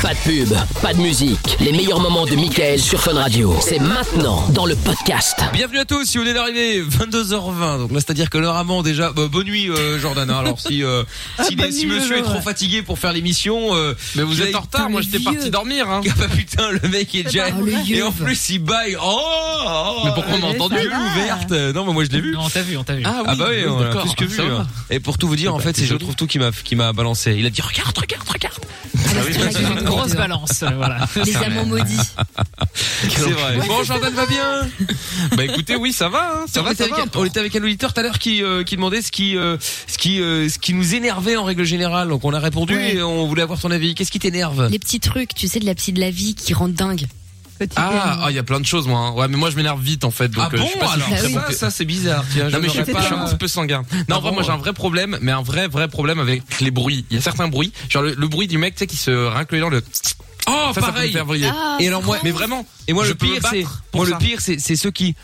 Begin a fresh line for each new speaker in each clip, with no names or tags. Pas de pub, pas de musique. Les meilleurs moments de Michael sur Fun Radio. C'est maintenant dans le podcast.
Bienvenue à tous, si vous venez d'arriver, 22h20. Donc là, c'est-à-dire que l'heure amant déjà. bah, bonne nuit, euh, Jordan. hein. Alors si euh, si,
bonne
si
nuit,
monsieur est
Laurent.
trop fatigué pour faire l'émission, euh, mais
vous êtes en retard, moi, j'étais parti
dormir. Hein. Ah bah putain, le mec est déjà.
pas vrai.
et en plus, il baille. Oh, oh,
Mais pourquoi on m'a
elle est
entendu Ah.
gueule ouverte. Euh, Non, mais moi je l'ai vu.
Non, on t'a vu, on t'a vu.
Ah, bah oui, on a plus que vu.
ça va.
hein. Et pour tout vous dire, en fait, c'est je trouve tout qui m'a qui m'a balancé. Il a dit regarde, regarde, regarde. Ah
Une grosse balance, euh, voilà.
Les amants maudits.
C'est vrai. Bon, Jordan va bien. Bah écoutez, oui, ça va. hein, ça
On
va,
était
ça va.
avec-
On était avec un auditeur tout à l'heure qui euh, qui demandait ce qui euh, ce qui euh, ce qui nous énervait en règle générale. Donc on a répondu
Ouais.
et on voulait avoir ton avis. Qu'est-ce qui t'énerve
Les petits trucs, tu sais, de la petite de la vie qui rendent dingue.
Ah, ah, il y a plein de choses, moi. hein. Ouais, mais moi, je m'énerve vite, en fait. Donc,
Mmh. Ah
euh,
bon
je suis pas si
alors
je suis très bon
ça,
que-
ça c'est bizarre. Tiens, je
non mais je suis,
n'aurais
je suis un petit peu sanguin. Non, en vrai,
bon,
moi j'ai un vrai problème, mais un vrai vrai problème avec les bruits. Il y a certains bruits, genre le, le bruit du mec, tu sais, qui se rincle les dents, le.
Oh,
ça, ça peut me
pareil.
faire vriller.
Ah,
Et alors moi,
mais vraiment.
et moi
je
le
peux me
pire
battre
c'est
pour
moi le
ça.
pire c'est c'est ceux qui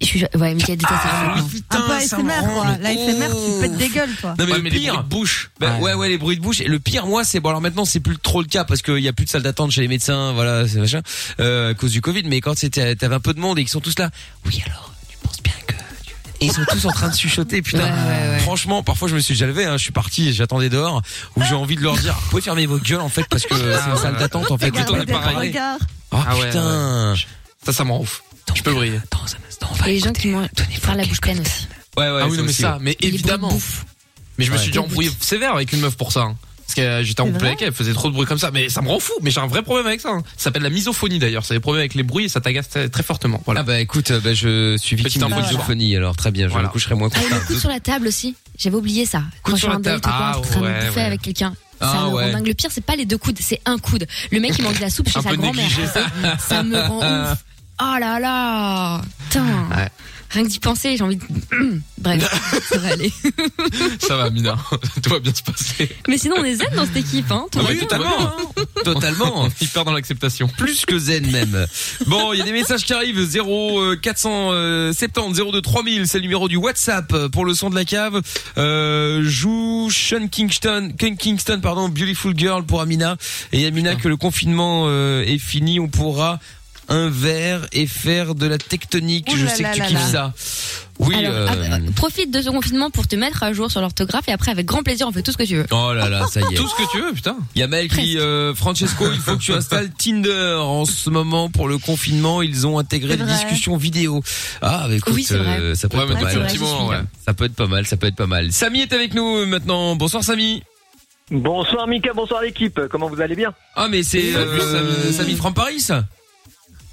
Je suis... Ouais, Mickaël déteste
Ah,
ça.
Un
putain
peu
ça me
ASMR,
rend
quoi.
le-
La ASMR, tu pètes des gueules,
Ah.
toi.
Non mais
Ouais,
le
mais les
pire,
bruits de
bouche. ouais ouais les bruits de bouche. Et le pire moi c'est bon alors maintenant c'est plus trop le cas parce qu'il y a plus de salle d'attente chez les médecins, voilà c'est machin euh, à cause du Covid. Mais quand c'était t'avais un peu de monde et qu'ils sont tous là. Oui alors tu penses bien que tu- et ils sont tous en train de chuchoter putain. Franchement parfois je me suis déjà levé, hein, je suis parti, et j'attendais dehors où j'ai envie de leur dire vous pouvez fermer vos gueules en fait parce que c'est une salle d'attente en fait.
Regarde,
on est
regarde,
pareil.
regarde.
Oh
Ah ouais,
putain.
Ça ça me rend ouf. Je peux briller.
Attends, un instant, on va
Et les gens
écouter
qui mangent
Tony
par la
Hawk.
bouche pleine aussi.
Ouais ouais.
ah oui non mais
aussi,
ça, mais
Et les bruits
évidemment.
de bouffe.
Mais je me
Ouais.
suis déjà embrouillé sévère avec une meuf pour ça. hein. Parce que euh, j'étais en
C'est
couple
vrai
avec elle, elle faisait trop de bruit comme ça. Mais ça me rend fou, mais j'ai un vrai problème avec ça. hein. Ça s'appelle la misophonie d'ailleurs. C'est des problèmes avec les bruits et ça t'agace très, très fortement. Voilà.
Ah bah écoute, euh, bah, je suis victime
Petit
de
embrouille
du soir.
misophonie alors très bien, je
Voilà.
me coucherai moins
Ah,
tard.
et le coup sur la table aussi. J'avais oublié ça. Quand
sur
je suis
la
en date ou
table.
quoi, en
Ah,
train de
ouais,
bouffer
ouais.
avec quelqu'un. Ça
Ah,
me
ouais.
rend dingue. Le pire, c'est pas les deux coudes, c'est un coude. Le mec, il mange de la soupe chez
Un
sa
peu
grand-mère.
négligé, ça.
Ça me rend ouf. Oh là là. Putain.
Ouais.
Rien que d'y penser, j'ai envie de. Bref, ça va aller.
Ça va, Mina. Tout va bien se passer.
Mais sinon, on est zen dans cette équipe, hein. Tout
Ah
va
oui,
bien.
Totalement,
hein.
totalement.
Hyper dans l'acceptation.
Plus que zen même. Bon, il y a des messages qui arrivent 0 euh, 470 02 3000, c'est le numéro du WhatsApp euh, pour le son de la cave. Euh, joue Sean Kingston, King- Kingston pardon, Beautiful Girl pour Amina et Amina que le confinement euh, est fini, on pourra un verre et faire de la tectonique.
Ouh
Je
là
sais
là
que tu
là
kiffes
là.
ça. Oui.
Alors,
euh,
ah, euh, profite de ce confinement pour te mettre à jour sur l'orthographe et après, avec grand plaisir, on fait tout ce que tu veux.
Oh là là, ça y est.
Tout ce que tu veux, putain.
Il y a Maël qui dit, euh, Francesco, il faut que tu installes Tinder en ce moment pour le confinement. Ils ont intégré
C'est
des
vrai.
discussions vidéo. Ah, bah, écoute,
Oui, c'est vrai.
euh, ça peut
Ouais,
être
mais
pas
c'est
mal.
vrai, je suis là.
Ça peut être pas mal, ça peut être pas mal. Samy est avec nous euh, maintenant. Bonsoir Samy.
Bonsoir Mika, bonsoir l'équipe, comment vous allez bien
Ah mais c'est
Salut,
euh,
Samy.
Samy from Paris. ça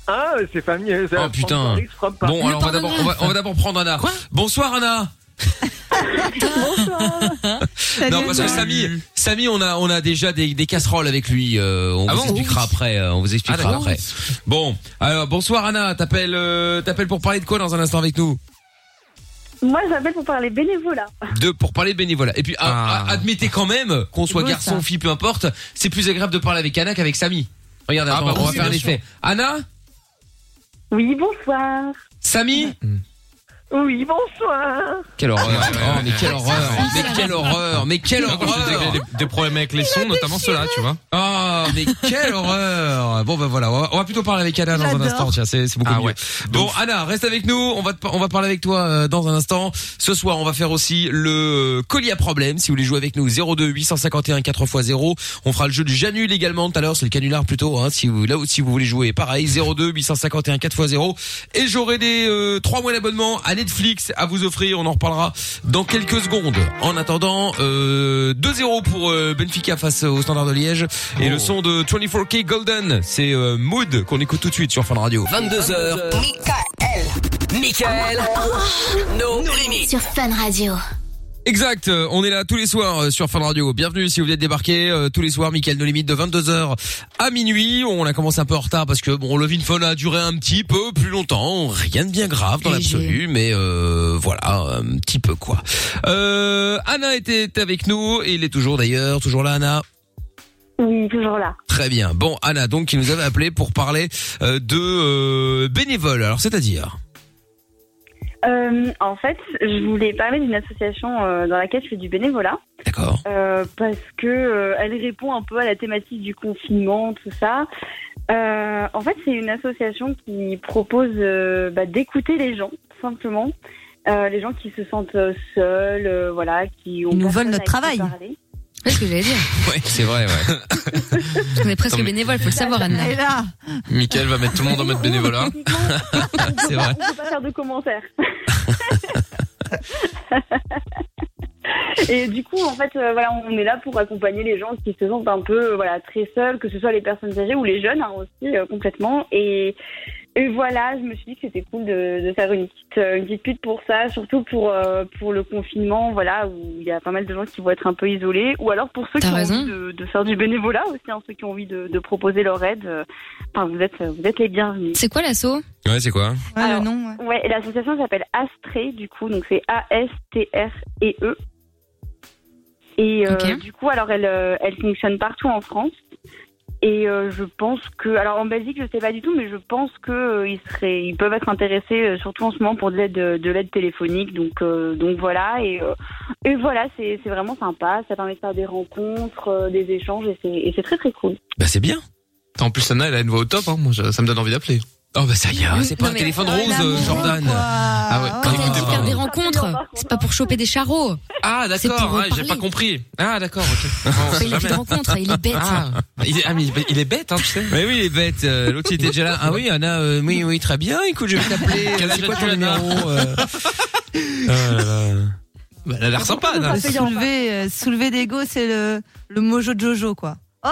Ah, c'est famille, c'est
Oh,
Franck
putain.
Paris, From Paris.
Bon, alors on va
pardonneur.
d'abord on va, on va d'abord prendre Anna. Bonsoir Anna.
Salut,
Non parce que
toi.
Samy, Samy on a on a déjà des, des casseroles avec lui. euh, on
Ah
vous
bon Ah,
expliquera après. euh, on vous expliquera
d'accord.
après. Bon, alors bonsoir Anna. T'appelles euh, t'appelles pour parler de quoi dans un instant avec nous
Moi, j'appelle pour parler bénévolat.
de pour parler bénévolat. Et puis a-
Ah.
a- admettez quand même qu'on soit
beau,
garçon,
ça.
fille, peu importe, c'est plus agréable de parler avec Anna qu'avec Samy. Regarde,
Ah
attends,
bah
on va
oui,
faire un
bien sûr.
effet. Ah, Anna,
Oui, bonsoir.
Samy,
Oui, bonsoir.
quelle horreur
ouais, ouais,
Oh, mais quelle horreur Mais quelle horreur Mais quelle
Moi, quand j'ai
horreur
des, des- des problèmes avec les sons, notamment ceux-là, tu vois.
Oh, mais quelle horreur Bon ben voilà, on va, on va plutôt parler avec Anna dans un
J'adore.
instant, tiens, c'est c'est beaucoup
Ah
mieux.
ouais.
Bon Anna, reste avec nous, on va te par- on va parler avec toi euh, dans un instant. Ce soir, on va faire aussi le euh, colis à problème si vous voulez jouer avec nous 02 851 4x0. On fera le jeu du Janul également tout à l'heure, c'est le canular plutôt hein, si vous là aussi vous voulez jouer pareil 02 851 4x0 et j'aurai des euh, trois mois d'abonnement à Netflix à vous offrir, on en reparlera dans quelques secondes. En attendant euh, 2-0 pour euh, Benfica face au Standard de Liège et
Oh.
le son de 24K Golden, c'est euh, Mood qu'on écoute tout de suite sur Fun Radio.
22h. Michael. Michael. No limit.
Sur Fun Radio.
Exact, euh, on est là tous les soirs euh, sur Fun Radio. Bienvenue si vous êtes débarqué euh, tous les soirs Michael No Limite de 22h à minuit. On a commencé un peu en retard parce que bon, le Vin Fun a duré un petit peu plus longtemps, rien de bien grave dans
Léger.
l'absolu mais euh, voilà, un petit peu quoi. Euh, Anna était avec nous et il est toujours d'ailleurs, toujours là Anna.
Oui, toujours là.
Très bien. Bon Anna donc qui nous avait appelé pour parler euh, de euh, bénévoles. Alors c'est-à-dire
Euh, en fait, je voulais parler d'une association euh, dans laquelle je fais du bénévolat
D'accord.
euh, parce que euh, elle répond un peu à la thématique du confinement, tout ça. Euh, en fait, c'est une association qui propose euh, bah, d'écouter les gens, tout simplement. Euh, les gens qui se sentent euh, seuls, euh, voilà, qui ont
Ils nous
personne
volent notre
à
travail.
qui parler.
C'est ce que j'allais dire.
Ouais, c'est vrai, ouais.
Parce qu'on est presque
Non, mais-
bénévole, faut le savoir, Anna.
Et là,
Michael va mettre tout le monde en mode bénévolat.
Techniquement,
C'est vrai.
On peut pas faire de commentaires. Et du coup, en fait, euh, voilà, on est là pour accompagner les gens qui se sentent un peu, euh, voilà, très seuls, que ce soit les personnes âgées ou les jeunes hein, aussi, euh, complètement. Et, et voilà, je me suis dit que c'était cool de, de faire une petite, euh, une petite pute pour ça, surtout pour euh, pour le confinement, voilà, où il y a pas mal de gens qui vont être un peu isolés, ou alors pour ceux qui
T'as
ont
raison.
envie de, de faire du bénévolat aussi, hein, ceux qui ont envie de, de proposer leur aide. euh, Enfin, vous êtes vous êtes les bienvenus.
C'est quoi l'assaut
Ouais, c'est quoi
ouais,
Alors,
Ah, le nom. ouais.
Ouais, et l'association s'appelle Astré, du coup, donc c'est A-S-T-R-E-E. E Et euh,
Ok.
du coup, alors elle, euh, elle fonctionne partout en France. Et euh, je pense que, alors en Belgique, je sais pas du tout, mais je pense que euh, ils seraient, ils peuvent être intéressés, euh, surtout en ce moment, pour de l'aide, euh, de l'aide téléphonique. Donc, euh, donc voilà. Et, euh, et voilà, c'est, c'est vraiment sympa. Ça permet de faire des rencontres, euh, des échanges, et c'est, et c'est très très cool.
Bah, c'est bien.
Attends, En plus, Anna, elle a une voix au top. Hein. Moi, je- ça me donne envie d'appeler.
Oh, bah, ça y est, c'est pas
Non,
un
mais-
téléphone
Ah,
rose,
l'amour,
euh, Jordan.
quoi.
Quand
ouais, Ah,
elle dit
ouais.
faire des
Ah,
rencontres,
ouais.
c'est pas pour choper des charros.
Ah,
C'est pour
d'accord.
en
ouais, J'ai
parler.
pas compris. Ah, d'accord. ok. Non, on sait
Il a fait
jamais.
des rencontres, il est bête.
Ah, il est, ah, mais il est- il est bête, hein, tu sais.
Mais oui, il est bête. euh, L'autre, il était déjà là. Ah oui, Anna, euh, oui, oui, très bien. Écoute, je vais t'appeler.
Quel
euh,
âge
C'est quoi
as-tu,
ton
Anna
numéro euh Ah là là.
Bah, elle a l'air sympa, Anna.
Oh
Ah, Soulever, euh, soulever d'ego, c'est le, le mojo de Jojo, quoi. Oh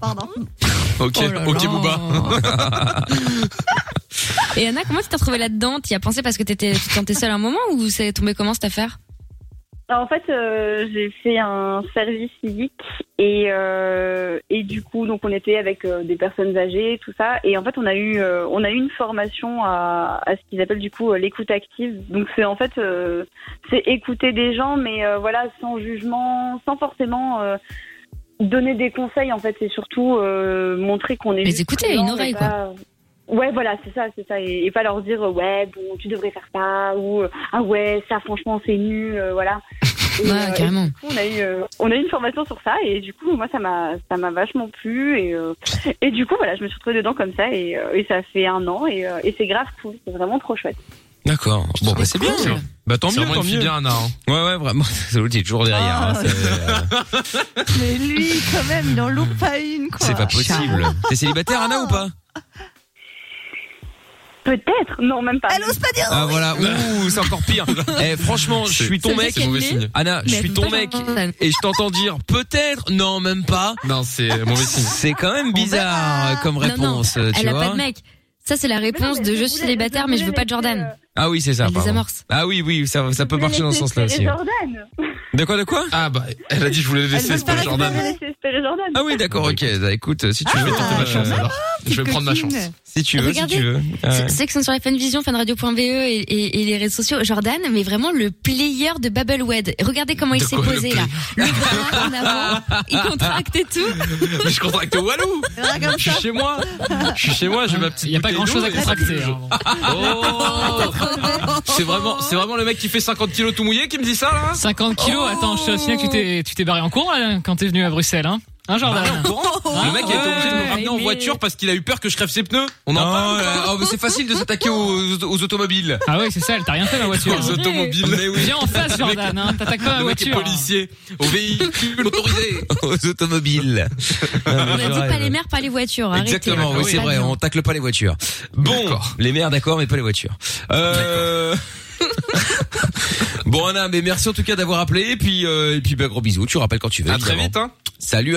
Pardon.
Ok,
Oh là
ok,
là.
Booba.
Et Anna, comment tu t'es retrouvée là-dedans T'y as pensé parce que t'étais, tu te sentais seule un moment ou c'est tombé comment cette affaire
En fait, euh, j'ai fait un service civique et, euh, et du coup, donc on était avec euh, des personnes âgées, tout ça. Et en fait, on a eu, euh, on a eu une formation à, à ce qu'ils appellent du coup euh, l'écoute active. Donc c'est en fait, euh, c'est écouter des gens, mais euh, voilà, sans jugement, sans forcément euh, donner des conseils. En fait, c'est surtout euh, montrer qu'on est.
Les
juste
écouter,
présent
une oreille,
et pas- euh, Ouais, voilà, c'est ça, c'est ça, et, et pas leur dire euh, ouais, bon, tu devrais faire ça ou euh, ah ouais, ça, franchement, c'est nul, euh, voilà. Et,
Ouais,
euh, et
carrément.
on a eu, euh, on a eu une formation sur ça et du coup, moi, ça m'a, ça m'a vachement plu et euh, et du coup, voilà, je me suis retrouvée dedans comme ça et, euh, et ça fait un an et, euh, et c'est grave cool, c'est vraiment trop chouette.
D'accord. Bon, bah, c'est bien.
cool.
ça. Bah, tant
C'est
mieux,
vraiment
tant
une fille
mieux.
bien, Anna. hein. Oh.
Ouais, ouais, vraiment. L'autre, il est toujours derrière. hein,
Ah.
c'est, euh,
Mais lui, quand même, il en loupe pas une, quoi.
C'est pas possible. T'es célibataire, Anna, ou pas
Peut-être, non, même pas.
Elle ose pas dire
Ah, voilà. Ouh, c'est encore pire. Eh, franchement, je
C'est-
suis
c'est-
ton mec.
C'est mauvais
Quel
signe.
Anna, je
Mais
suis
elle
ton
peut pas
mec.
l'entendre.
Et je t'entends dire peut-être, non, même pas.
Non, c'est euh, mauvais signe.
C'est quand même bizarre euh,
verra.
comme
Oh, bah. Non, non,
réponse, tu
Elle a
vois.
pas de mec. Ça, c'est la réponse de je suis célibataire, mais je veux pas de Jordan.
Ah oui, c'est ça.
Elle
pardon.
désamorce.
Ah oui, oui, ça, ça peut marcher dans ce sens-là aussi. ouais.
euh, Jordan.
De quoi, de quoi
Ah, bah, elle a dit, je voulais
Elle
laisser
veut
espérer
pas
Jordan.
Je vais laisser espérer Jordan.
Ah oui, d'accord,
Bah,
ok. Bah, écoute, si tu
Ah,
Je
veux,
vais
euh,
tenter ma chance, alors. Je vais prendre ma chance.
Si tu veux, si
Regardez.
tu veux. Ouais.
C'est c'est que sont sur FN Vision, fanradio.ve E et, et, et les réseaux sociaux. Jordan, mais vraiment le player de Babelwed. Regardez comment il
De
s'est
quoi le
posé
play-
là. Le bras en avant, il contracte et tout.
Mais je contracte Walou.
comme
Je
ça.
suis chez moi. Je suis chez moi, j'ai ma petite.
Il n'y a pas
bouteille
grand chose
d'eau
à
et-
contracter. hein.
Oh C'est vraiment, c'est vraiment le mec qui fait 50 kilos tout mouillé qui me dit ça, là
50 kilos,
Oh.
attends, je te souviens que tu t'es, tu t'es barré en cours là, quand t'es venu à Bruxelles, hein Hein, Jordan
Bah,
Bah,
Le mec a été obligé de me
ouais,
ramener en
mais-
voiture parce qu'il a eu peur que je crève ses pneus. On en
Non,
parle.
là, oh, mais c'est facile de s'attaquer aux, aux automobiles.
Ah oui, c'est ça, elle t'a rien fait ma voiture.
Aux automobiles. Mais oui.
Viens en face, Jordan, hein, t'attaques pas ma
Le mec est
voiture.
policier. Au véhicule autorisé.
aux automobiles.
On a dit pas les mères, pas les voitures. Arrêtez.
Exactement, oui, c'est vrai, on tacle pas les voitures. Bon,
D'accord.
les mères d'accord, mais pas les voitures. Euh... bon Anna, mais merci en tout cas d'avoir appelé et puis euh, et puis bah, gros bisous, tu rappelles quand tu veux.
À très
évidemment.
vite, hein.
Salut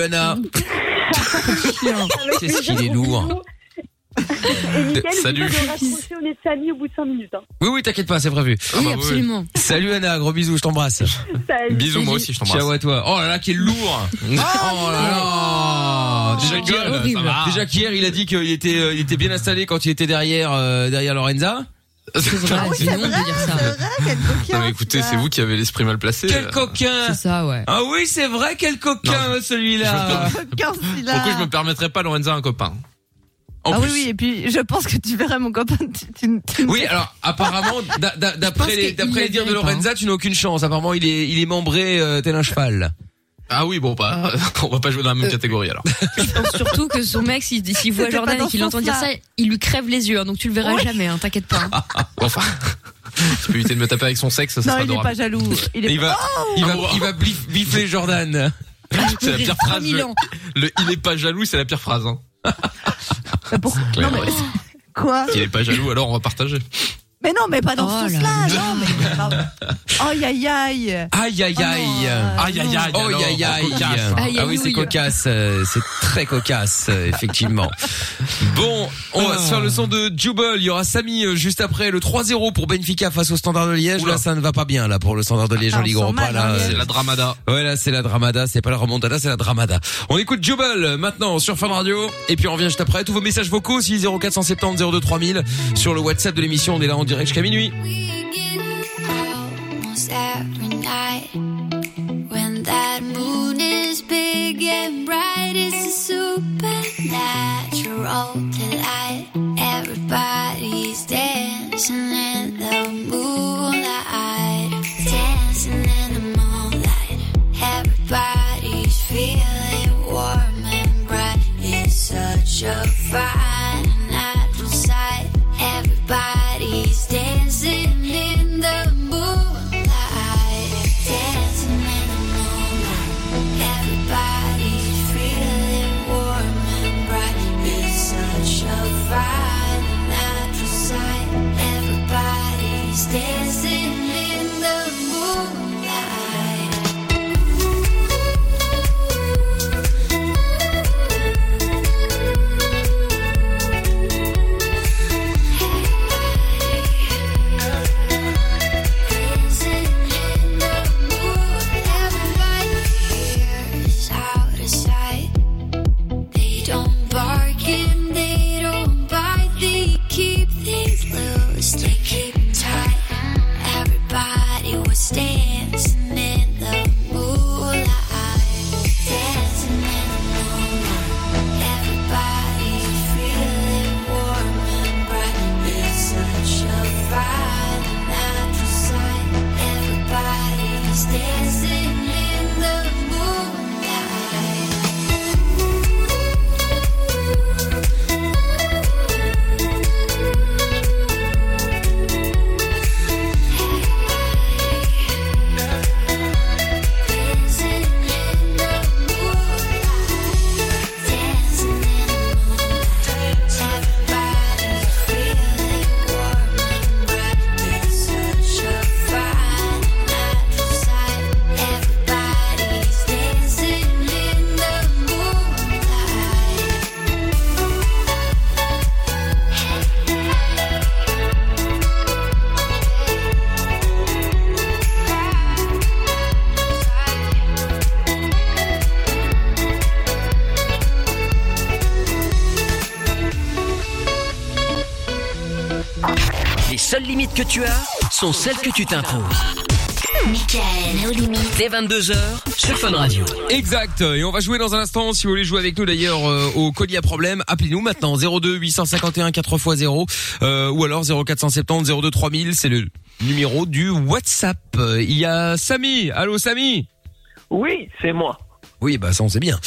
Anna.
Avec
Qu'est-ce
plaisir,
qu'il est
gros
lourd.
bisous. Et Mickaël,
Salut.
oublie pas de raccrocher, on est de famille au bout de 5 minutes. hein.
Oui oui, t'inquiète pas, c'est prévu.
Oui, absolument.
Salut Anna, gros bisous, je t'embrasse.
Salut.
Bisous, moi aussi, je t'embrasse.
Ciao à toi. Oh là là, quel lourd. Oh là là. Déjà
Quel
qu'hier,
horrible.
va.
déjà qu'hier, il a dit qu'il était euh, il était bien installé quand il était derrière euh, derrière Lorenza.
C'est vrai,
Ah oui,
c'est
c'est
Ah, honte de
vrai,
dire ça.
C'est vrai, quel coquin.
Non, mais écoutez,
tu
c'est
vois.
vous qui avez l'esprit mal placé.
Quel
Euh,
coquin
C'est ça, ouais.
Ah oui, c'est vrai, quel coquin celui-là.
Quel coquin, celui-là.
Pourquoi je me permettrais pas, Lorenza, un copain
En
ah
plus.
oui, oui, et puis je pense que tu verrais mon copain. tu- tu- tu-
Oui, alors apparemment, d'a- d'a- d'après
pense
les,
qu'il
d'après les
la
dires de
verrait pas,
Lorenza, tu n'as aucune chance. Apparemment, il est, il est membré euh, tel un cheval. Euh,
Ah oui, bon, bah, on va pas jouer dans la même catégorie alors.
Je pense surtout que son mec, s'il s'il voit
C'était pas
Jordan et
dans
qu'il
ce
entend dire ça,
sens-là.
il lui crève les yeux. hein, donc tu le verras jamais, hein, t'inquiète pas. hein.
Enfin, je peux éviter de me taper avec son sexe, ça
non,
sera
il est
adorable.
pas jaloux. Il
Et
est
il va, il va, il va blif- bifler Jordan.
C'est la
Mourir
pire phrase.
3000
Le,
ans.
le il est pas jaloux, c'est la pire phrase. Hein.
pas. Bah, Pour... Non, mais quoi
S'il est pas jaloux, alors on va partager.
Mais non, mais pas dans
Oh
ce
là
sens-là. Non, mais. pardon. Aïe, aïe, aïe.
Aïe aïe
Oh non,
aïe.
euh,
Aïe, aïe, aïe,
Oh,
alors,
aïe, aïe.
cocasse, hein.
Aïe,
Ah
aïe,
oui, c'est
ouille.
cocasse, euh, c'est très cocasse, euh, effectivement. Bon, on va se faire le son de Jubal. Il y aura Samy euh, juste après le 3-0 pour Benfica face au Standard de Liège.
Oula.
Là, ça ne va pas bien là pour le Standard de Liège
Ah,
en Ligue
on sent
Europa.
mal,
Là,
hein,
euh,
C'est la dramada.
Ouais, là, c'est la dramada, c'est pas la remontada, c'est la dramada. On écoute Jubal euh, maintenant sur Fun Radio, et puis on revient juste après. Tous vos messages vocaux aussi, 0470 02 3000, sur le WhatsApp de l'émission, on est là en direct jusqu'à minuit.
Almost every night, when that moon is big and bright, it's a supernatural delight. Everybody's dancing in the moonlight, dancing in the moonlight. Everybody's feeling warm and bright. It's such a fine natural sight. Everybody's dancing in the moonlight, dancing in the moonlight. Everybody's feeling warm and bright. It's such a fine natural sight. Everybody's dancing in the moonlight. Dancing in the moonlight, dancing in the moonlight. Everybody's feeling warm and bright. It's such a fine natural sight. Everybody's dancing in the moonlight. Dancing in the moonlight. Dancing in the moonlight. Everybody's feeling warm and bright. It's such a fine natural sight. Everybody's dancing in the moonlight.
Les seules limites que tu as sont celles que tu t'imposes.
Michael, no limit.
Dès 22h sur Fun Radio.
Exact, et on va jouer dans un instant, si vous voulez jouer avec nous d'ailleurs euh, au colis à problème, appelez-nous maintenant, 02 851 4x0, euh, ou alors 0470 02 3000, c'est le numéro du WhatsApp. Euh, Il y a Samy, allô Samy
Oui, c'est moi.
Oui, bah ça on sait bien.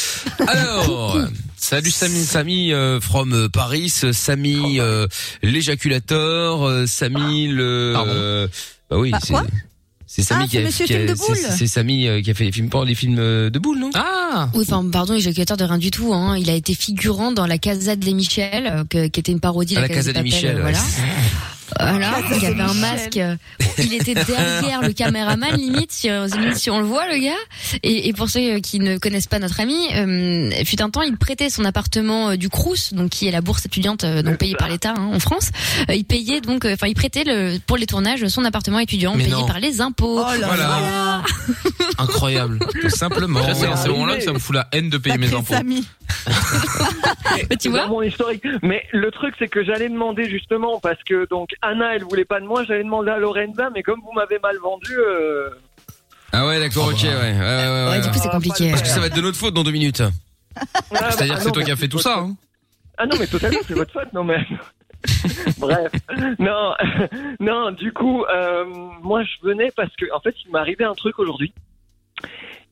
Alors, euh, salut Samy, Samy euh, from euh, Paris, euh, Samy euh, l'éjaculateur, euh, Samy le
Pardon.
euh, bah oui,
Bah,
c'est
quoi
c'est Samy
Ah,
qui a,
c'est Monsieur
qui a-
Film de
c'est-
Boule.
c'est Samy euh, qui a fait les films pas les films euh, de boule, non
Ah
Oui, enfin, pardon, éjaculateur de rien du tout. Hein. Il a été figurant dans La Casa de les Michel, euh, que- qui était une parodie de
À
La, Casa de
des
Papel,
Michel,
euh,
ouais.
Voilà. Voilà,
Casa
il
de
avait un
Michel.
masque. euh, Il était derrière le caméraman, limite si, euh, limite, si on le voit, le gars. Et, et pour ceux euh, qui ne connaissent pas notre ami, euh, fut un temps, il prêtait son appartement euh, du Crous, donc qui est la bourse étudiante euh, donc payée par l'État hein, en France. Euh, il payait donc, euh, enfin, il prêtait le, pour les tournages son appartement étudiant
Mais
payé
non.
par les impôts.
Oh là
Voilà.
là.
Incroyable.
Tout simplement.
Là, c'est à ce
oui,
moment-là
mais-
que ça me fout la haine de payer mes
Sacré
impôts.
Samy.
tu
Dans
vois
mon historique. Mais le truc, c'est que j'allais demander justement, parce que donc Anna, elle voulait pas de moi, j'allais demander à Lorenza, mais comme vous m'avez mal vendu, euh,
Ah ouais, d'accord, ok, ouais. ouais, ouais, ouais,
Ouais,
ouais.
du coup, c'est compliqué.
Parce que ça va être de notre faute dans deux minutes.
ah, bah,
C'est-à-dire
ah
que c'est
non,
toi qui as fait tout ça. hein.
Ah non, mais totalement, c'est votre faute, non mais. Bref, non, non. Du coup, euh, moi, je venais parce que, en fait, il m'est arrivé un truc aujourd'hui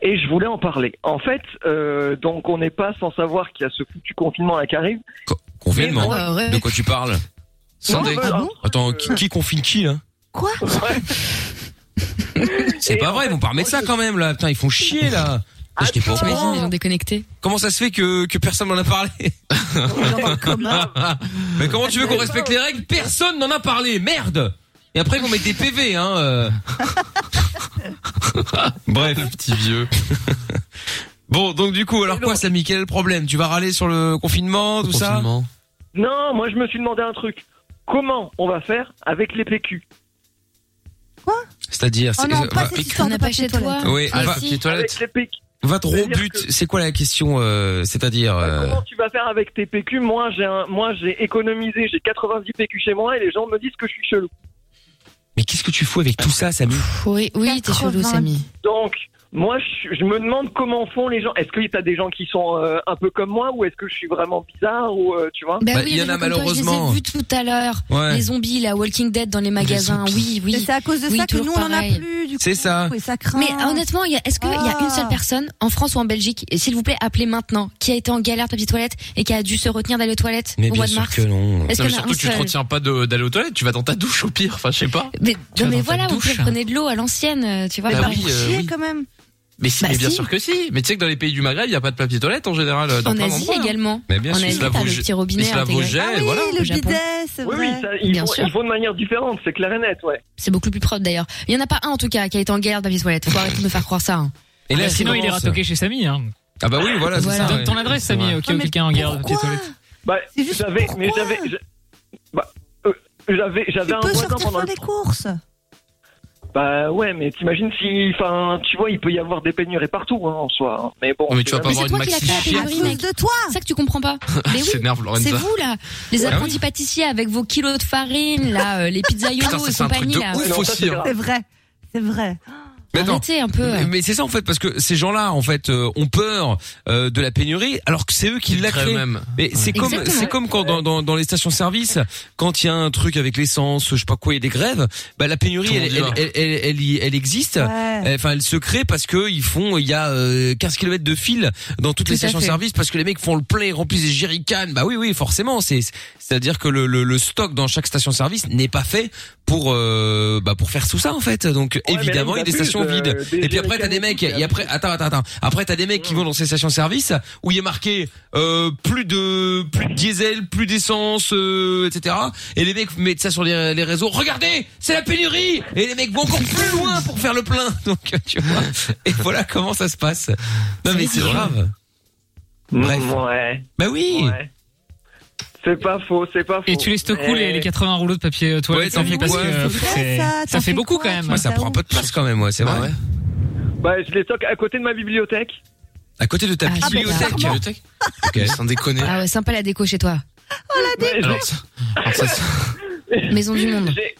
et je voulais en parler. En fait, euh, donc, on n'est pas sans savoir qu'il y a ce foutu confinement là qui arrive.
Confinement.
Ah ouais.
De quoi tu parles Sans
Ah
Non,
dé-
bah,
Ah,
non.
Attends, qui, qui confine qui là
Quoi
C'est pas vrai, ils vont pas remettre ça quand même là. Putain, ils font chier là. Ah, j'étais pas au courant.
T'imagines, ils ont déconnecté.
Comment ça se fait que, que personne n'en a parlé Mais comment tu veux qu'on respecte les règles Personne n'en a parlé, merde Et après qu'on met des PV, hein euh. Bref, petit vieux. bon, donc du coup, alors quoi, Samy Quel est le problème Tu vas râler sur le confinement, tout ça
Non, moi, je me suis demandé un truc. Comment on va faire avec les PQ
C'est-à-dire,
Oh
c'est-
non, pas
euh, bah,
cette
écoute-
histoire de papier
Pas chez toi.
toilette.
Oui,
Ah,
va,
si.
Avec les PQ.
va droit au
C'est-à-dire
but. C'est quoi la question euh, C'est-à-dire
Bah,
euh,
Comment tu vas faire avec tes PQ Moi, j'ai un, moi, j'ai économisé, j'ai 90 PQ chez moi et les gens me disent que je suis chelou.
Mais qu'est-ce que tu fous avec tout ça, Samy
Oui, oui, t'es chelou,
80.
Samy.
Donc, moi, je, je me demande comment font les gens. Est-ce que t'as des gens qui sont euh, un peu comme moi ou est-ce que je suis vraiment bizarre ou euh, tu vois
Bah,
oui,
il y en
des
a
gens comme toi,
malheureusement.
Je les ai vus tout à l'heure.
Ouais.
Les zombies, la Walking Dead dans les magasins. Oui,
Et
oui.
c'est à cause de
Oui,
ça que
toujours
nous, on en a
pareil.
plus. du coup.
C'est ça.
Et ça craint. Ah.
Mais honnêtement, il y a- est-ce qu'il y a une seule personne en France ou en Belgique, et s'il vous plaît, appelez maintenant, qui a été en galère de papier toilette et qui a dû se retenir d'aller aux toilettes
Mais
au
bien
mois de
sûr
mars
que non.
Est-ce qu'il y
Non, mais
en a un
surtout que tu te
seul Euh,
retiens pas de- d'aller aux toilettes, tu vas dans ta douche au pire, enfin je sais pas.
Mais,
Tu
non,
vas
mais
dans ta
voilà, vous
douche.
prenez de l'eau à l'ancienne, euh, tu vois.
Ah
par
oui,
exemple.
euh,
Chier
oui.
quand même.
Mais si,
Bah
mais bien
si.
sûr que si. Mais tu sais que dans les pays du Maghreb, il y a pas de papier toilette en général euh, dans
En
plein
Asie
d'endroits.
également.
Mais bien
en
sûr,
Asie,
se lave
t'as
au
le
jet-
petit
ils
robinet
se lavent au
intégré.
jet,
Ah oui,
voilà.
le
au Japon.
bidet, c'est
Oui,
vrai.
oui, ça, ils,
Bien
font,
sûr.
ils font de manière différente, c'est clair et net, ouais.
C'est beaucoup plus propre d'ailleurs. Il y en a pas un en tout cas qui a été en galère de papier toilette. Faut arrêter de me faire croire ça. hein.
Et là,
Sinon, il est ratoqué chez Samy. Hein.
Ah bah oui, voilà, c'est
Voilà.
ça.
Donne
ouais.
ton adresse,
C'est
Samy,
vrai.
au cas
Non,
où
mais
quelqu'un en garde.
Pourquoi
Bah,
C'est juste
j'avais, mais
pourquoi
j'avais, je- bah, euh, j'avais, j'avais
Tu
un
peux
voisin
sortir
pendant
faire
le.
des courses.
Bah ouais, mais t'imagines si, enfin, tu vois, il peut y avoir des pénuries partout hein, en soi. hein. Mais bon.
Oh, mais tu vas pas
Mais
avoir
c'est
une
toi qui l'as
maxi
fait à
À
Pénurie,
chier.
cause
mec.
de toi.
C'est ça que tu comprends pas. Mais oui.
S'énerve
C'est
Lorenza.
vous là, les
Ah oui.
apprentis pâtissiers avec vos kilos de farine, là, euh, les pizzas
Putain,
yolo
ça
et
c'est un truc
compagnie
de
là.
Ouais,
ouf
non, ça, c'est
aussi. hein.
grave.
C'est vrai. C'est vrai.
Mais attends,
Arrêtez un peu.
Mais, mais c'est ça en fait parce que ces gens-là en fait euh, ont peur euh, de la pénurie alors que c'est eux qui
Ils
la
créent
créée.
eux-mêmes.
Mais c'est comme
Exactement.
c'est comme quand dans, dans, dans les stations-service quand il y a un truc avec l'essence, je sais pas quoi, il y a des grèves, bah la pénurie
Tout le
elle, elle,
monde y
elle, elle, elle y- elle existe. Euh,
Ouais.
Enfin, elle se crée parce que ils font, il y a euh, 15 km de fil dans toutes les
Tout à fait.
stations-service parce que les mecs font le plein, ils remplissent des jerrycans. Bah oui, oui, forcément. C'est, c'est-à-dire que le, le, le stock dans chaque station-service n'est pas fait pour, euh, bah pour faire tout ça en fait. Donc
mais là,
évidemment, il
ils
y a des stations
abusent,
vides.
euh, des
Et puis après, t'as des
jerrycans
mecs.
et tout,
Et après, attends, attends, attends. Après, t'as des mecs qui vont dans ces stations-service où il est marqué euh, plus de plus de diesel, plus d'essence, euh, etc. Et les mecs mettent ça sur les, les réseaux. Regardez, c'est la pénurie. Et les mecs vont encore plus loin pour faire le plein. Donc tu vois. Et voilà comment ça se passe. Non mais c'est grave. Bref.
Ouais.
Bah oui.
ouais. C'est pas faux, c'est pas faux.
Et tu laisses te couler
Mais-
Euh,
les 80 rouleaux de
euh,
papier toilette.
t'en fais
parce
quoi
que
C'est
pff,
vrai,
c'est-
ça,
ça,
t'en
fait
fais
beaucoup
quoi,
quand même.
Ouais, ça
Bah
prend un
oui.
peu de place quand même. Ouais, c'est vrai.
Bah, je les stocke à côté de ma bibliothèque.
À côté de ta
Ah, bah,
bibliothèque.
clairement.
euh,
Ok.
Sans déconner.
Ah ouais, sympa la déco chez toi.
Mais je-
Alors ça, alors ça, ça-
Maison du monde.
j'ai-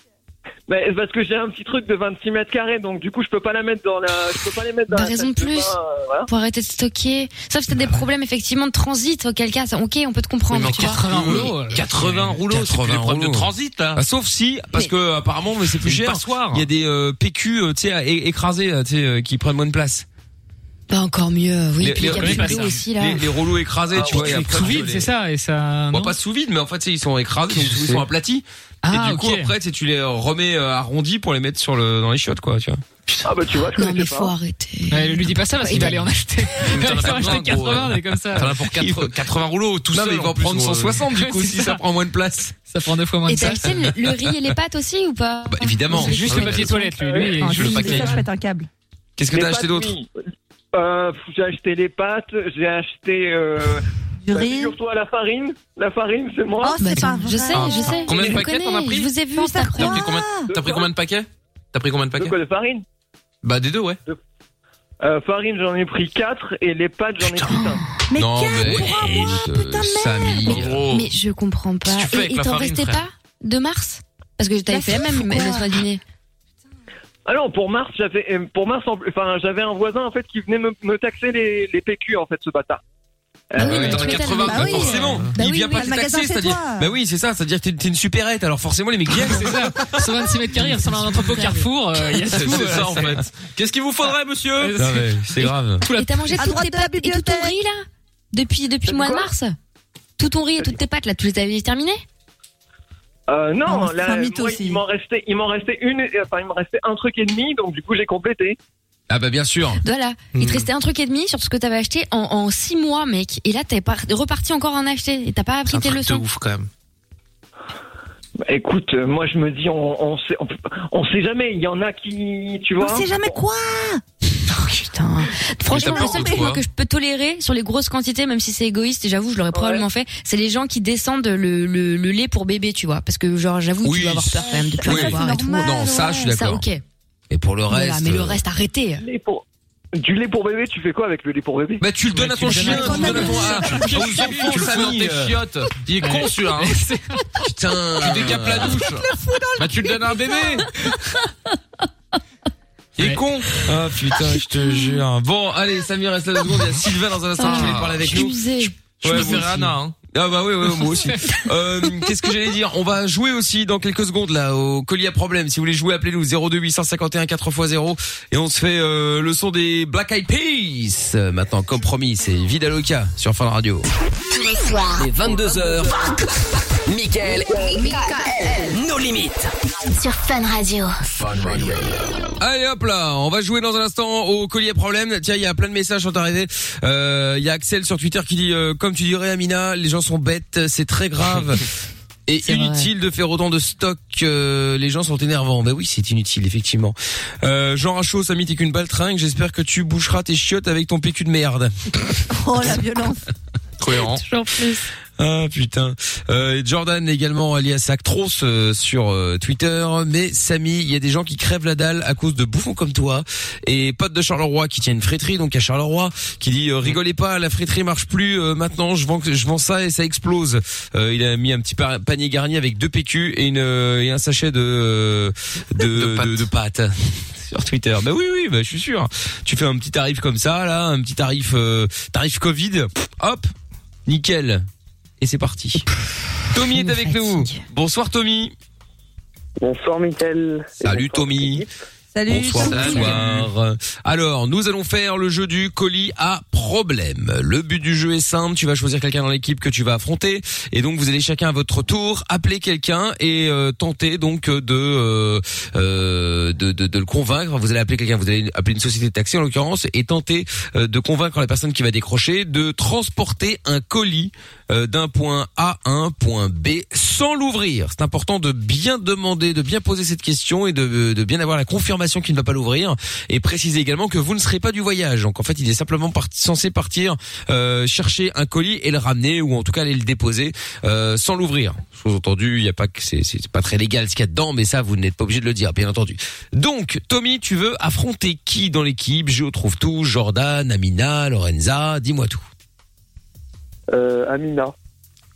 Bah, c'est parce que j'ai un petit truc de 26 mètres carrés, donc du coup, je peux pas la mettre dans la. Je peux pas les mettre dans
Bah,
la
raison
salle
de plus.
bain, euh, voilà.
Pour arrêter de stocker. Sauf si t'as des problèmes effectivement de transit, auquel cas, ça- ok, on peut te
Oui, mais
comprendre.
en
tu vois.
80 rouleaux.
euh,
80 rouleaux, c'est plus
80
les problèmes de
rouleaux.
transit là.
Ah, sauf si, parce
Mais-
que apparemment, mais c'est plus
Une
cher.
passoire.
Il y a des euh, PQ, euh, tu sais, à- é- écrasés, là, tu sais, euh, qui prennent moins de place.
Bah encore
Euh,
mieux. Oui,
Les-
et puis
les-
il y a
les-
des
pas
vélos
ça.
aussi là.
Les, les rouleaux écrasés,
Ah,
tu vois.
ouais,
et après,
Sous
tu
vide,
les-
c'est ça et ça.
Bon,
bah,
non
pas sous vide, mais en fait, tu sais, ils sont écrasés, donc
Qu'est-ce que
ils
c'est
sont aplatis. et
Ah
du coup,
ok.
après, tu sais, tu les remets euh, arrondis pour les mettre sur le dans les chiottes, quoi, tu vois.
Ah, bah, tu vois, je
Non mais
connaissais
faut
pas.
arrêter.
Ouais, lui dis pas ça parce qu'il va aller en acheter. Il
Mais t'en as
va
pas
en
besoin,
acheter
gros,
80
ouais.
et comme ça.
T'en as pour 80, 80 rouleaux tout
non,
seul.
mais ils vont
en plus,
prendre
gros.
160, du
Ouais,
coup,
c'est
si
ça.
ça prend moins de place.
Ça prend deux fois moins
Et
de
t'as
ça.
acheté le, le riz et les pâtes aussi ou pas
Bah, évidemment.
C'est juste
Ah oui,
le papier toilette lui.
euh,
lui,
Ah
il-
je veux
si,
pas
c'est
qu'il y ait-
ça, je pète un câble.
Qu'est-ce que
Les
t'as acheté
pâtes,
d'autre
oui. euh, J'ai acheté les pâtes, j'ai acheté. Euh,
Du
bah,
riz.
Figure-toi la farine. La farine, c'est moi.
Oh, c'est
Bah,
pas
je sais,
vrai.
je sais.
Ah, Combien de
je vous
paquets t'en
connais,
as pris
Je vous ai vu
T'en
cet
as
après
T'as pris combien
De
T'as pris
quoi
combien de paquets T'as pris combien de
De
paquets
quoi de farine
Bah des deux ouais.
euh, Farine, j'en ai pris 4 et les pâtes, j'en ai pris 5.
Mais
Non,
quatre
mais.
pour un mois,
euh,
putain de merde.
Samy.
Gros.
Mais je comprends pas.
Qu'est-ce que Oh. tu fais
Et-
avec
et
la
t'en
farine,
restais
frère
pas de mars Parce que t'avais
La
fait la
farine,
même
Bah, pourquoi
le soir dîner.
Alors Ah pour mars, j'avais euh, pour mars, en- enfin j'avais un voisin en fait qui venait me, me taxer les, les PQ en fait ce bâtard. Ah
Bah
oui, mais
t'en as
tu m'étonnes.
80,
Bah
bah
oui.
forcément.
Bah
il
oui,
vient
oui.
pas
Bah, le
te
magasin,
taxer,
c'est
c'est-à-dire.
toi.
Bah oui, c'est ça, c'est-à-dire que t'es t'es une supérette, alors forcément les mecs viennent.
C'est ça. 126 mètres carrés, ressemble à un entrepôt Carrefour. euh, Il y a
C'est
tout.
c'est
euh,
ça en
c'est-
fait. Qu'est-ce qu'il vous faudrait, monsieur
Non,
mais c'est grave.
Tout la-
Et t'as mangé
À
toutes
droite
tes
de la
pâtes et tout ton
bibliothèque.
riz là Depuis depuis le mois de
Quoi
mars Tout ton riz et toutes tes pâtes là, tu les avais terminées
Euh,
Non,
non,
c'est
là,
un mythe
moi,
aussi.
il m'en restait, il m'en restait une, et- enfin, il me restait un truc et demi, donc du coup, j'ai complété.
Ah bah bien sûr.
Voilà. Il
Hmm.
te restait un truc et demi sur ce que t'avais acheté en, en six mois, mec. Et là, t'es par- reparti encore en acheter. Et t'as pas appris
un
tes
truc de
leçons.
ouf quand même.
Bah, écoute, euh, moi, je me dis, on, on sait, on, peut- on sait jamais. Il y en a qui, tu vois.
On sait jamais quoi
Oh, putain. Franchement,
t'as
le
peur
seul
de
truc
quoi
moi, que je peux tolérer sur les grosses quantités, même si c'est égoïste, et j'avoue, je l'aurais probablement fait, c'est les gens qui descendent le, le, le lait pour bébé, tu vois. Parce que, genre, j'avoue,
Oui,
tu vas avoir peur quand même de plus
oui.
avoir et tout.
Normal,
non, ça,
ouais.
je suis
Ça,
d'accord.
ok.
Et pour le
Voilà,
reste.
mais le
euh,
reste, arrêtez.
Du lait pour- Du lait pour bébé, tu fais quoi avec le lait pour bébé
Bah tu le donnes
Ouais,
à
tu
ton
le donnes
chien,
à
tu
ton
le donnes à ton
chien.
ah,
Tu
aux
le fais,
enfants, euh.
tu le
ça
fous dans tes chiottes. Il est con celui-là. hein.
Putain, Ah.
Tu décapes la douche. Bah tu le donnes à un bébé. Il est
Ouais.
con.
Ah putain, je te jure. Bon, allez, Samir reste là deux secondes, il y a Sylvain dans un instant qui
Ah,
voulait parler avec nous.
Excusez.
Je
Ouais,
me
moi
ferai
aussi.
Anna. hein.
Ah bah oui, oui moi aussi. Euh, Qu'est-ce que j'allais dire On va jouer aussi dans quelques secondes là au collier à problème. Si vous voulez jouer, appelez-nous 02851 4x0 et on se fait euh, le son des Black Eyed Peas. Euh, Maintenant, comme promis, c'est Vidaloka sur Fun Radio.
Tous les soirs,
Les 22h. Michael. Nos limites.
sur Fun Radio.
Allez hop là, on va jouer dans un instant au collier à problème. Tiens, il y a plein de messages sont arrivés. Euh, Il y a Axel sur Twitter qui dit euh, comme tu dirais Amina, les gens sont bêtes, c'est très grave. Et
C'est
inutile de faire autant de stock, euh, les gens sont énervants. Ben oui, c'est inutile, effectivement. Euh, Jean Rachaud, Samy, t'es qu'une baltringue, j'espère que tu boucheras tes chiottes avec ton PQ de merde.
Oh la violence
Cohérent.
Toujours plus.
Ah putain. Euh, et Jordan également alias Actros euh, sur euh, Twitter. Mais Samy, il y a des gens qui crèvent la dalle à cause de bouffons comme toi. Et pote de Charleroi qui tient une fréterie, donc à Charleroi, qui dit euh, rigolez pas, la fréterie marche plus. euh, maintenant, je vends, je vends ça et ça explose. Euh, il a mis un petit pa- panier garni avec deux PQ et une euh, et un sachet de euh, de,
De pâtes.
de- de pâtes. Sur Twitter. Bah oui, oui, bah, je suis sûr. Tu fais un petit tarif comme ça, là, un petit tarif, euh, tarif Covid. Pff, hop, nickel. Et c'est parti. Tommy est
me
avec
fatigue.
nous. Bonsoir Tommy.
Bonsoir, Mickaël.
Salut,
Bonsoir,
Tommy.
l'équipe.
Salut
Bonsoir.
Salut.
bonsoir. Alors, nous allons faire le jeu du colis à problème. Le but du jeu est simple. Tu vas choisir quelqu'un dans l'équipe que tu vas affronter. Et donc, vous allez chacun à votre tour appeler quelqu'un et euh, tenter donc euh, de, euh, euh, de, de, de le convaincre. Vous allez appeler quelqu'un, vous allez appeler une société de taxi en l'occurrence et tenter euh, de convaincre la personne qui va décrocher de transporter un colis euh, d'un point A à un point B sans l'ouvrir. C'est important de bien demander, de bien poser cette question et de, de bien avoir la confirmation qu'il ne va pas l'ouvrir. Et préciser également que vous ne serez pas du voyage. Donc en fait, il est simplement parti- censé partir euh, chercher un colis et le ramener ou en tout cas aller le déposer euh, sans l'ouvrir. Sous-entendu, il y a pas que c'est c'est pas très légal ce qu'il y a dedans, mais ça vous n'êtes pas obligé de le dire, bien entendu. Donc Tommy, tu veux affronter qui dans l'équipe Géo trouve tout, Jordan, Amina, Lorenza, dis-moi tout.
Euh, Amina.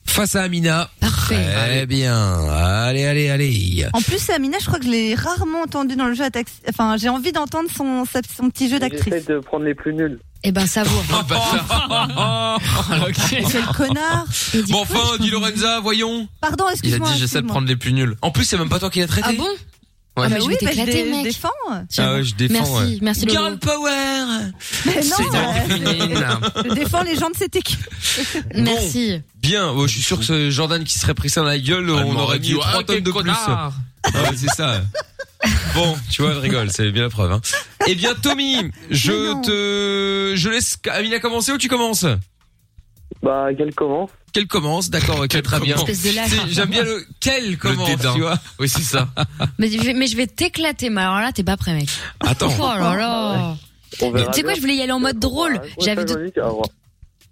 Face à Amina,
Parfait. Ah
Très bien. Allez, allez, allez.
En plus, Amina, je crois que je l'ai rarement entendue dans le jeu à taxi. Enfin, j'ai envie d'entendre son, sa- son petit jeu
J'essaie
d'actrice.
de prendre les plus nuls.
Eh ben, ça vaut.
Oh, bah,
Ok.
Quel connard
Oh, Et dis
Bon,
quoi,
enfin,
je
dit
peux-
Lorenza, voyons.
Pardon,
Il a
excuse-moi.
dit j'essaie de
excuse-moi.
prendre les plus nuls.
En plus, c'est même pas toi qui l'as traité.
Ah bon
Ouais.
Ah bah,
Bah
je
oui,
vais
bah, je,
t'éclater,
dé- je
mec.
défends.
Ah ouais, je défends.
Merci,
ouais.
merci Lolo.
Girl Power.
Mais non,
C'est
euh,
Féminine.
je défends les gens de cette équipe.
Merci.
Bien, oh, je suis sûr que ce Jordan qui serait pris ça dans la gueule,
Elle
on
m'aurait
aurait mis
dit,
3
ah,
tonnes
quel
de plus. Ah,
connard.
ouais, c'est ça. Bon, tu vois, je rigole, c'est bien la preuve. Hein. Eh bien, Tommy,
Mais
je
non.
te, je laisse Amina commencer ou tu commences
Bah, quel comment
Qu'elle commence, d'accord, ok,
Qu'elle
très bien.
commence.
Espèce de lâche.
C'est- J'aime bien le quel commence,
dédain.
tu vois.
Oui, c'est ça.
Mais je vais, mais je vais t'éclater, mais alors là, t'es pas prêt, mec.
Attends.
Oh là là.
On
Tu
verra
sais quoi,
bien.
je voulais y aller en mode drôle.
Ouais,
J'avais
ça,
de...
j'en ai qu'à avoir.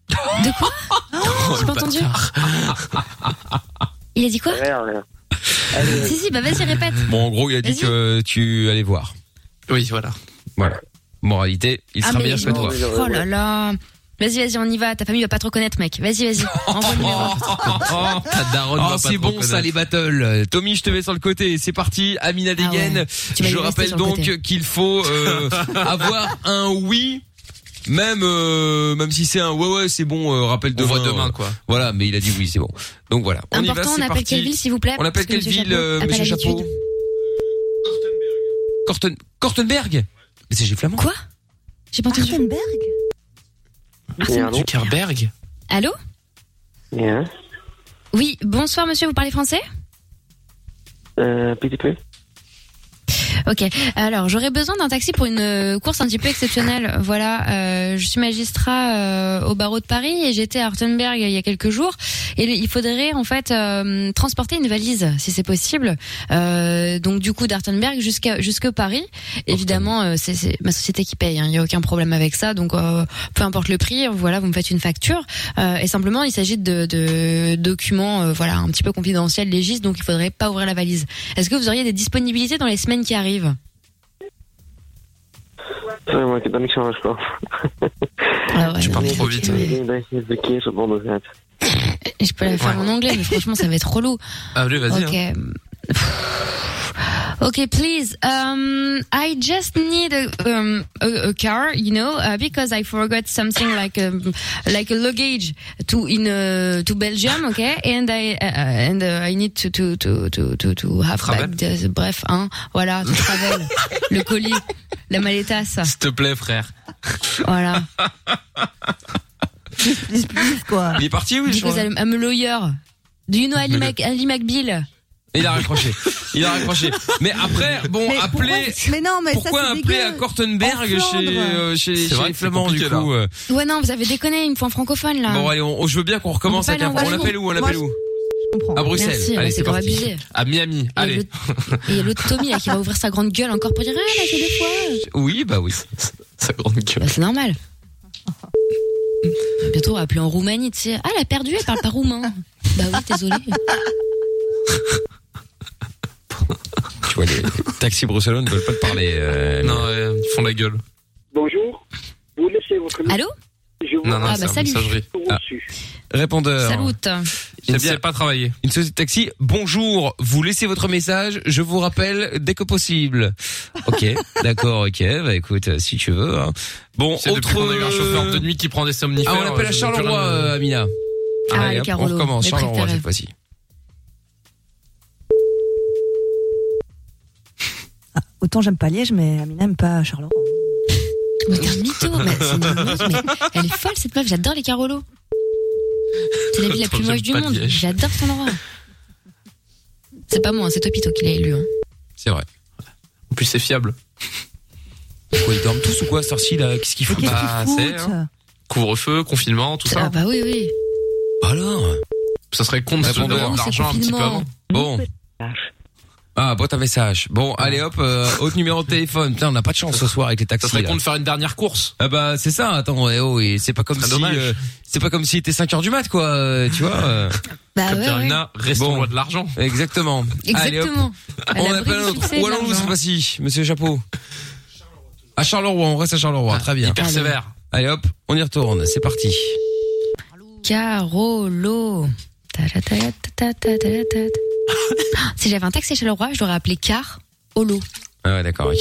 de quoi J'ai
Oh,
pas entendu. Ah,
Ah,
Il a dit quoi
Rien, rien. Allez,
Si, si, bah vas-y, répète.
Euh, Bon, en gros, il a dit
Vas-y.
que tu allais voir.
Oui, voilà.
Voilà. Moralité, il
Ah,
sera
mais
meilleur
ils
que
vont-
toi.
Oh là là. Vas-y, vas-y, on y va. Ta famille va pas te reconnaître, mec. Vas-y, vas-y. Envoie le numéro.
Ta daronne va
Oh,
pas
c'est
trop
bon ça
connaître.
les battles. Euh, Tommy, je te mets sur le côté. C'est parti. Amina dégaine.
Ah Tu m'as
je
mis resté
rappelle
sur le
donc
côté.
qu'il faut euh, avoir un oui même euh, même si c'est un ouais ouais c'est bon euh, rappel
On
demain.
voit
euh,
demain, quoi.
Voilà, mais il a dit oui, c'est bon. Donc voilà, on y va,
Important,
c'est
on appelle
parti.
quelle ville, s'il vous plaît
On appelle
parce que
quelle
Monsieur
ville,
Chapeau
euh,
a pas
Monsieur
l'habitude.
Chapeau Corten... Cortenberg Mais c'est chez Flamand.
Quoi J'ai pas entendu.
Artenberg
Zuckerberg
Allô
Bien.
Oui, bonsoir monsieur, vous parlez français
Euh, petit peu.
Ok. Alors, j'aurais besoin d'un taxi pour une euh, course un petit peu exceptionnelle. Voilà, euh, je suis magistrat euh, au barreau de Paris et j'étais à Artenberg il y a quelques jours. Et il faudrait en fait euh, transporter une valise, si c'est possible. Euh, donc du coup d'Artenberg jusqu'à jusque Paris. Évidemment, euh, c'est- c'est ma société qui paye. hein, Il n'y a aucun problème avec ça. Donc euh, peu importe le prix, voilà, vous me faites une facture. Euh, et simplement, il s'agit de, de documents, euh, voilà, un petit peu confidentiels, légistes. Donc il faudrait pas ouvrir la valise. Est-ce que vous auriez des disponibilités dans les semaines qui arrivent
Sorry, maar ik heb daar niks aan gesproken.
Ah ouais,
Tu
non,
parles
mais-
trop vite.
mais-
denk dat je het verkeers op handen gaat.
Et je peux la faire
Ouais.
en anglais, mais franchement, ça va être relou.
Allez, vas-y.
ok.
hein.
Pff. Ok, please. Um, I just need a, um, a, a car, you know, uh, because I forgot something like um, like a luggage to in uh, to Belgium, okay, and I uh, and uh, I need to to to to to, to have
Travel.
back the- bref, hein, voilà, to travel, le colis, la maletasse,
S'il te plaît, frère.
voilà.
Plus, plus, quoi.
Il est parti, oui, je
Because
crois.
I'm, I'm a lawyer. Do you know Ali,
Mais le-
Mac, Ali McBeal?
Il a raccroché. Il a raccroché. Mais après, bon,
Mais
appeler.
pourquoi- Mais non, mais
Pourquoi
ça, c'est
appeler
dégueu.
à Kortenberg
En Flandre.
chez, euh, chez,
C'est
chez
vrai
les
que c'est
Flamands, du
compliqué, là.
coup euh.
Ouais, non, vous avez déconné, il me faut un francophone, là.
Bon, allez, on, je veux bien qu'on recommence
On
avec
peut
un.
pas aller
On
en
l'appelle où On l'appelle
Moi,
où
Je comprends.
À Bruxelles.
Merci,
allez,
ouais,
c'est
c'est trop
parti.
abusé.
À Miami.
Et
Allez.
l'autre- Et il y a l'autre Tommy là qui va ouvrir sa grande gueule encore pour dire Ah, là, j'ai des fois.
Oui, bah oui.
Sa grande gueule.
Bah, c'est normal. Bientôt, on va appeler en Roumanie, tu sais. Ah, elle a perdu, elle parle pas roumain. Bah oui, désolé.
Tu vois, les taxis bruxellois ne veulent pas te parler. euh,
Non, euh, ils font la gueule.
Bonjour. Vous laissez votre
Allô
Je vous
Non, non,
Ah,
c'est
bah,
un
salut.
messagerie.
reçu.
Répondeur.
Salut.
Je
Une,
ne
so-
sais pas travailler.
une société de taxi. Bonjour. Vous laissez votre message. Je vous rappelle dès que possible. Ok. D'accord. Ok. Bah écoute, euh, si tu veux. hein. Bon,
C'est
autre.
depuis qu'on a eu un chauffeur de nuit qui prend des somnifères.
Ah, on appelle à
je ne veux plus
Charleroi,
rien de-
euh, Amina.
Ah,
Allez,
les
hop, on
Carolos,
recommence.
les
Charleroi
préférés.
cette fois-ci.
Autant j'aime pas Liège, mais Amina aime pas Charleroi.
Mais t'es un mytho, mais c'est une meuf, mais elle est folle cette meuf, j'adore les Carolos. C'est la ville la
Attends,
plus moche
j'aime
du
pas
monde,
Liège.
j'adore ton endroit. C'est pas moi, c'est Topito qui l'a élu. hein.
C'est vrai.
En plus, c'est fiable.
Quoi, ils dorment tous ou quoi, sorci là Qu'est-ce qu'ils
Mais
font
qu'est-ce
bah,
qu'ils
c'est,
foutent
hein. Couvre-feu, confinement, tout
Ah
ça.
bah oui, oui.
Alors.
Ça serait con de se
Répondeur.
donner
Oui,
de
c'est
l'argent un petit peu
confinement.
avant.
Bon. Ah, boîte à message. Bon,
Ah.
allez hop, euh, autre numéro de téléphone. Putain, on n'a pas de chance ce soir avec les
Ça
taxis.
serait
là.
con de faire une dernière course.
Ah bah c'est ça. Attends, eh oh, et c'est pas comme
C'est
si,
dommage.
euh, c'est pas comme si était 5 heures du mat, quoi. euh, tu vois. euh,
Bah
Comme
ouais,
dire,
ouais.
Nina, restons
Bon.
loin de l'argent.
exactement. Allez, hop.
Exactement. À
On
l'abri
appelle
du
un autre.
succès et
Où
de
allons-nous
l'argent.
cette fois-ci, Monsieur Chapeau À Charleroi. On reste à Charleroi. Très bien.
Il persévère.
Allez hop, on y retourne. C'est parti.
Carolo. Ta-ta-ta-ta-ta-ta-ta-ta. Ah, Si j'avais un taxi chez le roi, je l'aurais appelé Car Olo.
Ah ouais, d'accord. Ok.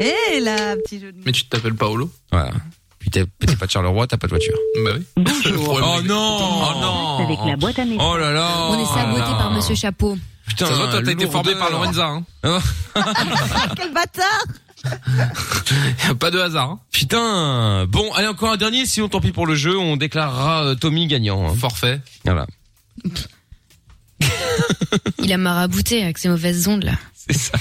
Eh là, petit jeu de mots.
Mais tu t'appelles Paolo
Voilà. Puis t'es t'es pas de Charleroi, t'as pas de voiture.
Bah oui. Bonjour.
Oh non
Oh non
boîte à
Oh là là
On est saboté
Ah là là.
par Monsieur Chapeau.
Putain,
Ça va, toi, t'as été formé par
Lorenzo.
Lorenza. Hein.
Ah,
Quel bâtard
Pas de hasard. Hein.
Putain Bon, allez, encore un dernier, sinon tant pis pour le jeu, on déclarera euh, Tommy gagnant. hein.
Forfait.
Voilà.
Il a marabouté avec ses mauvaises ondes là.
C'est ça.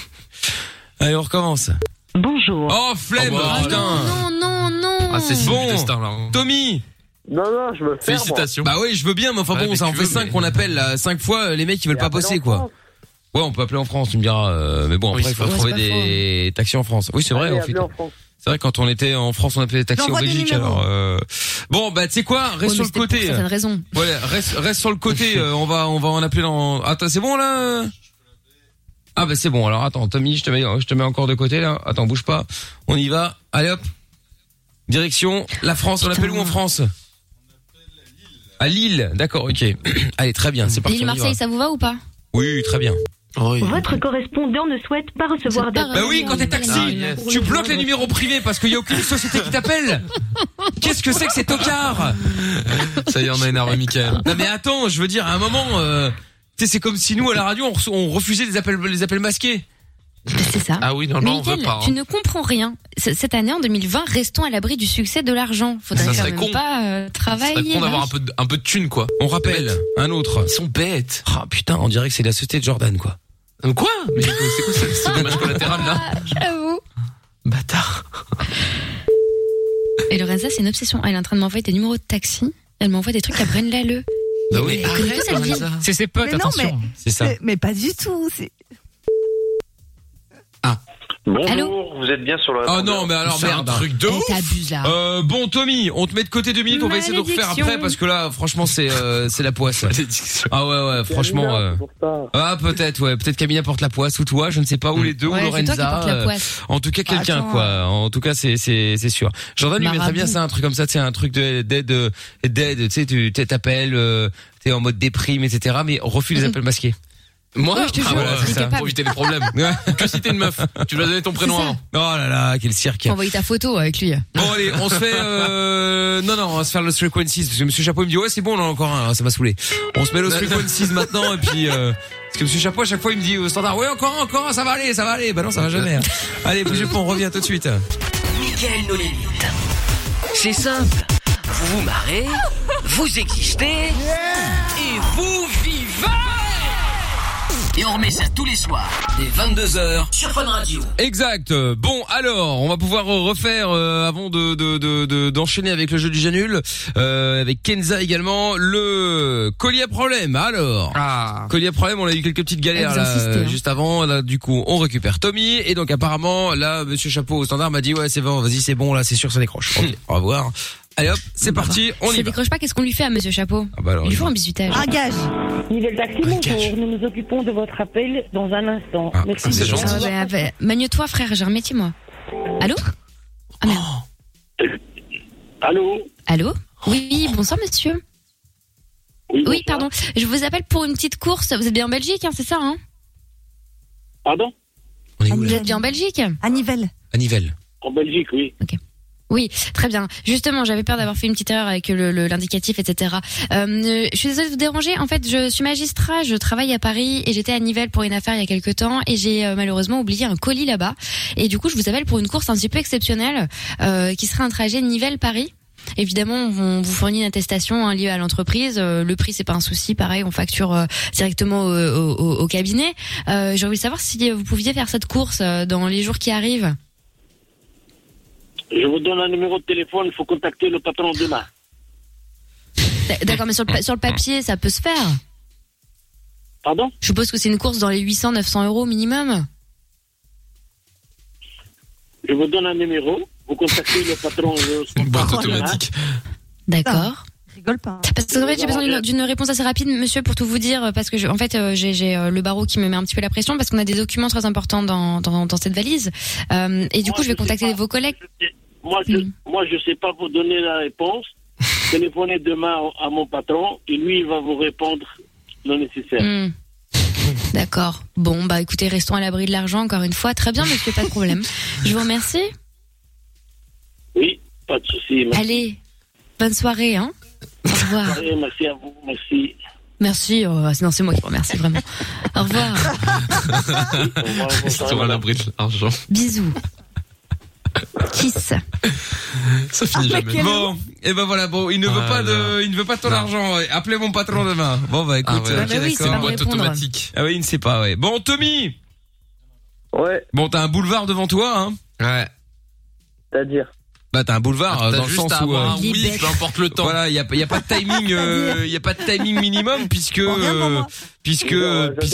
Allez, on recommence.
Bonjour.
Oh, flemme
Oh, bah,
Oh
Putain
non, non, non
Ah, c'est
Bon.
bon. destin, là. hein.
Tommy
Non, non, je me ferme. moi.
Félicitations.
Bah oui, je veux bien, mais enfin
Ouais,
bon,
mais
ça en
tu
fait
veux,
5
mais-
qu'on appelle, là. 5 fois, euh, les mecs, ils veulent pas bosser,
Appelle en
quoi.
France.
Ouais, on peut appeler en France, tu me diras. euh, mais bon,
Oui,
après, il
c'est
faut
vrai.
trouver
Ouais, c'est pas
des taxis en France. Oui, c'est vrai,
Allez,
en fait.
appelez en France.
C'est vrai, quand on était en France, on appelait des taxis en
J'envoie des
Belgique.
numéros.
Alors, euh, Bon, bah, tu sais quoi Reste
Ouais,
sur
mais
le
c'était pour
côté.
certaines raisons.
Voilà, reste, reste sur le côté. euh, on va, on va en appeler dans. Attends, c'est bon là euh Ah bah c'est bon. Alors attends, Tommy, je te mets, je te mets encore de côté là. Attends, bouge pas. On y va. Allez hop. Direction la France. On
Putain.
appelle où en France À Lille. D'accord. Ok. Allez, très bien. C'est parti.
L'île
on y va.
Marseille, ça vous va ou pas
Oui, très bien.
Votre correspondant ne souhaite pas recevoir d'appel.
Bah oui, quand t'es taxi, tu bloques les numéros privés parce qu'il y a aucune société qui t'appelle. Qu'est-ce que c'est que ces tocards
Ça y est, on a énervé Michael.
Non mais attends, je veux dire, à un moment, euh, tu sais, c'est comme si nous à la radio on, reço- on refusait les appels, les appels masqués.
C'est ça.
Ah oui,
Mais
normalement on veut
Mickaël,
pas.
tu
hein.
ne comprends rien. C- Cette année, en 2020, restons à l'abri du succès de l'argent. Faudrait
Ça
quand
serait
même
con.
pas euh,
Ça serait
travailler.
con
là.
d'avoir un peu, de, un peu de thunes, quoi.
On rappelle un autre.
Ils sont bêtes.
Ah putain, on dirait que c'est la société de Jordan quoi.
Euh, Quoi Mais c'est quoi ce ce dommage collatéral, là
Ah, J'avoue.
Bâtard.
Et Lorenza, c'est une obsession. Elle est en train de m'envoyer des numéros de taxi. Elle m'envoie des trucs à Brenne Lalleux.
Bah oui,
Mais connais pas cette ville.
Lorenza.
C'est ses potes,
Mais non,
attention.
C'est ça.
Mais- Mais pas du tout. c'est-
Ah.
Bonjour,
Allô
vous êtes bien sur le.
Oh non, mais alors
C'est un
merde.
truc de
Elle
ouf.
t'abuse là.
Euh, bon Tommy, on te met de côté deux minutes, on va essayer de refaire
Malédiction.
après parce que là franchement c'est euh, c'est la poisse. Ah ouais ouais, franchement euh, Ah peut-être ouais, peut-être Camille apporte la poisse ou toi, je ne sais pas ou les deux ou
Ouais, c'est toi qui
Lorenza.
portes la
euh,
poisse.
En tout cas, quelqu'un,
Attends.
quoi. En tout cas, c'est, c'est, c'est sûr. Jordan lui mettrait
Marabout.
bien ça, un truc comme ça, tu sais, un truc de, d'aide, euh, d'aide, tu sais, tu tu t'appelles, euh, t'es en mode déprime, etc., mais refuse les
Mhm.
appels masqués.
Moi,
Ouais, je te
ah,
jure,
voilà,
je
c'est
suis
ça.
capable.
Pour éviter les problèmes.
Ouais.
Que si t'es une meuf, tu dois donner ton prénom
C'est ça.
avant.
Oh là là, quel cirque.
Faut envoyer ta photo avec lui.
Bon, allez, on se fait, euh, non, non, on va se faire Lost Frequencies, parce que Monsieur Chapeau il me dit, ouais, c'est bon, on en a encore un, hein, ça m'a saoulé. On se met Lost Frequencies maintenant, et puis, euh, parce que Monsieur Chapeau, à chaque fois, il me dit, au standard, ouais, encore un, encore un, ça va aller, ça va aller. Bah non, ça va jamais. hein. Allez, bougez pas, on revient tout de suite.
Michael, nos limites. C'est simple. Vous vous marrez, vous existez et vous vivez. Et on remet ça tous les soirs, dès 22h, sur Fun Radio.
Exact. Bon, alors, on va pouvoir euh, refaire euh, avant de de- de- de- d'enchaîner avec le jeu du Janul, euh, avec Kenza également le collier à problème. Alors.
Ah.
Collier à problème, on a eu quelques petites galères
Elles
là,
insistaient, hein.
juste avant. Là, du coup, on récupère Tommy et donc apparemment là, Monsieur Chapeau au standard m'a dit ouais c'est bon, vas-y c'est bon là, c'est sûr ça décroche. Ok, on va voir. Allez hop, c'est parti, on
Ça
y va.
décroche pas, qu'est-ce qu'on lui fait à Monsieur Chapeau
Ah bah alors,
Il lui
il-
faut un bisutage.
Un gage.
Nouvelle taxi, bonjour. Nous nous occupons de votre appel dans un instant.
Ah,
Merci
ça, c'est
de
gentil.
votre
Ah
appel.
ouais, bah, Magne-toi, frère, j'ai un métier, moi. Allô Ah merde.
Oh.
Allô
Allô Oui, bonsoir, monsieur. Oui,
bonsoir.
pardon. Je vous appelle pour une petite course. Vous êtes bien en Belgique, hein, c'est ça, hein
Pardon
On est où
Ah, Vous
là
êtes bien en Belgique
À Nivelles.
À Nivelles.
En Belgique, oui.
Oui, très bien. Justement, j'avais peur d'avoir fait une petite erreur avec le- le- l'indicatif, etc. Euh, euh, je suis désolée de vous déranger. En fait, je suis magistrat, je travaille à Paris et j'étais à Nivelles pour une affaire il y a quelques temps et j'ai euh, malheureusement oublié un colis là-bas. Et du coup, je vous appelle pour une course un petit peu exceptionnelle euh, qui serait un trajet Nivelles-Paris. Évidemment, on vous fournit une attestation hein, liée à l'entreprise. Euh, le prix, c'est pas un souci. Pareil, on facture euh, directement au, au- au- au cabinet. Euh, J'ai envie de savoir si euh, vous pouviez faire cette course euh, dans les jours qui arrivent.
Je vous donne un numéro de téléphone, il faut contacter le patron demain.
D'accord, mais sur le pa- sur le papier, ça peut se faire.
Pardon
Je suppose que c'est une course dans les 800, 900 euros minimum.
Je vous donne un numéro, vous contactez le patron. euh,
Une boîte
demain.
automatique.
D'accord.
Rigole pas. hein.
Parce que en fait, j'ai besoin d'une-
Euh,
d'une réponse assez rapide, monsieur, pour tout vous dire, parce que je, en fait, euh, j'ai j'ai, euh, le barreau qui me met un petit peu la pression, parce qu'on a des documents très importants dans, dans, dans cette valise. Euh, et du
Moi,
coup, je vais
je sais
contacter
pas.
vos collègues.
Je sais- Moi, je,
Hmm.
Mm.
moi, je sais pas vous donner la réponse. Téléphonez demain au- à mon patron et lui, il va vous répondre le nécessaire.
Hmm. D'accord. Bon, bah écoutez, restons à l'abri de l'argent encore une fois. Très bien, monsieur, pas de problème. Je vous remercie.
Oui, pas de souci. Merci.
Allez, bonne soirée, hein. Au revoir.
Et merci à vous, merci.
Merci. euh, non, c'est moi qui vous remercie, vraiment. Au revoir.
Au revoir, bonne soirée,
Sur
madame.
l'abri de l'argent.
Bisous. Kiss.
Ça finit jamais.
Bon, et ben voilà, bon, il ne veut
Ah
pas de,
là.
il ne veut pas de ton
Non.
argent. ouais. Appelez mon patron demain. Bon bah écoute,
Ah ouais.
euh,
Bah
ok,
bah oui, c'est
d'accord.
pas
Une boîte
répondre.
automatique.
Ah oui, il ne sait pas, ouais. Bon, Tommy
Ouais,
Bon, t'as un boulevard devant toi, hein
Ouais. Ah,
c'est-à-dire.
Bah, t'as un boulevard euh,
T'as
dans le
juste
sens
à
où... euh,
avoir un
Il est
oui,
bête.
peu importe le temps.
Voilà, il y a, y a pas de timing, euh, y a pas de timing minimum puisque
Rien pour moi.
puisque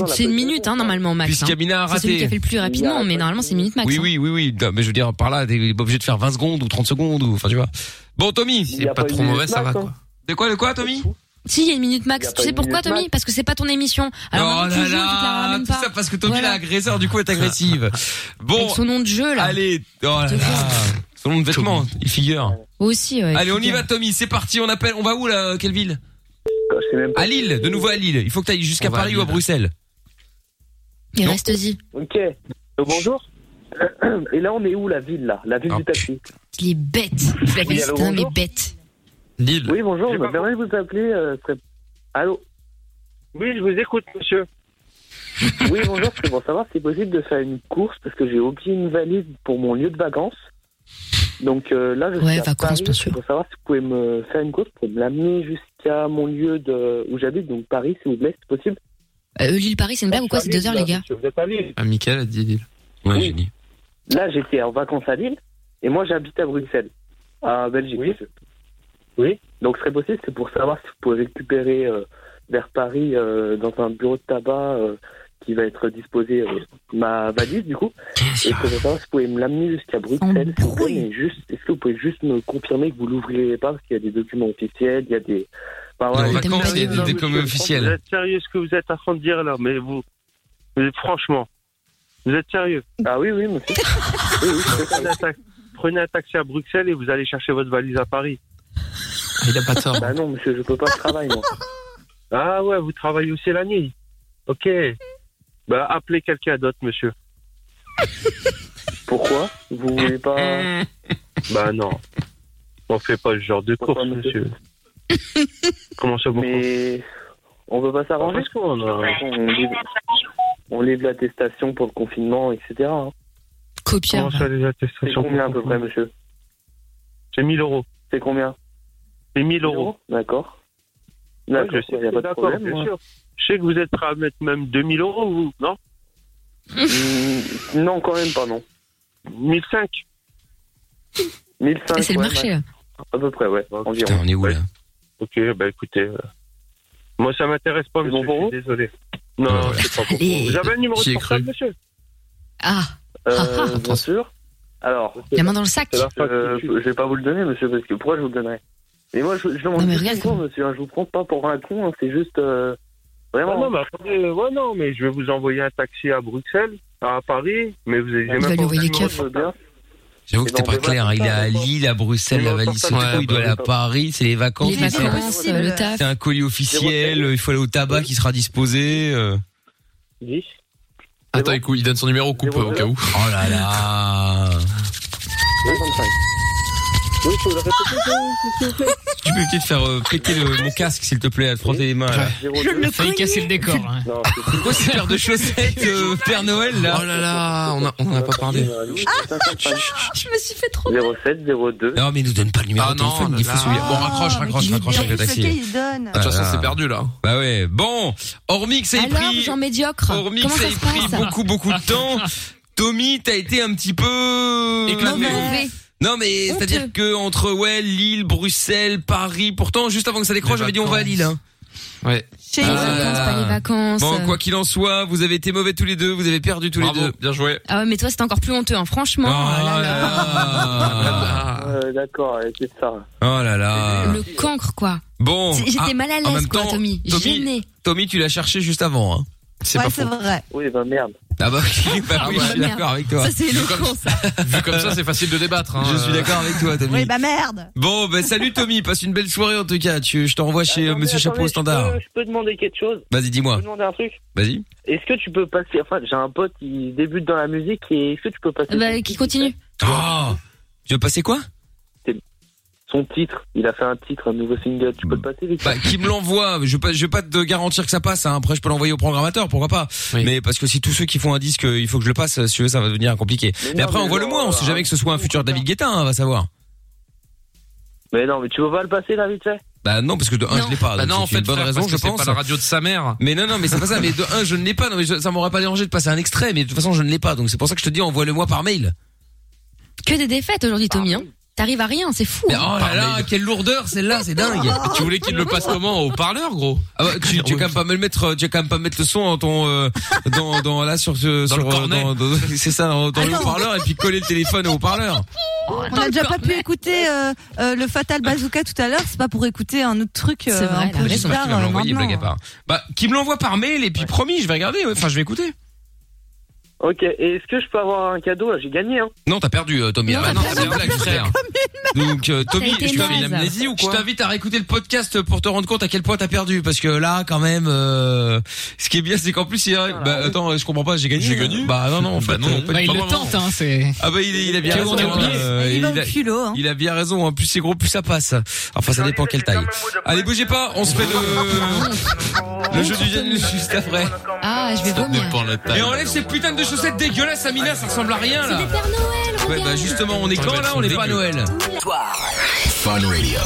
C'est une minute, hein, normalement, Max. hein.
puisqu'Amina a
C'est celui qui a
raté.
fait le plus rapidement, mais normalement c'est une minute max.
Oui,
hein.
oui, oui, oui. Non, mais je veux dire par là, t'es pas obligé de faire 20 secondes ou 30 secondes ou enfin tu vois. Bon, Tommy.
C'est pas trop mauvais, ça va, quoi.
De quoi, de quoi, Tommy
Si, il y a une minute
Il y
max.
a
Tu
pas
sais
une
pourquoi,
minute
Tommy
max.
Parce que c'est pas ton émission. Alors
Oh
maintenant, tu joues,
là
tu te la
là,
ramènes
tout
pas.
ça parce que Tommy
Voilà.
l'agresseur du coup est agressive. Bon,
Avec son nom de jeu là.
allez. Oh là
Je te
là. Son nom de vêtement, il figure.
Aussi. ouais,
Allez, on y
figure.
va, Tommy. C'est parti. On appelle. On va où là Quelle ville
Je sais même
À Lille. De nouveau à Lille. Il faut que t'ailles jusqu'à
On va à
Paris ou à
Lille.
Bruxelles.
Et reste-y.
Ok. Euh, bonjour. Euh, Et là, on est où la ville là La ville du taxi.
Il est bête.
Oui, allô,
Flavien, il est
bonjour.
bête.
Oui, bonjour. Je vais vous appeler. euh, c'est- Allô. Oui, je vous écoute, monsieur. oui, bonjour. C'est pour savoir si c'est possible de faire une course parce que j'ai oublié une valise pour mon lieu de vacances. Donc euh, là, je
Ouais,
suis à
vacances,
Paris.
bien
C'est Pour savoir si vous pouvez me faire une course pour me l'amener jusqu'à mon lieu de... où j'habite, donc Paris, s'il vous plaît, c'est possible.
Euh, Lille Paris, c'est une blague ou quoi C'est deux heures, les gars.
Vous êtes à Lille.
Ah, Michael a dit Lille.
Ouais,
j'ai dit. Là, j'étais en vacances à Lille et moi, j'habite à Bruxelles, à Belgique. Oui. oui. Donc, ce serait possible, c'est pour savoir si vous pouvez récupérer euh, vers Paris euh, dans un bureau de tabac euh, qui va être disposé euh, ma valise, du coup. Et pour savoir si vous pouvez me l'amener jusqu'à Bruxelles. s'il vous plaît, mais juste- Est-ce que vous pouvez juste me confirmer que vous l'ouvrirez pas parce qu'il y a des documents officiels, il y a des.
Il est
Enfin,
en
voilà,
vacances,
documents
il y a des
officiels.
documents
Non, mais je pense que
officiels.
vous êtes-
êtes sérieux ce que vous êtes en train de dire là, mais vous, vous êtes- franchement, vous êtes sérieux
Ah oui, oui, monsieur. Oui, oui, je
prenez, un taxi, prenez un taxi à Bruxelles et vous allez chercher votre valise à Paris.
il a pas tort.
Bah non, monsieur, je peux pas, je travaille, moi.
Ah ouais, vous travaillez aussi la nuit Ok. Bah appelez quelqu'un d'autre, monsieur.
Pourquoi Vous voulez pas...
Bah non. On fait pas ce genre de course, monsieur. Comment ça, pourquoi
Mais on peut pas s'arranger
qu'on
on livre, on livre l'attestation pour le confinement, etc. hein.
Copieur.
Comment ça, les
C'est
attestations
combien à peu près, monsieur
C'est 1000 euros.
C'est combien
C'est 1000 euros.
D'accord.
Ouais,
D'accord,
je sais,
y a pas de
d'accord,
problème, hein.
bien
moi.
sûr. Je sais que vous êtes prêt à mettre même 2000 euros, vous, non
Mm, Non, quand même pas, non.
1005
1005,
Et c'est le
ouais,
marché, hein.
max. À peu près, ouais. environ.
on est où, là
Ok, bah écoutez, euh, moi ça m'intéresse pas, monsieur, je suis désolé. Non, non, c'est pas pour vous. Vous avez un numéro de portable, monsieur
Ah,
Euh, bien sûr. Alors,
La main dans le sac.
Euh, je vais pas vous le donner, monsieur, parce que pourquoi je vous le donnerais Mais moi, je, je demande
mais
juste
regarde
une con, monsieur. hein, Je vous prends pas pour un con, hein, c'est juste. euh, vraiment.
Ah non, mais attendez, euh, ouais, non, mais je vais vous envoyer un taxi à Bruxelles, à Paris, mais vous avez
Il va lui envoyer
votre numéro
keuf.
de portable.
J'avoue que
Eh
t'es
ben, on
pas clair, hein.
verra plus
il est
tard,
à
d'accord.
Lille, à Bruxelles, la
Mais
valise,
on
son
va pas
coup, il doit aller à Paris, c'est les vacances.
Les
c'est-
vacances, euh, le taf.
C'est un colis officiel, euh, il faut aller au tabac qui sera disposé. euh.
Attends, écoute, il donne son numéro au coupe au cas où.
Oh là là.
Oui, faut le répéter, s'il vous plaît.
Tu peux peut-être faire euh, péter le- mon casque, s'il te plaît, à te frotter les mains. là.
Il failli casser le décor. hein.
Pourquoi c'est paire de chaussettes, euh, Père Noël, là Oh là là, on a, on a pas parlé.
Ah,
Ah, Je me suis fait trop.
07 02.
Non, mais il nous donne pas le numéro
Ah
de
non,
téléphone,
là
il faut
là.
celui-là. Bon, raccroche, raccroche, raccroche avec le taxi.
il donne.
De
toute façon, c'est perdu,
là. Bah ouais. Bon, hormis que ça ait
Alors,
pris,
Jean médiocre.
hormis que
Comment
ça
ça
ait
se
pris
passe
beaucoup, beaucoup de temps, Tommy, t'as été un petit peu...
Éclaté. Mauvais.
Non mais c'est à dire que entre ouais Lille, Bruxelles, Paris, pourtant juste avant que ça décroche,
Les
j'avais dit on va à Lille. Hein. Euh,
Ouais.
Chez les vacances, pas les vacances.
Bon quoi qu'il en soit, vous avez été mauvais tous les deux, vous avez perdu tous les deux. Oh
Bien joué.
Ah ouais, mais toi, c'était encore plus honteux, hein. franchement. euh, là,
Ah.
là.
Euh, D'accord, allez, c'est ça.
Oh là là.
Le cancre, quoi.
Bon.
J'étais
ah,
mal à
en
l'aise,
même
quoi,
temps,
Tommy. Gêné.
Tommy, tu l'as cherché juste avant. Hein.
C'est
pas faux.
vrai.
Oui, bah merde.
Ah bah oui, bah oui, je suis d'accord avec toi.
Vu comme ça, c'est facile de débattre. hein.
Je suis d'accord avec toi, Tommy.
Oui, bah merde.
Bon, ben salut Tommy, passe une belle soirée en tout cas. Tu, je t'envoie chez euh, Monsieur
Attendez,
Chapeau au
je
standard.
peux- Je peux demander quelque chose
Vas-y,
Je Euh,
dis-moi.
peux demander un truc
Vas-y.
Est-ce que tu peux passer. Enfin, j'ai un pote qui débute dans la musique et est-ce que tu peux passer.
Bah, qui continue.
Oh Tu veux passer quoi
Son titre, il a fait un titre, un nouveau single. Tu peux le passer, Victor
Bah, qui me l'envoie Je vais pas, je vais pas te garantir que ça passe. hein. Après, je peux l'envoyer au programmateur, pourquoi pas Mais parce que si tous ceux qui font un disque, euh, il faut que je le passe. Si tu veux, ça va devenir compliqué. Mais,
non, hein.
après,
mais
on voit le
genre,
moins. On sait jamais que ce soit un futur David Guetta, hein, on va savoir.
Mais non, mais tu peux pas le passer, là, vite fait
Bah non, parce que de un, je l'ai pas.
Bah
donc
non,
c'est
en fait,
une bonne
frère,
raison,
parce
je
que c'est
pense.
pas la radio de sa mère.
Mais non, non, mais c'est pas ça. Mais de un, je ne l'ai pas. Non, mais je- ça m'aurait pas dérangé de passer un extrait. Mais de toute façon, je ne l'ai pas. Donc c'est pour ça que je te dis, envoie-le-moi par mail.
Que des défaites aujourd'hui, Tommy. hein. T'arrives à rien, c'est fou.
Mais
hein.
oh là là, quelle lourdeur celle-là, c'est dingue.
Ah, Tu voulais qu'il le passe comment au parleur, gros
ah bah, tu, tu vas quand même pas me le mettre, euh, tu vas quand même pas mettre le son dans ton, euh, dans, dans là sur ce, sur, euh, dans- dans- c'est ça, dans, dans le
Attends.
haut-parleur et puis coller le téléphone au haut-parleur.
On a déjà pas pu écouter euh, euh, le Fatal Bazooka tout à l'heure, c'est pas pour écouter un autre truc euh, un peu
C'est vrai
bizarre
qu'il
euh,
va me l'envoyer,
maintenant.
blague à part. Bah, qui me l'envoie par mail et puis promis, je vais regarder, ouais, enfin je vais écouter.
Ok, et est-ce que je peux avoir un cadeau là J'ai gagné, hein
Non, t'as perdu, euh, Tommy.
Non,
Ah,
t'as
non,
perdu,
c'est une
t'as
blague, frère. Donc, euh, Tommy,
été
je t'invite-
naze.
l'amnésie ou quoi Je t'invite à réécouter le podcast pour te rendre compte à quel point t'as perdu. Parce que là, quand même, euh, ce qui est bien, c'est qu'en plus, il y
Oh
a... Bah, attends, je comprends pas, j'ai gagné. J'ai gagné Bah, non, non, en fait, non.
Bah, il le tente, hein, c'est.
Ah bah il, est- il a bien
Quel
raison.
on est oublié.
euh,
Il va
a,
au culot, hein.
il a bien raison. hein. Plus c'est gros, plus ça passe. Enfin, ça dépend quelle taille. Allez, bougez pas. On se fait le, le jeu du Janus juste après.
Ah, je vais vomir.
Et enlève ces putains de chaussettes dégueulasses, Amina. Ça ressemble à rien là. Ouais, bah justement, on est quand là On n'est pas à Noël.
Fun Radio.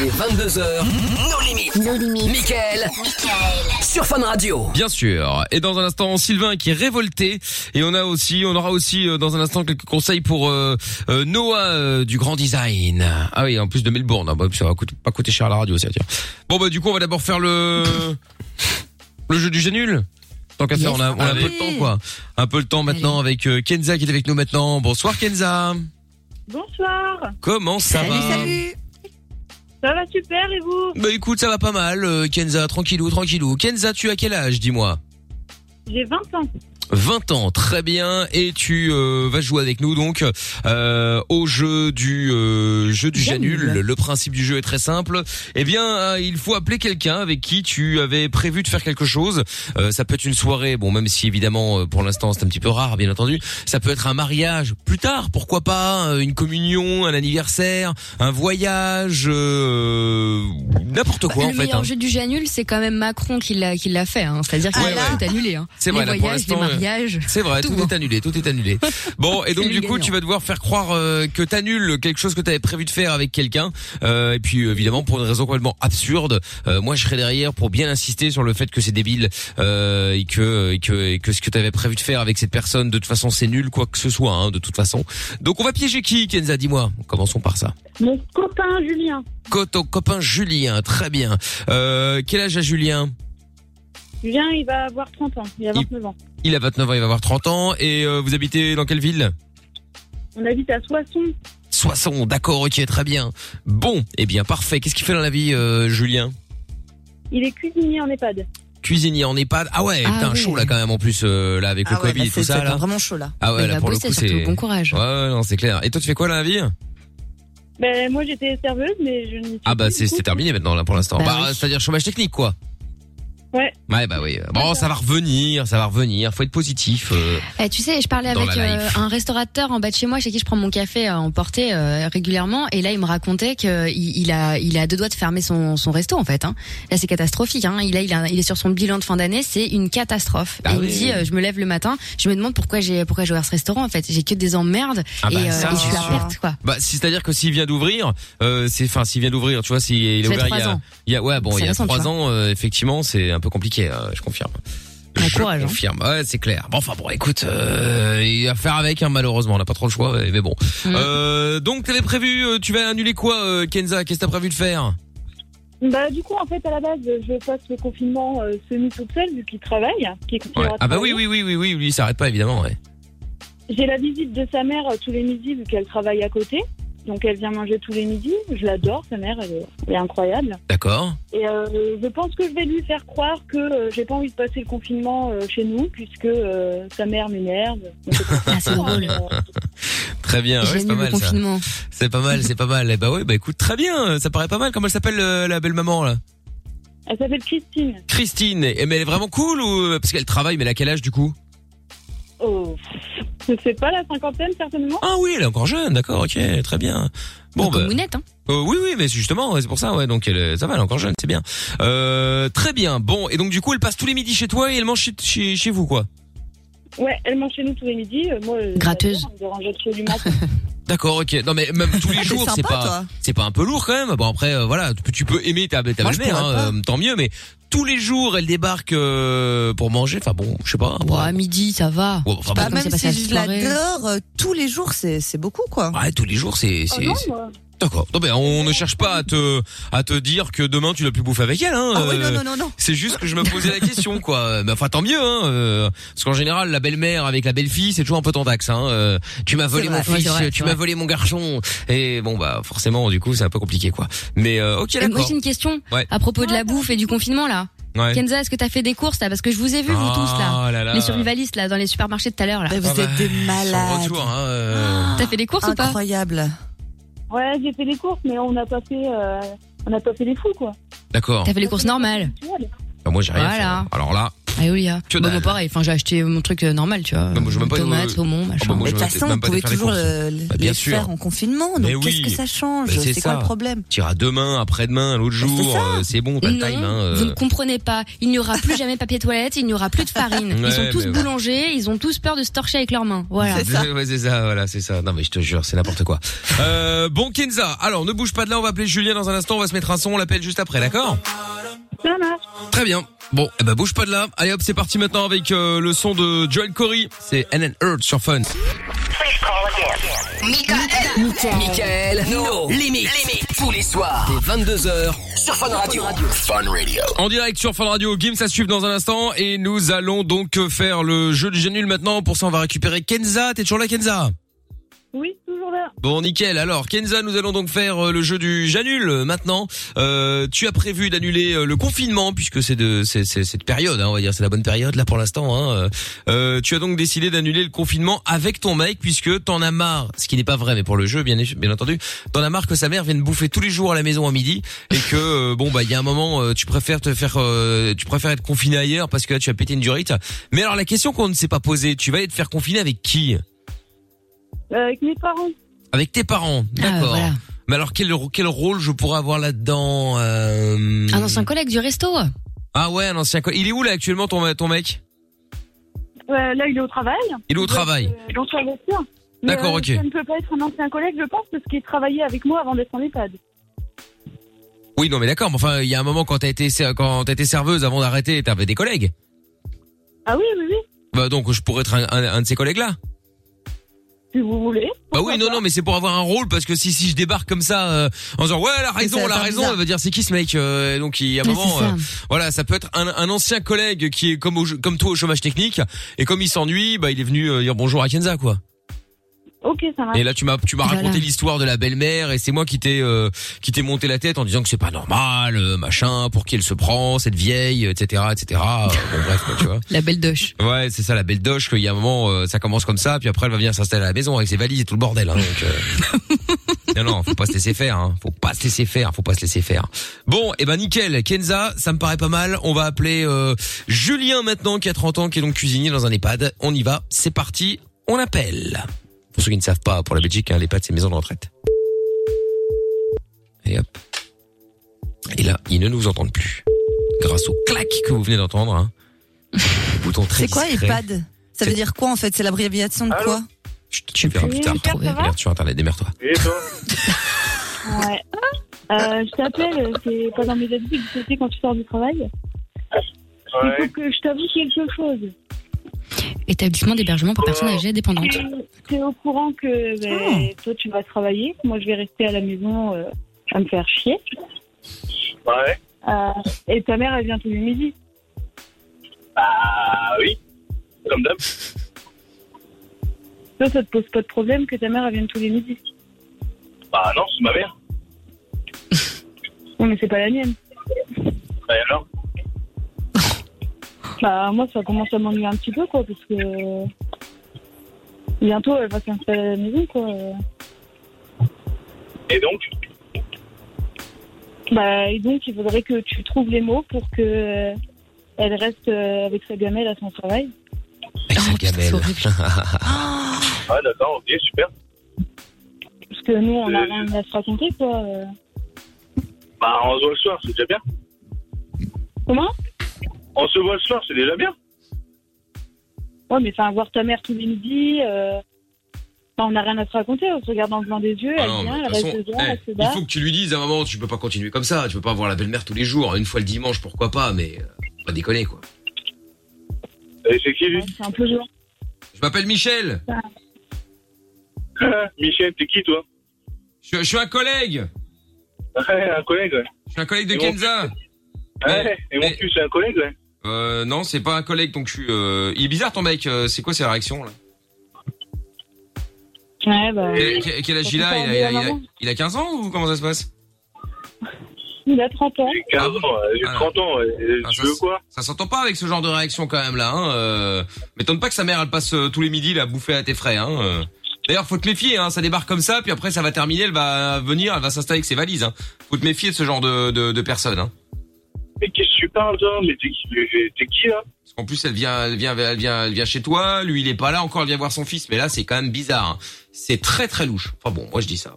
Les 22h, nos limites. Nos limites. Michael. Sur Fun Radio.
Bien sûr. Et dans un instant, Sylvain qui est révolté. Et on a aussi, on aura aussi euh, dans un instant quelques conseils pour euh, euh, Noah euh, du Grand Design. Ah oui, en plus de Melbourne. Ah bah, ça va coûter- pas coûter cher à la radio, ça tiens. Bon bah du coup, on va d'abord faire le le jeu du jeu nul. Tant qu'à faire,
Yes.
on a, on a un peu
Allez.
le temps quoi. Un peu le temps maintenant avec euh, Kenza qui est avec nous maintenant. Bonsoir Kenza.
Bonsoir.
Comment ça va
Ça va super et vous
Bah écoute, ça va pas mal. euh, Kenza, tranquillou, tranquillou. Kenza, tu as quel âge, dis-moi
J'ai 20 ans.
20 ans, très bien. Et tu euh, vas jouer avec nous donc euh, au jeu du euh, jeu du Janul. Le principe du jeu est très simple. Eh bien, euh, il faut appeler quelqu'un avec qui tu avais prévu de faire quelque chose. Euh, ça peut être une soirée, bon, même si évidemment euh, pour l'instant c'est un petit peu rare, bien entendu. Ça peut être un mariage plus tard, pourquoi pas euh, une communion, un anniversaire, un voyage, euh, n'importe quoi
Bah, le
en fait.
meilleur
hein.
jeu du jeu annul, c'est quand même Macron qui l'a qui l'a fait. Hein. C'est-à-dire qu'il
Ouais,
a
ouais.
tout annulé. Hein.
C'est
les
vrai, là, pour
voyages, les
l'instant, euh,
mariages.
C'est vrai, tout,
tout, hein.
est annulé, tout est annulé. Bon, et donc
C'est
du
le
coup,
gagnant.
tu vas devoir faire croire euh, que t'annules quelque chose que t'avais prévu de faire avec quelqu'un. Euh, et puis, évidemment, pour une raison complètement absurde, euh, moi, je serai derrière pour bien insister sur le fait que c'est débile euh, et que et que et que ce que t'avais prévu de faire avec cette personne, de toute façon, c'est nul, quoi que ce soit, hein, de toute façon. Donc, on va piéger qui, Kenza Dis-moi. Commençons par ça.
Mon copain Julien,
Co- Ton copain Julien, très bien. Euh, quel âge a Julien
Julien il va avoir 30 ans, il a 29 ans.
Il a 29 ans, il va avoir 30 ans. Et euh, vous habitez dans quelle ville
On habite à Soissons,
60, d'accord, ok, très bien. Bon, eh bien, parfait. Qu'est-ce qu'il fait dans la vie, euh, Julien
il est cuisinier en EHPAD.
Cuisinier en EHPAD. Ah ouais,
Ah
putain,
ouais.
chaud là quand même en plus, euh, là avec le
Ah ouais,
Covid
bah,
et
c'est-
tout ça.
c'est
là.
vraiment chaud, là.
Ah ouais,
Mais il
là
va
pour le
bosser,
coup,
surtout,
c'est.
bon courage.
Ouais, ouais, non, c'est clair. Et toi, tu fais quoi là, la vie
Ben, moi j'étais serveuse mais je ne suis
Ah bah, c'est c'est terminé maintenant là pour l'instant. Bah,
Bah oui.
c'est-à-dire chômage technique quoi.
Ouais.
Ouais, bah oui. Bon, ça va revenir, ça va revenir. Faut être positif. euh.
Eh, tu sais, je parlais
Dans
avec
la
euh, un restaurateur en bas de chez moi, chez qui je prends mon café à emporter euh, régulièrement, et là il me racontait que il, il a il a deux doigts de fermer son, son resto en fait. Hein. Là c'est catastrophique. Hein. Il, a, il, a- il est sur son bilan de fin d'année, c'est une catastrophe.
Bah
et il
oui.
me dit, euh, je me lève le matin, je me demande pourquoi j'ai pourquoi j'ai ouvert ce restaurant en fait. J'ai que des emmerdes
Ah bah,
et, euh,
ça,
et je suis
c'est
à
sûr.
perte quoi.
Bah, si- c'est-à-dire que s'il vient d'ouvrir, euh, c'est, enfin, s'il vient d'ouvrir, tu vois, s'il il a
Ça fait
ouvert il y
trois
a,
ans.
il y a- ouais, bon,
C'est
il y a
récent, tu
trois
vois. Bah,
ans, euh, effectivement, c'est un peu compliqué, euh, je confirme. je
hein.
confirme, ouais, c'est clair. Bon, enfin, bon, écoute, euh, il va faire avec, hein, malheureusement, on n'a pas trop le choix, mais mais bon.
Mm.
Euh, donc, t'avais prévu, euh, tu vas annuler quoi, euh, Kenza Qu'est-ce que t'as prévu de faire
Bah du coup en fait à la base je passe le confinement euh, semi toute seule vu qu'il travaille, qu'il continuera de
Ah bah oui,
travailler.
oui, oui, oui, oui, lui, il s'arrête pas, évidemment, ouais.
J'ai la visite de sa mère euh, tous les midis vu qu'elle travaille à côté. Donc elle vient manger tous les midis, je l'adore sa mère, elle est- elle est incroyable.
D'accord.
Et euh, je pense que je vais lui faire croire que euh, j'ai pas envie de passer le confinement euh, chez nous, puisque euh, sa mère m'énerve. Euh,
Très Ah, bien, ouais, c'est pas
J'annule le
mal ça.
confinement.
C'est pas mal, c'est pas mal. Eh bah ouais, bah écoute, très bien, ça paraît pas mal. Comment elle s'appelle euh, la belle maman là
Elle s'appelle Christine.
Christine, eh, mais elle est vraiment cool ou euh, parce qu'elle travaille, mais elle a quel âge du coup
Oh, je sais pas, la cinquantaine certainement.
Ah oui, elle est encore jeune, d'accord, ok, très bien. Bon bah.
Mounette, hein.
euh, oui, oui, mais justement, ouais, c'est pour ça, ouais. Donc, elle, est- ça va, elle est encore jeune, c'est bien. Euh, très bien. Bon, et donc du coup, elle passe tous les midis chez toi et elle mange chez, chez, chez vous, quoi.
Ouais, elle mange chez nous tous les midis. euh, moi, je
Gratteuse.
l'adore, Elle me dérange absolument pas.
D'accord, ok. Non, mais même tous les
Ah, t'es
jours, c'est
sympa,
pas,
toi.
c'est pas un peu lourd quand même. Bon après, euh, voilà, tu, peux- tu peux aimer ta, ta
Moi, je
belle-mère,
pourrais
hein, euh, tant mieux. Mais tous les jours, elle débarque euh, pour manger. Enfin bon, je sais pas.
Bon, à midi ça va.
Ouais, enfin,
C'est
bah,
bon.
comme
Même
c'est passé
si
la
je
soirée.
Dehors, euh, tous les jours, c'est c'est beaucoup, quoi.
Ouais, tous les jours,
Oh,
c'est. c'est- c'est- D'accord. Non, mais on ne cherche pas à te, à te dire que demain tu l'as plus bouffé avec elle, hein.
Ah oui,
euh,
non, non, non, non.
C'est juste que je me posais la question, quoi. Mais enfin, tant mieux, hein. euh, Parce qu'en général, la belle-mère avec la belle-fille, c'est toujours un peu tendax, hein. euh, Tu m'as volé
vrai,
mon
ouais,
fils,
c'est vrai,
tu
c'est
m'as
vrai.
volé mon garçon. Et bon, bah, forcément, du coup, c'est un peu compliqué, quoi. Mais, euh, ok,
Et moi
d'accord.
j'ai une question
Ouais.
à propos de la bouffe et du confinement là.
Ouais.
Kenza, est-ce que t'as fait des courses là Parce que je vous ai vu vous tous là,
Ah là là.
les survivalistes là dans les supermarchés de tout à l'heure là.
Ah bah, Sans retour, hein. euh.
T'as fait des courses ou pas
Incroyable.
Ouais, j'ai fait des courses, mais on n'a pas fait, euh, on n'a pas fait les fous, quoi.
D'accord.
T'as fait les courses normales.
Bah, moi, j'ai rien
Voilà.
fait. Alors là.
Ah oui, hein.
Que
Bah,
dalle.
moi, pareil, enfin j'ai acheté mon truc euh, normal, tu vois.
Bah, moi, je veux même pas-
Tomates, saumon,
Ah, bah,
machin.
moi,
Mais
je
de toute
vais
façon,
même
on
pas
pouvait
aller faire les
toujours
courses.
euh,
Bah, bien
les
sûr.
faire en confinement.
Mais
Donc qu'est-ce
oui.
que ça change
Bah,
C'est quoi
ça.
le problème
T'iras demain, après-demain, un l'autre jour. euh, C'est bon, t'as le
Non,
time. Hein, euh.
vous ne comprenez pas. Il n'y aura plus jamais papier toilette, il n'y aura plus de farine. ils
Ouais,
sont tous
mais ouais.
boulangers, ils ont tous peur de se torcher avec leurs mains. Voilà.
Ouais, c'est ça, voilà, c'est ça. Non, mais je te jure, c'est n'importe quoi. Euh, bon, Kenza, alors ne bouge pas de là, on va appeler Julien dans un instant, on va se mettre un son, on l'appelle juste après, d'accord
Ça marche.
Très bien. Bon, eh ben bouge pas de là. Allez hop, c'est parti maintenant avec euh, le son de Joel Corey. C'est NN Earth sur Fun.
Michael. Michael. No. Limite. Tous les soirs. Dès 22h. Sur Fun Radio. Fun Radio.
En direct sur Fun Radio, Gims à suivre dans un instant et nous allons donc faire le jeu du génule maintenant. Pour ça, on va récupérer Kenza. T'es toujours là, Kenza
Oui, toujours là.
Bon, nickel. Alors, Kenza, nous allons donc faire euh, le jeu du j'annule euh, maintenant. Euh, tu as prévu d'annuler euh, le confinement puisque c'est de c'est c'est- cette période, hein, on va dire, c'est la bonne période là pour l'instant. Hein. Euh, euh, tu as donc décidé d'annuler le confinement avec ton mec puisque t'en as marre. Ce qui n'est pas vrai, mais pour le jeu, bien bien entendu, t'en as marre que sa mère vienne bouffer tous les jours à la maison à midi et que euh, bon bah il y a un moment, euh, tu préfères te faire, euh, tu préfères être confiné ailleurs parce que là tu as pété une durite. Mais alors la question qu'on ne s'est pas posée, tu vas aller te faire confiner avec qui
Euh, avec mes parents.
avec tes parents,
Ah,
d'accord. Mais alors quel quel rôle je pourrais avoir là-dedans euh,
Un ancien collègue du resto.
Ah ouais, un ancien. co- Il est où là actuellement ton ton mec
Euh, là, il est au travail.
Il est au travail.
Euh, J'en suis bien sûr. Mais,
D'accord,
euh,
ok.
Ça ne peut pas être un ancien collègue, je pense, parce qu'il travaillait avec moi avant d'être en EHPAD.
Oui, non mais d'accord, mais enfin il y a un moment quand t'as été ser- quand t'as été serveuse avant d'arrêter, t'avais des collègues.
Ah oui, oui, oui,
Bah donc je pourrais être un, un- un de ces collègues là.
si vous voulez.
Bah oui, non non, mais c'est pour avoir un rôle parce que si si je débarque comme ça euh, en disant ouais, la
Ça
raison,
va
la
faire
raison,
bizarre.
elle va dire c'est qui ce mec Euh, et donc il y a un
Ouais,
moment
c'est ça.
euh, voilà, ça peut être un, un ancien collègue qui est comme au- comme toi au chômage technique et comme il s'ennuie, bah il est venu euh, dire bonjour à Kenza quoi.
Ok, ça marche.
Et là, tu m'as, tu m'as raconté l'histoire de la belle-mère et c'est moi qui t'ai, euh, qui t'ai monté la tête en disant que c'est pas normal, euh, machin, pour qui elle se prend, cette vieille, etc., etc. Euh, bon, bref, quoi, tu vois.
La belle doche.
Ouais, c'est ça la belle doche qu'il y a un moment, euh, ça commence comme ça, puis après elle va venir s'installer à la maison avec ses valises et tout le bordel. Hein, donc, euh, non, non, faut pas se laisser faire, hein, faut pas se laisser faire, faut pas se laisser faire. Bon, et ben nickel, Kenza, ça me paraît pas mal. On va appeler euh, Julien maintenant qui a 30 ans, qui est donc cuisinier dans un EHPAD. On y va, c'est parti, on appelle. Pour ceux qui ne savent pas, pour la Belgique, hein, l'EHPAD c'est maison de retraite. Et hop. Et là, ils ne nous entendent plus. Grâce au clac que vous venez d'entendre, hein. Le bouton très
C'est quoi
discret.
EHPAD Ça veut dire quoi en fait C'est l'abréviation de quoi
Tu verras plus tard.
Oui, Pierre, ça va
Merde, sur internet, démerde-toi.
Eh,
Ouais. Euh, je t'appelle, c'est pas dans mes habitudes, tu sais, quand tu sors du travail. Il faut que je t'avoue quelque chose.
Établissement d'hébergement pour personnes âgées dépendantes.
T'es au courant que ben, toi, tu vas travailler, moi, je vais rester à la maison euh, à me faire chier.
Ouais.
Euh, et ta mère, elle vient tous les midis.
Bah oui. Comme d'hab.
Toi, ça te pose pas de problème que ta mère, elle vienne tous les midis.
Bah non, c'est ma mère.
Non, mais c'est pas la mienne.
Bah alors
Bah, moi, ça commence à m'ennuyer un petit peu, quoi, parce que euh, bientôt, elle va s'installer à la maison, quoi.
Et donc
Bah, et donc, il faudrait que tu trouves les mots pour que euh, elle reste euh, avec sa gamelle à son travail.
Gamelle.
Ouais, Ah, d'accord, ok, super.
Parce que nous, on n'a
Euh,
rien à se raconter, quoi. euh.
Bah on se voit le soir, c'est déjà bien.
Comment
On se voit le soir, c'est déjà bien.
Ouais, mais enfin, voir ta mère tous les midis, euh, enfin, on n'a rien à se raconter, on se regarde dans le blanc des yeux,
Ah
elle
non,
vient, eh,
mais de
elle
toute façon,
reste dedans,
eh,
elle se
il
bat.
faut que tu lui dises à un moment, tu peux pas continuer comme ça, tu peux pas voir la belle-mère tous les jours, une fois le dimanche, pourquoi pas, mais euh, pas déconner quoi.
Et c'est qui lui
C'est un peu genre.
Je m'appelle Michel,
Michel, t'es qui toi
je, je suis un collègue,
Ouais, un collègue, ouais.
je suis un collègue de
Et mon-
Kenza.
Ouais, et mon cul, c'est un collègue, ouais.
Euh, non, c'est pas un collègue, donc je suis. euh, Il est bizarre ton mec, euh, c'est quoi ses réactions là
Ouais, bah.
Quel quel âge il a il a, il a- il a 15 ans ou comment ça se passe
Il a 30 ans.
J'ai
Ah
15 ans, euh, j'ai 30 ans, et tu veux quoi
Ça s'entend pas avec ce genre de réaction quand même là. Hein. Euh, M'étonne pas que sa mère elle passe euh, tous les midis la bouffer à tes frais. Hein. euh. D'ailleurs faut te méfier, hein. ça débarque comme ça, puis après ça va terminer, elle va venir, elle va s'installer avec ses valises. Hein. Faut te méfier de ce genre de, de, de personnes. Hein.
Mais qu'est-ce que tu parles, toi Mais t'es qui, mais t'es qui, là
Parce qu'en plus elle vient, elle vient, elle vient, elle vient chez toi. Lui il est pas là encore, elle vient voir son fils. Mais là c'est quand même bizarre. hein. C'est très très louche. Enfin bon, moi je dis ça.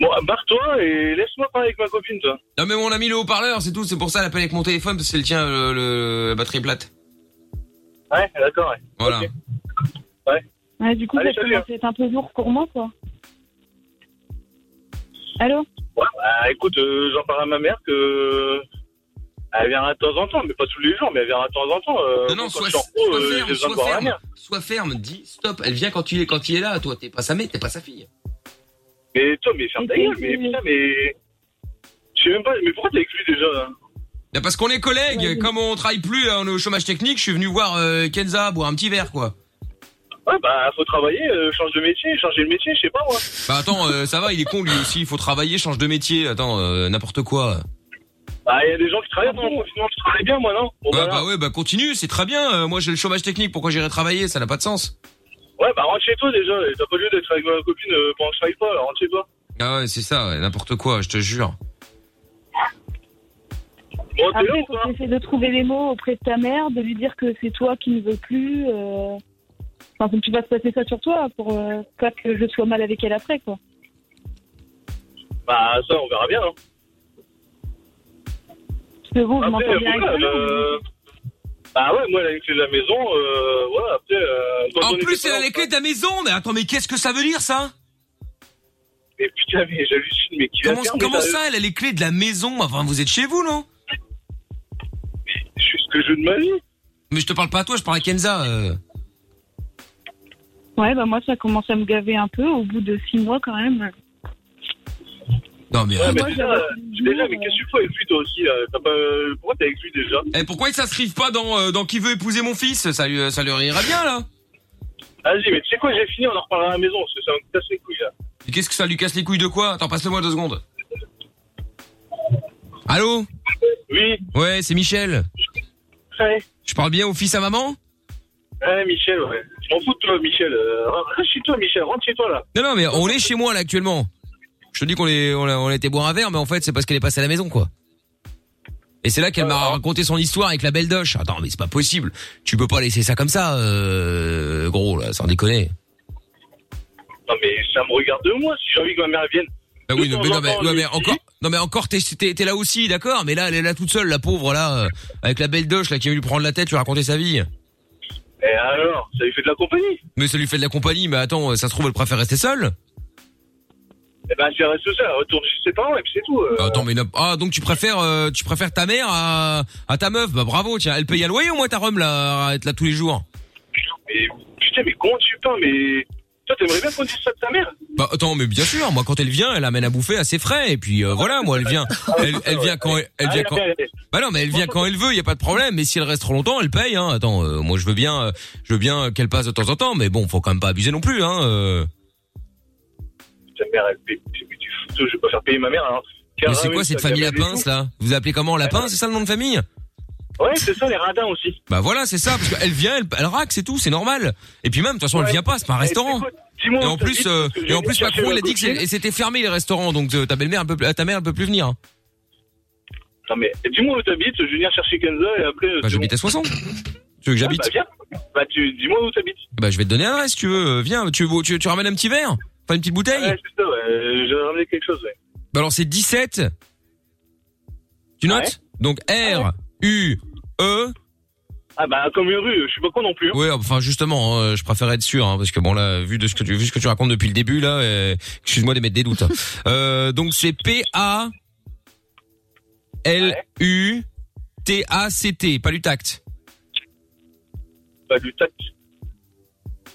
Bon, barre-toi et laisse-moi parler avec ma copine, toi.
Non mais on a mis le haut-parleur, c'est tout. C'est pour ça l'appel avec mon téléphone parce que c'est le tien, le, le- la batterie est plate.
Ouais, d'accord, ouais.
Voilà.
Ouais, du coup,
Allez,
ça
salut,
commence à être un peu lourd pour moi, quoi. Allô
Ouais, bah, écoute, euh, j'en parle à ma mère que. euh, Elle viendra de temps en temps, mais pas tous les jours, mais elle viendra de temps en temps. Euh,
Non, non,
quand
sois,
je suis en pro,
sois
euh, j'ai
ferme,
besoin de
sois
voir ma
ferme,
mère.
sois ferme, dis stop, elle vient quand il est, quand il est là, toi, t'es pas sa mère, t'es pas sa fille.
Mais toi, mais ferme ta gueule, mais putain, mais. Je sais même pas, mais pourquoi t'es exclu déjà hein là
Bah, Parce qu'on est collègues, comme on travaille plus, là, on est au chômage technique, je suis venu voir euh, Kenza boire un petit verre, quoi.
Ouais, bah, faut travailler, euh, change de métier, changer de métier, je sais pas moi.
Bah attends, euh, ça va, il est con lui aussi, il faut travailler, change de métier, attends, euh, n'importe quoi.
Bah, il y a des gens qui travaillent pendant le confinement, qui travaillent bien, moi, non Bon,
Ouais,
bah,
bah ouais, bah continue, c'est très bien, euh, moi j'ai le chômage technique, pourquoi j'irai travailler, ça n'a pas de sens.
Ouais, bah, rentre chez toi déjà, et t'as pas lieu d'être avec ma copine euh, pendant que je travaille pas, alors rentre chez toi.
Ah ouais, c'est ça, ouais, n'importe quoi, je te jure.
Bon, Oh, t'es là
Après,
ou
faut
pas
que t'essaies de trouver les mots auprès de ta mère, de lui dire que c'est toi qui ne veux plus. Euh... Enfin, faut que tu vas te passer ça sur toi pour euh, pas que je sois mal avec elle après, quoi.
Bah, ça, on verra bien, hein.
Parce que bon, je
Après,
m'entends bien avec
voilà,
toi.
euh, Bah ouais, moi, elle a les clés de la maison, euh, voilà, après... euh, quand
En
on était
plus,
pas
elle a
là-
les clés de ta maison, mais attends, mais qu'est-ce que ça veut dire ça
Mais putain, mais j'hallucine, mais qui va
Comment,
faire, mais
comment
t'as-
ça, elle a les clés de la maison Enfin, vous êtes chez vous, non
C'est ce que je veux de ma vie.
Mais je te parle pas à toi, je parle à Kenza. euh.
Ouais, bah moi, ça commence à me gaver un peu au bout de six mois quand même.
Non, mais...
Ouais, mais
Moi,
déjà,
j'avais
euh, déjà, mais qu'est-ce que tu fais avec lui, toi aussi, là T'as pas... euh, Pourquoi t'es avec lui, déjà
Eh, pourquoi ils s'inscrivent pas dans, euh, dans Qui veut épouser mon fils ça, lui- euh, ça leur ira bien, là
Vas-y, mais tu sais quoi, j'ai fini, on en reparlera à la maison, parce que ça me casse les couilles, là.
Et Qu'est-ce que ça lui casse les couilles de quoi Attends, passe-le-moi deux secondes. Allô
Oui
Ouais, c'est Michel.
Ouais.
Je parle bien au fils à maman
Ouais, Michel, ouais. Je m'en fous de toi, Michel. Euh, Reste chez toi, Michel, rentre chez toi, là.
Non, non, mais on est chez moi, là, actuellement. Je te dis qu'on est, on a, on a été boire un verre, mais en fait, c'est parce qu'elle est passée à la maison, quoi. Et c'est là qu'elle m'a raconté son histoire avec la belle doche. Attends, mais c'est pas possible. Tu peux pas laisser ça comme ça, euh, gros, là, sans déconner.
Non, mais ça me regarde de moi, si j'ai envie que ma mère vienne.
Bah oui, non, mais, non, mais,
J'entends
non,
lui
mais encore, non, mais encore, t'es, t'es- t'es là aussi, d'accord, mais là, elle est là toute seule, la pauvre, là, euh, avec la belle doche, là, qui a lui prendre la tête, lui raconter sa vie.
Et alors, ça lui fait de la compagnie
Mais ça lui fait de la compagnie, mais attends, ça se trouve, elle préfère rester seule.
Eh ben, tu restes seul, retourne chez ses parents, et puis c'est tout. euh.
Attends, mais n'importe- ah, donc tu préfères, euh, tu préfères ta mère à, à ta meuf, bah bravo, tiens, elle paye un loyer au moins ta Rome, là, à être là tous les jours.
Mais putain, mais comment tu parles Mais toi, t'aimerais bien qu'on dise ça de ta mère
Bah attends, mais bien sûr, moi quand elle vient, elle amène à bouffer à ses frais, et puis euh, voilà, moi elle vient, elle, elle vient quand, elle, elle vient quand, bah non, mais elle vient quand elle veut, y a pas de problème. Mais si elle reste trop longtemps, elle paye. Hein. Attends, euh, moi je veux bien, euh, je veux bien qu'elle passe de temps en temps, mais bon, faut quand même pas abuser non plus, hein. euh.
Ta mère, elle paye. Mais tu fous, je vais pas faire payer ma mère, hein. alors.
Mais c'est quoi cette famille Lapins là Vous appelez comment Lapin C'est ça le nom de famille
Ouais, c'est ça, Oh, les radins aussi.
Bah voilà, c'est ça, parce qu'elle vient, elle, elle raque, c'est tout, c'est normal. Et puis même, de toute façon, elle
Ouais.
vient pas, c'est pas un
Eh,
restaurant.
écoute, dis-moi,
Et en
t'as
plus,
dit,
euh,
parce que
et en plus,
j'ai été chercher
Macron,
ma
il a dit que
copine.
c'est- et c'était fermé les restaurants, donc euh, ta belle-mère, elle peut plus- euh, ta mère, elle peut plus venir.
Non, mais dis-moi où t'habites, je vais venir chercher Kenza, et après.
Bah, j'habite à Soissons. Tu veux que j'habite
Bah, viens. Bah, tu, dis-moi où t'habites.
Bah, je vais te donner l'adresse, si tu veux. euh, Viens, tu, veux- tu, tu ramènes un petit verre Pas une petite bouteille
Ouais, c'est ça, ouais. euh, J'ai ramené quelque chose, ouais.
Bah alors c'est 17. Tu notes Donc R U E.
Ah bah comme une rue, je suis pas con non plus.
Ouais, enfin justement, hein, je préfère être sûr hein, parce que bon là, vu de ce que tu vu ce que tu racontes depuis le début là, euh, excuse-moi d'émettre des doutes. hein. euh, donc c'est P A L U T A C T, pas du tact.
Pas bah, du tact.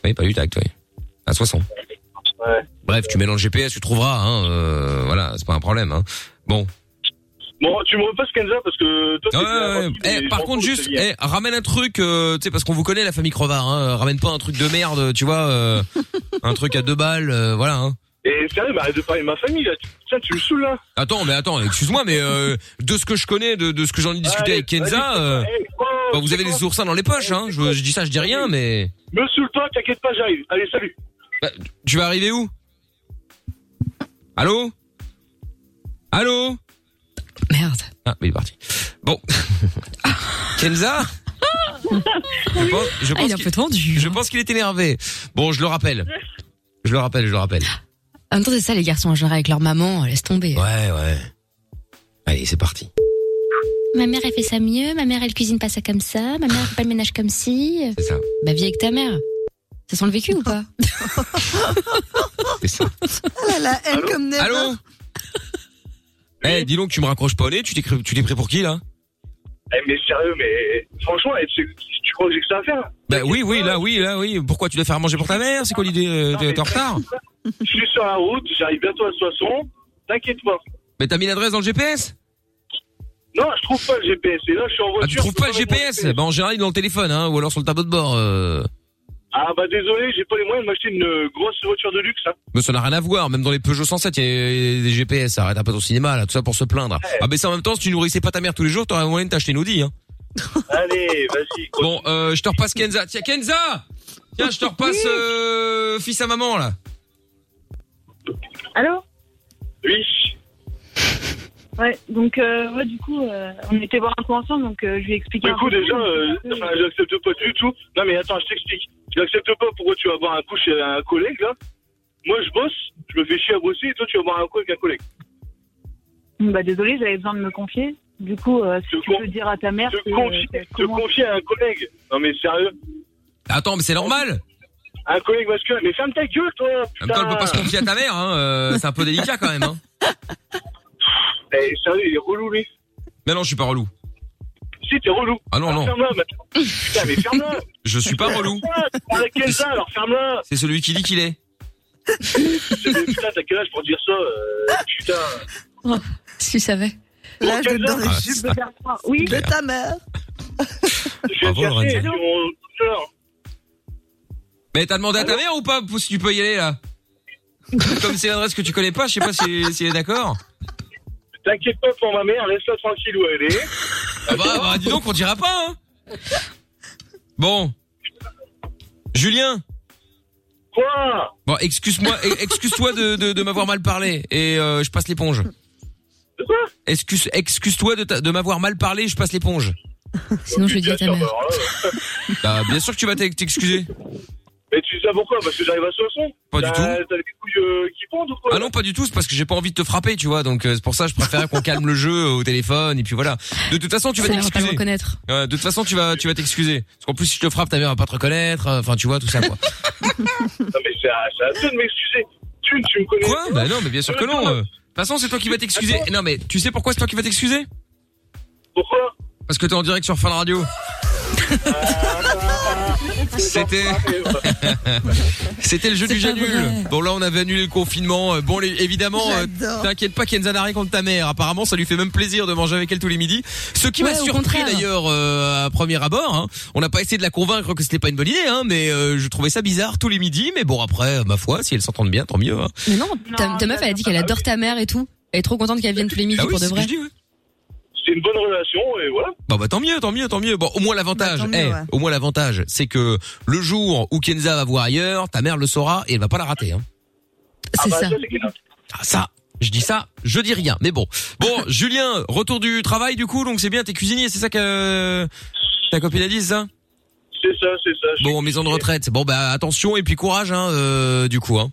Oui, pas du tact, oui. À 60.
Ouais.
Bref, tu mélanges GPS, tu trouveras. Hein, euh, voilà, c'est pas un problème. Hein. Bon.
Bon, tu me repasses Kenza parce que toi.
Ouais,
t'étais à
ouais, ouais.
Rocky,
Eh,
mais
par
je m'en
contre,
fous,
juste,
je te dis. hein.
eh, ramène un truc, euh, tu sais, parce qu'on vous connaît la famille Crevard. Hein, euh, ramène pas un truc de merde, tu vois, euh, un truc à deux balles, euh, voilà. Hein.
Et carré, mais arrête de parler de ma famille, là. Tu- Tiens, tu me saoules, là.
Attends, mais attends, excuse-moi, mais euh, de ce que je connais, de, de ce que j'en ai discuté
Allez,
avec Kenza,
vas-y,
euh,
eh, oh,
bah, vous
c'est
avez
quoi
les oursins dans les poches, hein. Je, je dis ça, je dis rien, mais
Me saoule pas, t'inquiète pas, j'arrive. Allez, salut.
tu vas arriver où Allô Allô
Merde.
Ah, mais il est parti. Bon, Kenza. Je pense, je pense qu'il- Je pense qu'il est énervé. Bon, je le rappelle. Je le rappelle, je le rappelle.
En même temps, c'est ça, les garçons en général avec leur maman, euh, laisse tomber.
Ouais, ouais. Allez, c'est parti.
Ma mère, elle fait ça mieux. Ma mère, elle cuisine pas ça comme ça. Ma mère, elle fait pas le ménage comme si.
C'est ça.
Bah, vie avec ta mère. Ça sent le vécu ou pas
La haine comme never.
Allô Eh, dis donc, tu me raccroches pas au nez, tu t'es cru- tu t'es pris pour qui, là
Eh, mais sérieux, mais franchement, eh, tu, tu crois que j'ai que ça à faire
Bah oui, oui, là, oui, là, oui. Pourquoi tu dois faire à manger pour ta mère C'est quoi l'idée euh, T'es t'es en retard
Je suis sur la route, j'arrive bientôt à Soissons. T'inquiète pas.
Mais t'as mis l'adresse dans le GPS
Non, je trouve pas le GPS. Et là, je suis en voiture.
Ah, tu trouves pas le GPS Bah en général, il est dans le téléphone, hein, ou alors sur le tableau de bord. Euh...
Ah, bah désolé, j'ai pas les moyens de m'acheter une euh, grosse voiture de luxe. hein.
Mais ça n'a rien à voir, même dans les Peugeot 107, il y a des GPS, arrête un peu ton cinéma, là, tout ça pour se plaindre. Ah, mais ça en même temps, si tu nourrissais pas ta mère tous les jours, t'aurais moyen de t'acheter une Audi, hein.
Allez, Eh, vas-y.
Bon, euh, je te repasse Kenza. Tiens, Kenza Tiens, je te repasse euh, fils à maman, là.
Allô
Oui.
Ouais, donc euh, ouais, du coup, euh, on était voir un coup ensemble, donc euh, je lui ai expliqué.
Du
un
coup,
peu.
déjà, euh, enfin, je l'accepte pas du tout. Non, mais attends, je t'explique. Je l'accepte pas. Pourquoi tu vas boire un coup chez un collègue, là Moi, je bosse, je me fais chier à bosser, et toi, tu vas boire un coup avec un collègue.
Bah désolé, j'avais besoin de me confier. Du coup, euh, si tu veux dire à ta mère que
Confier, te confier à un collègue. Non, mais sérieux.
Attends, mais c'est normal.
Un collègue masculin. Mais ferme ta gueule, toi.
En même temps, elle peut pas se
putain.
confier à ta mère, hein, euh, c'est un peu délicat quand même, hein.
Eh, sérieux, il est relou, lui.
Mais non, je suis pas relou.
Si, t'es relou.
Ah non,
Alors,
non.
Ferme-la maintenant. Putain, mais ferme-la.
Je suis pas relou.
Ah, tu parles à Kenza, alors ferme-la.
C'est celui qui dit qu'il est.
Mais Putain, t'as quel âge pour dire ça euh, Putain.
Oh, Si tu savais.
Là, je
Kenza,
donne le
Ah,
jus
ça-
de ta-
Oui.
de ta mère.
Je vais
Bravo,
te casser,
Lorenzo.
mon cœur.
Mais t'as demandé à ta mère ou pas si tu peux y aller là Comme c'est l'adresse que tu connais pas, je sais pas si, si elle est d'accord.
T'inquiète pas pour ma mère, laisse-la tranquille où elle est.
Ah bah, bah, dis donc, on dira pas, hein Bon. Julien
Quoi
Bon, excuse-moi, e- excuse-toi de, de, de m'avoir mal parlé et euh, je passe l'éponge.
De quoi
Excuse, excuse-toi de, ta- de m'avoir mal parlé, je passe l'éponge.
Sinon, je le dis à ta mère.
Bah, bien sûr que tu vas t'ex- t'excuser.
Mais tu sais pourquoi Parce que j'arrive à Soissons.
Pas du
T'as-
tout.
T'as les couilles euh, qui pendent ou quoi
Ah non, pas du tout, c'est parce que j'ai pas envie de te frapper, tu vois. Donc euh, c'est pour ça que je préfère qu'on calme le jeu au téléphone et puis voilà. De toute façon, tu vas
Ça, elle va pas le
t'excuser.
reconnaître.
Ouais, de toute façon, tu vas tu vas t'excuser. Parce qu'en plus si je te frappe, ta mère va pas te reconnaître, euh, enfin tu vois tout ça quoi.
Non, mais c'est à c'est à toi de m'excuser. Tu, tu me connais.
Quoi Bah non, mais bien sûr que non. euh. De toute façon, c'est toi qui vas t'excuser. Non mais tu sais pourquoi c'est toi qui vas t'excuser
Pourquoi
Parce que t'es en direct sur Fun Radio. C'était C'était le jeu du Janul. Bon là on avait annulé le confinement. Euh, Bon les- évidemment euh, t'inquiète pas Kenza n'a rien contre ta mère. Apparemment ça lui fait même plaisir de manger avec elle tous les midis. Ce qui
Ouais,
m'a
au
surpris
contraire.
d'ailleurs euh, à premier abord. hein. On n'a pas essayé de la convaincre que c'était pas une bonne idée, hein, mais euh, je trouvais ça bizarre tous les midis. Mais bon après euh, ma foi si elles s'entendent bien tant mieux. hein.
Mais non, ta, ta meuf, elle a dit qu'elle adore ta mère et tout. Elle est trop contente qu'elle vienne tous les midis
Ah oui,
pour de
c'est ce que
vrai.
je dis, ouais.
C'est une bonne relation et voilà.
Bon bah tant mieux, tant mieux, tant mieux. Bon au moins l'avantage,
Bah, tant mieux,
eh,
ouais.
au moins l'avantage, c'est que le jour où Kenza va voir ailleurs, ta mère le saura et elle va pas la rater. Hein.
C'est ça. c'est clair.
Ah, ça, je dis ça, je dis rien. Mais bon, bon Julien, retour du travail du coup, donc c'est bien, t'es cuisinier, c'est ça que euh, ta copine a dit, c'est ça
C'est ça, c'est ça.
Bon maison de retraite. Bon bah attention et puis courage, hein, euh, du coup. Hein.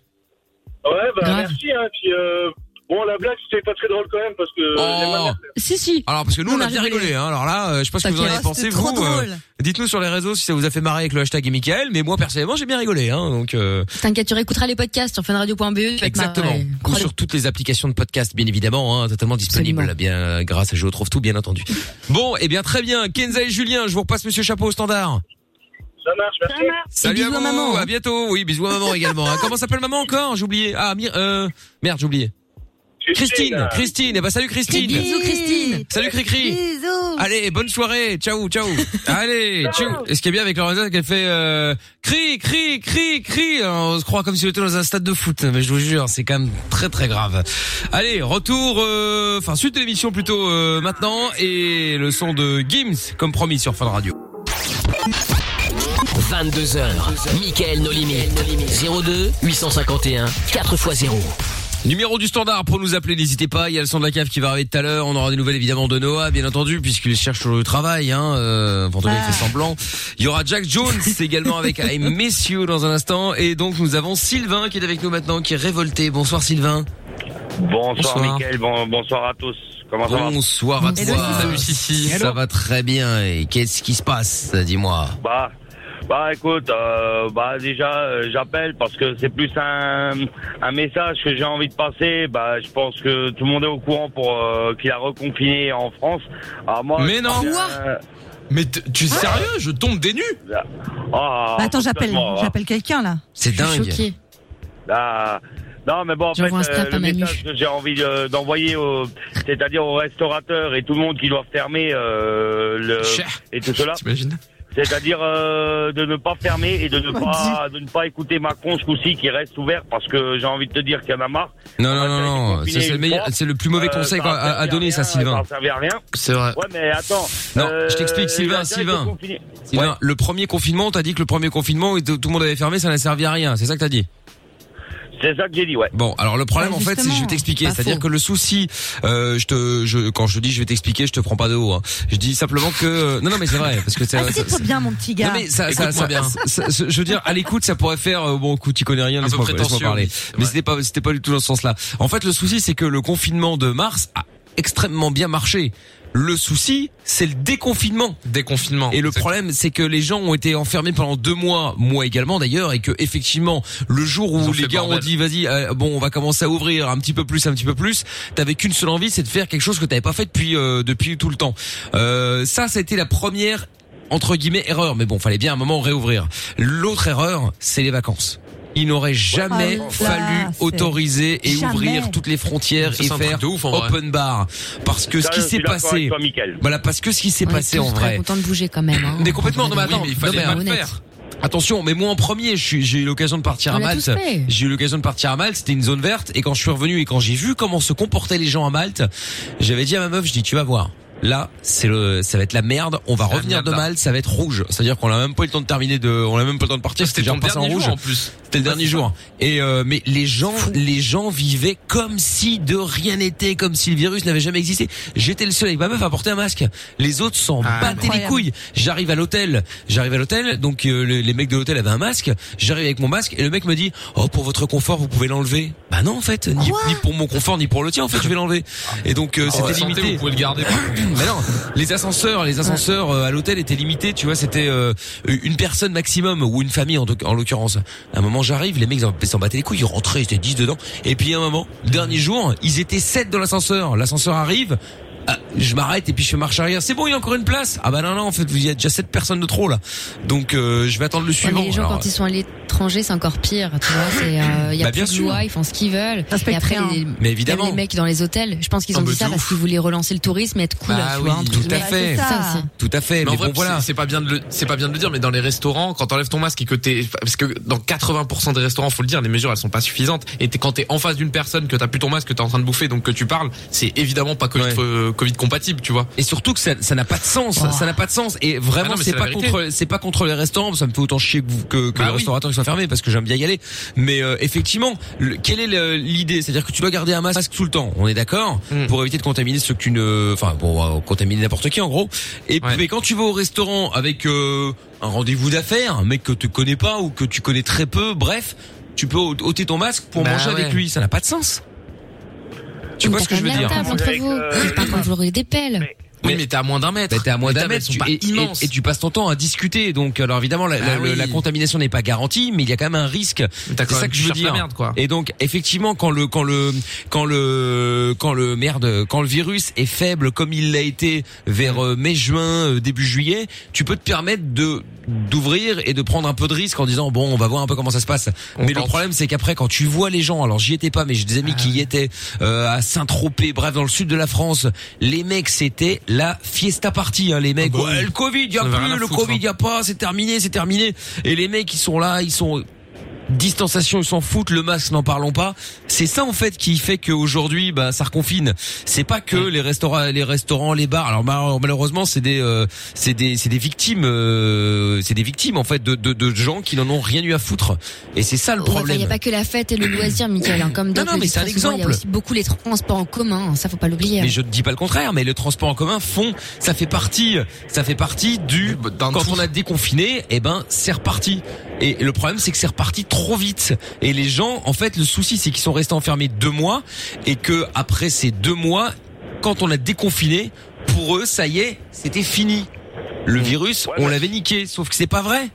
Ouais, bah
Grave.
merci. Hein, puis, euh, bon, la blague, c'était pas très drôle quand même parce que.
Oh.
Si si.
Alors parce que nous on, a bien rigolé. Hein. Alors là, euh, je sais pas ce que vous en
T'inquiète.
avez
Ah,
pensé
c'était
vous.
trop
euh,
drôle.
Dites-nous sur les réseaux si ça vous a fait marrer avec le hashtag et Michael, mais moi personnellement j'ai bien rigolé. Hein, donc. euh,
T'inquiète, tu réécouteras les podcasts sur funradio.be. E, tu vas te
Exactement.
marrer.
Ou sur toutes les applications de podcast, bien évidemment, hein, totalement disponible, là, bien euh, grâce à Je trouve tout, bien entendu. Bon, et bien très bien. Kenza et Julien, je vous repasse Monsieur Chapeau au standard.
Ça marche, merci.
Salut à vous, à hein. bientôt. Oui, bisous à maman également. hein. Comment s'appelle maman encore J'ai oublié. Ah, Mir- euh, merde, j'ai oublié. Christine, Christine, eh ben salut Christine.
Bisous, Christine.
Salut Cricri.
Bisous.
Allez, bonne soirée. Ciao, ciao. Allez, ciao. Et ce qui est bien avec Lorenza, c'est qu'elle fait euh, cri, cri, cri, cri. On se croit comme si on était dans un stade de foot. Mais je vous jure, c'est quand même très, très grave. Allez, retour, euh, enfin suite de l'émission plutôt euh, maintenant et le son de Gims, comme promis sur Fun Radio.
22h, Mickaël nos limites. 02 851 4x0.
Numéro du standard pour nous appeler, n'hésitez pas. Il y a le son de la cave qui va arriver tout à l'heure. On aura des nouvelles évidemment de Noah, bien entendu, puisqu'il cherche le travail. Hein, euh, pour donner fait semblant. Il y aura Jack Jones également avec I Miss You dans un instant. Et donc nous avons Sylvain qui est avec nous maintenant, qui est révolté. Bonsoir Sylvain.
Bonsoir,
Bonsoir.
Mickaël, bon- bonsoir à tous. Comment ça va
Bonsoir à toi. Salut Sissi. Ça va très bien. Et qu'est-ce qui se passe Dis-moi.
Bah, bah écoute, euh, bah déjà euh, j'appelle parce que c'est plus un, un message que j'ai envie de passer. Bah je pense que tout le monde est au courant pour euh, qu'il a reconfiné en France. Alors moi,
Mais non. Quoi
euh, Mais tu es
sérieux
Je tombe des nues ah,
Bah, attends, j'appelle,
totalement, hein.
j'appelle quelqu'un là.
C'est
Je suis
dingue.
choquée.
Ah. Non, mais bon, en fait,
J'envoie un snap
euh,
à
le
Manu.
message que j'ai envie euh, d'envoyer, au- c'est-à-dire aux restaurateurs et tout le monde qui doit fermer euh, le et tout cela. C'est-à-dire euh, de ne pas fermer et de ne pas de ne pas écouter Macron ce coup-ci qui reste ouvert parce que j'ai envie de te dire qu'il y en a marre.
Non, non, non, non. Ça, C'est le, meilleur- c'est le plus mauvais
Euh,
conseil
ça
qu'on a-
va
à, à
servir
donner, ça,
rien,
Sylvain.
Ça servait à rien.
C'est vrai.
Ouais, mais attends.
Non,
euh,
je t'explique,
il
Sylvain,
a déjà été
Sylvain.
confiné.
Sylvain, le premier confinement, on t'a dit que le premier confinement, où tout tout le monde avait fermé, ça n'a servi à rien. C'est ça que t'as dit
C'est ça que j'ai dit, ouais.
Bon, alors le problème
Ouais,
en fait, c'est
justement,
je vais t'expliquer,
pas
c'est-à-dire
faux.
que le souci, euh, je te, je, quand je te dis je vais t'expliquer, je te prends pas de haut. hein. Je dis simplement que euh, non, non, mais c'est vrai parce que c'est.
Ah, si,
ça-
pour bien, mon petit gars.
non mais ça, ça, ça, ça- ça- je veux dire, à l'écoute, ça pourrait faire euh, bon, écoute, tu connais rien, laisse-moi
peu
laisse-moi
prétentieux,
parler.
oui, c'est
mais c'était pas, c'était pas du tout dans ce sens-là. En fait, le souci, c'est que le confinement de mars a extrêmement bien marché. Le souci, c'est le déconfinement.
Déconfinement.
Et le problème, c'est que les gens ont été enfermés pendant deux mois, moi également d'ailleurs, et que effectivement, le jour
Ils
où
ont
les
fait
gars ont
bordel.
dit vas-y, euh, bon, on va commencer à ouvrir un petit peu plus, un petit peu plus, t'avais qu'une seule envie, c'est de faire quelque chose que t'avais pas fait depuis euh, depuis tout le temps. Euh, ça, ça a été la première entre guillemets erreur, mais bon, fallait bien à un moment réouvrir. L'autre erreur, c'est les vacances. Il n'aurait jamais
Ah oui, ça,
fallu
c'est-
autoriser et
Jamais.
ouvrir toutes les frontières
Ça,
et
c'est un truc
faire
de ouf, en vrai.
open bar parce que ce
Ça,
qui
je suis
s'est
d'accord avec
passé
toi, Mickaël.
voilà parce que ce qui s'est passé en vrai
content de bouger quand même. Hein.
mais complètement, non mais
Oui,
attends,
mais il fallait
non, mais
pas
à-
le
honnête.
faire.
Attention, mais moi en premier, je suis- j'ai eu l'occasion de partir
On
à
l'a
Malte.
tous fait.
J'ai eu l'occasion de partir à Malte, c'était une zone verte, et quand je suis revenu et quand j'ai vu comment se comportaient les gens à Malte, j'avais dit à ma meuf, je dis tu vas voir. Là, c'est le, ça va être la merde. On va
la
revenir
merde,
de
là.
Malte, ça va être rouge. C'est-à-dire qu'on a même pas eu le temps de terminer de, on a même pas eu le temps de partir. C'était
ton
déjà passé en
dernier
rouge.
jour, en plus.
C'était le
Ouais,
dernier
c'est
jour. Et euh, mais les gens, les gens vivaient comme si de rien n'était, comme si le virus n'avait jamais existé. J'étais le seul avec ma meuf à porter un masque. Les autres s'en
Ah,
battaient les couilles. J'arrive à l'hôtel, j'arrive à l'hôtel, donc euh, le- les mecs de l'hôtel avaient un masque. J'arrive avec mon masque et le mec me dit "Oh pour votre confort, vous pouvez l'enlever." Bah non en fait, ni, ni pour mon confort ni pour le tien en fait, je vais l'enlever. Et donc euh,
Ah ouais.
c'était
Santé,
limité.
vous pouvez le garder, par contre.
Mais non, les ascenseurs, les ascenseurs euh, à l'hôtel étaient limités, tu vois, c'était euh, une personne maximum ou une famille en, doc- en l'occurrence. À un moment, j'arrive, les mecs ils s'en battaient les couilles, ils rentraient, ils étaient 10 dedans. Et puis à un moment, dernier jour, ils étaient 7 dans l'ascenseur. L'ascenseur arrive, ah, je m'arrête et puis je fais marche arrière. C'est bon, il y a encore une place. Ah bah non non, en fait, il y a déjà 7 personnes de trop là. Donc euh, je vais attendre le
Ouais,
suivant.
mais les gens
Alors,
quand ils sont à l'étranger, c'est encore pire. Tu vois, c'est euh, y a
Bah, bien
plus de
sûr.
loi, ils font ce qu'ils veulent. Et après, les,
Mais évidemment.
même les mecs dans les hôtels, je pense qu'ils ont
Ah,
dit
bah,
ça
de
parce qu'ils voulaient relancer le tourisme et être cool.
Ah
Bah
tu
oui,
vois, entre
tout à
guillemets. C'est
fait.
ça aussi.
Tout à fait.
Mais,
Mais
en vrai,
bon, voilà.
c'est- c'est pas bien de le, c'est pas bien de le dire, mais dans les restaurants, quand t'enlèves ton masque et que t'es, parce que dans 80% des restaurants, faut le dire, les mesures elles sont pas suffisantes. Et t'es- quand t'es en face d'une personne, que t'as plus ton masque, que t'es en train de bouffer, donc que tu parles, c'est évidemment pas Covid, euh, Covid compatible, tu vois.
Et surtout que ça ça n'a pas de sens, ça n'a pas de sens. Et
Ah
vraiment,
non, mais
c'est
c'est la
pas
vérité.
contre, c'est pas contre les restaurants. Ça me fait autant chier que, vous- que, que
Bah
les
oui.
restaurateurs qui sont fermés parce que j'aime bien y aller. Mais euh, effectivement, le- quelle est le- l'idée C'est-à-dire que tu dois garder un masque tout le temps. On est d'accord
Hmm.
pour éviter de contaminer ceux que tu ne, enfin, pour euh, contaminer n'importe qui en gros. Et puis mais quand tu vas au restaurant avec euh, un rendez-vous d'affaires, un mec que tu connais pas ou que tu connais très peu, bref, tu peux ôter ton masque pour
Bah
manger
ouais.
avec lui. Ça n'a pas de sens. Tu
Ou
vois ce que je veux
t'attends
dire
la table entre vous. Ou Par contre, vous aurez des pelles.
Oui, mais t'es à moins d'un mètre.
t'es à moins
Les
d'un
tables,
mètre.
elles sont
tu-
pas
et, et-
immenses.
et tu passes ton temps à discuter. Donc, alors évidemment, la, la-
Ah oui.
la contamination n'est pas garantie, mais il y a quand même un risque.
t'as
C'est
quand
ça
même-
que
tu
je veux
cherches la
dire.
merde, quoi.
Et donc, effectivement, quand le, quand le, quand le, quand le merde, quand le virus est faible comme il l'a été vers euh, mai-juin, euh, début juillet, tu peux te permettre de d'ouvrir et de prendre un peu de risque en disant bon on va voir un peu comment ça se passe mais le problème c'est qu'après quand tu vois les gens alors j'y étais pas mais j'ai des amis qui
Ah.
y étaient euh, à Saint-Tropez bref dans le sud de la France les mecs c'était la fiesta party hein, les mecs
bah
Ouais,
oui.
le Covid y a
Ça n'avait rien
plus
à
le
foutre, hein.
Covid y a pas c'est terminé c'est terminé et les mecs ils sont là ils sont distanciation ils s'en foutent le masque n'en parlons pas c'est ça en fait qui fait qu'aujourd'hui bah ça reconfine c'est pas que les restaurants les restaurants les bars alors mal- malheureusement c'est des euh, c'est des c'est des victimes euh, c'est des victimes en fait de, de de gens qui n'en ont rien eu à foutre et c'est ça le
Il n'y
problème
a pas que la fête et le loisir, Michael. hein. Comme
Non,
Doc
non,
le
mais
dit
c'est un
très souvent, Il y a
exemple.
aussi beaucoup les transports en commun. hein. Ça, faut pas l'oublier.
mais je ne dis pas le contraire mais le transport en commun font ça fait partie ça fait partie du quand on a déconfiné eh ben c'est reparti et le problème c'est que c'est reparti trop vite et les gens en fait le souci c'est qu'ils sont restés enfermés deux mois et que après ces deux mois quand on a déconfiné pour eux ça y est c'était fini le virus on l'avait niqué sauf que c'est pas vrai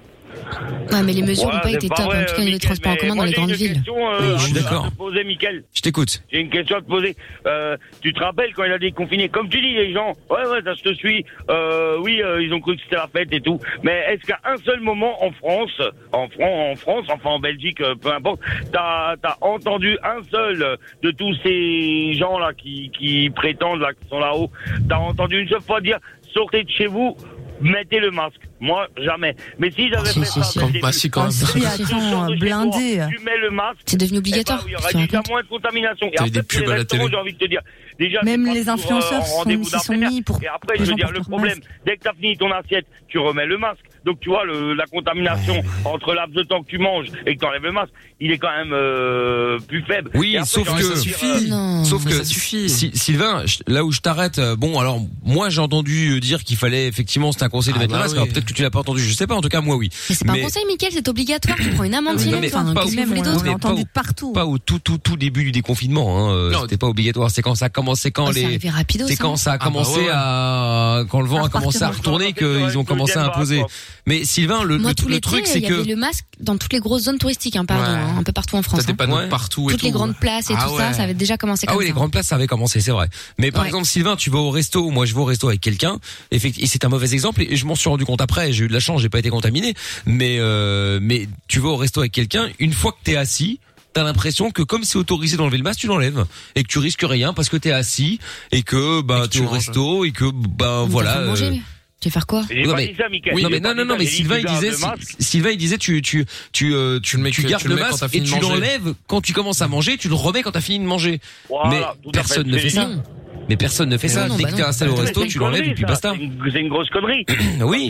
Ouais, mais les mesures
Ouais,
n'ont pas
c'est
été
pas
top.
vrai,
en tout cas, il y a les
Mickaël,
transports en
mais
commun dans
moi,
les
j'ai
grandes
une
villes.
question, euh,
Oui, je suis
à- à
d'accord.
te poser, Mickaël.
je t'écoute
J'ai une question à te poser. Euh, tu te rappelles quand il a déconfiné Comme tu dis, les gens, ouais, ouais, ça, je te suis. Euh, oui, euh, ils ont cru que c'était la fête et tout. Mais est-ce qu'à un seul moment en France, en, Fran- en France, enfin en Belgique, euh, peu importe, t'as as entendu un seul de tous ces gens-là qui, qui prétendent, là, qui sont là-haut, t'as entendu une seule fois dire sortez de chez vous, mettez le masque. Moi, jamais. Mais si j'avais fait ça, dès le début,
Ah,
Si, attends, blindé.
tu mets le masque.
C'est devenu obligatoire.
Eh ben, Il y aura déjà moins de contamination. Et
T'as
après,
des
pour les
pubs à la
restaurants,
télé.
J'ai envie de te dire. Déjà,
Même
c'est pas
les
toujours,
influenceurs
euh, en
sont-
rendez-vous
s'y sont
d'affaire.
mis pour
Et
que
après, je
les
veux
gens
dire,
portent
le
leur
problème, dès que t'as fini ton assiette, tu remets le masque. Donc, tu vois, le- la contamination entre laps de temps que tu manges et que t'enlèves le masque, il est quand même euh, plus faible.
Oui,
Et après,
sauf
j'ai envie
que
de dire, euh,
Oh
sauf que Si- Sylvain, je- là où je t'arrête, euh, bon, alors moi j'ai entendu euh, dire qu'il fallait effectivement c'était un conseil de
Ah
mettre
bah
le masque.
oui.
Alors, peut-être que tu l'as pas entendu, je sais pas. En tout cas, moi oui.
Mais c'est pas un conseil, Michael, c'est obligatoire. Tu prends une amende
Non,
sinon.
mais
Enfin,
pas
qu'est-ce que vous
au-
voulez
mais
d'autre
pas au- Pas au tout tout tout début du déconfinement. Hein. euh, C'était pas obligatoire. C'est quand ça a commencé, quand
Ah, c'est
les,
arrivé rapido,
c'est
ça, hein.
quand ça a
Ah bah
commencé
ouais, ouais.
à, quand le vent a
À
commencé à
repartir.
retourner qu'ils ont commencé à imposer. Mais Sylvain, le,
Moi,
le-
tout
le
l'été,
truc c'est
il y
que
avait le masque dans toutes les grosses zones touristiques, hein, pardon,
Ouais.
hein, un peu partout en France.
T'as des
hein.
panneaux de partout et
Toutes les
tout.
grandes places et
Ah
tout
ouais.
ça, ça avait déjà commencé
Ah
comme
oui, les
ça.
grandes places, ça avait commencé, c'est vrai. Mais par
Ouais.
exemple, Sylvain, tu vas au resto, moi je vais au resto avec quelqu'un, effect- et c'est un mauvais exemple, et je m'en suis rendu compte après, j'ai eu de la chance, j'ai pas été contaminé, mais euh, mais tu vas au resto avec quelqu'un, une fois que t'es assis, t'as l'impression que comme c'est autorisé d'enlever le masque, tu l'enlèves, et que tu risques rien parce que t'es assis, et que bah t'es au resto, et que bah
Mais t'as
voilà...
fait manger,
euh,
mais Tu vas faire quoi
non, mais- oui, non, mais non, non, non, mais Sylvain, il disait, Sylvain, il disait, tu, tu, tu, euh, tu,
mets
tu
que-
gardes
tu le
le
mets quand
masque
t'as
et
fini de
tu
manger.
l'enlèves quand tu commences à manger, tu le remets quand t'as fini de manger.
Voilà,
mais
tout à fait,
personne ne
c'est
fait ça.
non.
Mais personne ne fait ça.
non,
Dès
bah
que t'es
non.
installé au
Mais
resto,
c'est
tu
une
l'enlèves
connerie,
et puis
ça.
basta.
C'est une- C'est une grosse connerie.
Oui.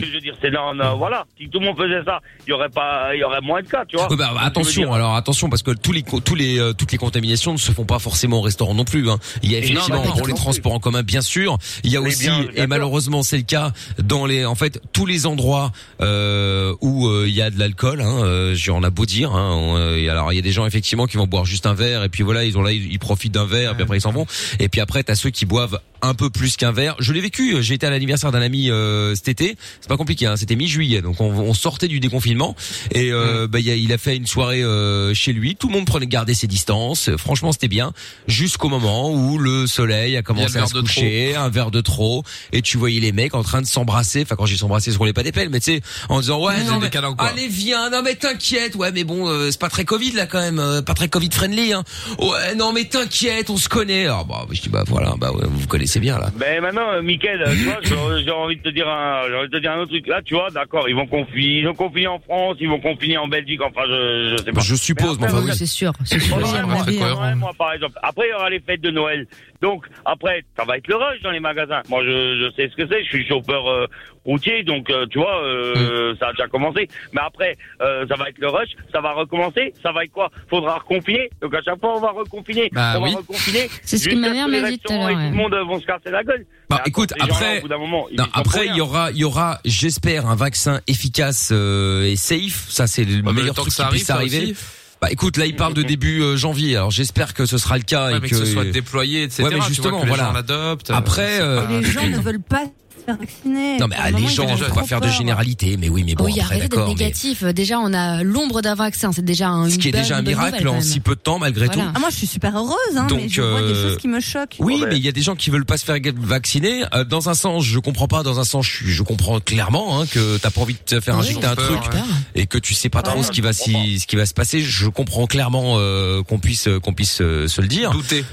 Parce que Je veux dire, c'est non, non, voilà. Si tout le monde faisait ça, il y aurait pas, il y aurait moins de cas, tu vois.
Ouais, bah,
Ce que
bah,
je veux dire.
attention, alors attention parce que tous les co- tous les euh, toutes les contaminations ne se font pas forcément au restaurant non plus. Hein. Il y a
Et
effectivement
non, bah,
pour les
non plus.
transports en commun bien sûr. Il y a
Oui,
aussi
bien,
et
d'accord.
malheureusement c'est le cas dans les en fait tous les endroits euh, où euh, il y a de l'alcool. Hein, euh, j'en a beau dire. Hein, on, euh, et alors il y a des gens effectivement qui vont boire juste un verre et puis voilà ils ont là ils, ils profitent d'un verre et puis après ils s'en vont. Et puis après t'as ceux qui boivent un peu plus qu'un verre. Je l'ai vécu. euh, J'ai été à l'anniversaire d'un ami euh, cet été. C'est pas compliqué. Hein, C'était mi-juillet donc on, on sortait du déconfinement et euh, bah, il y a- il a fait une soirée euh, chez lui. Tout le monde prenait garder ses distances. Euh, Franchement, c'était bien jusqu'au moment où le soleil a
Il
commencé
y a le
à
verre
se
de
coucher, un verre de trop, et tu voyais les mecs en train de s'embrasser. Enfin, quand j'ai s'embrasser, ce qu'on les pas des pelles, mais tu sais, en disant ouais, non, mais- allez viens, non mais t'inquiète, ouais mais bon euh, c'est pas très Covid là quand même, euh, pas très Covid friendly. Hein. Ouais, non mais t'inquiète, on se connaît. Alors bah, je dis bah voilà, bah ouais, vous vous connaissez bien là.
Ben maintenant, euh, Mickaël, euh, tu vois, j'ai- j'ai envie de te dire un, j'ai envie de te dire un autre truc. Là, tu vois, d'accord, ils vont confiner, ils vont confiner en France, ils vont confiner en Belgique, enfin, je, je sais pas.
Je suppose, mais enfin, oui.
C'est sûr, c'est
sûr.
c'est
moi,
très cohérent.
ouais, moi, par exemple. Après, il y aura les fêtes de Noël. Donc, après, ça va être le rush dans les magasins. Moi, je, je sais ce que c'est. Je suis chauffeur euh, routier, donc, euh, tu vois, euh,
Mm.
ça a déjà commencé. Mais après, euh, ça va être le rush, ça va recommencer, ça va être quoi Faudra reconfiner. Donc, à chaque fois, on va reconfiner,
Bah
on
oui.
va reconfiner.
C'est ce que
Jusqu'à
ma mère
les
m'a dit tout à
restaurants et
l'heure,
Tout
ouais.
le monde euh, vont se casser la gueule.
Bah, écoute,
ces gens-là,
après-
au bout d'un moment, ils
Non,
y sont pour
après,
rien.
il y aura, il y aura, j'espère, un vaccin efficace euh, et safe. Ça, c'est le meilleur
temps
truc
que ça
qui puisse
arrive,
arriver.
ça aussi.
Bah écoute, là il parle de début euh, janvier. Alors j'espère que ce sera le cas
Ouais,
et
mais que ce soit déployé, etc.,
Ouais,
tu
mais
vois,
justement,
que les
voilà.
gens l'adoptent, euh,
Après,
c'est
euh,
pas-
Les gens ne veulent pas se faire vacciner.
non mais ah, les gens,
ne
on va pas faire de généralité. Mais oui,
Oh,
mais bon,
oui,
après
arrêtez d'être
d'accord. mais-
négatif. Déjà, on a l'ombre d'un vaccin. C'est déjà un.
Ce qui est déjà un miracle en si peu de temps, malgré tout.
Ah, moi, je suis super heureuse, hein, mais
Donc,
je vois des
euh,
choses qui me choquent.
Oui, mais il y a des gens qui veulent pas se faire vacciner. Euh, dans un sens, je comprends pas. Dans un sens, je, suis- je comprends clairement hein, que t'as pas envie de te faire
Oui,
injecter
ils ont
un
peur,
truc
ouais.
et que tu sais pas trop ce qui va si, ce qui va se passer. Je comprends clairement euh, qu'on puisse qu'on puisse euh, se le dire, douter,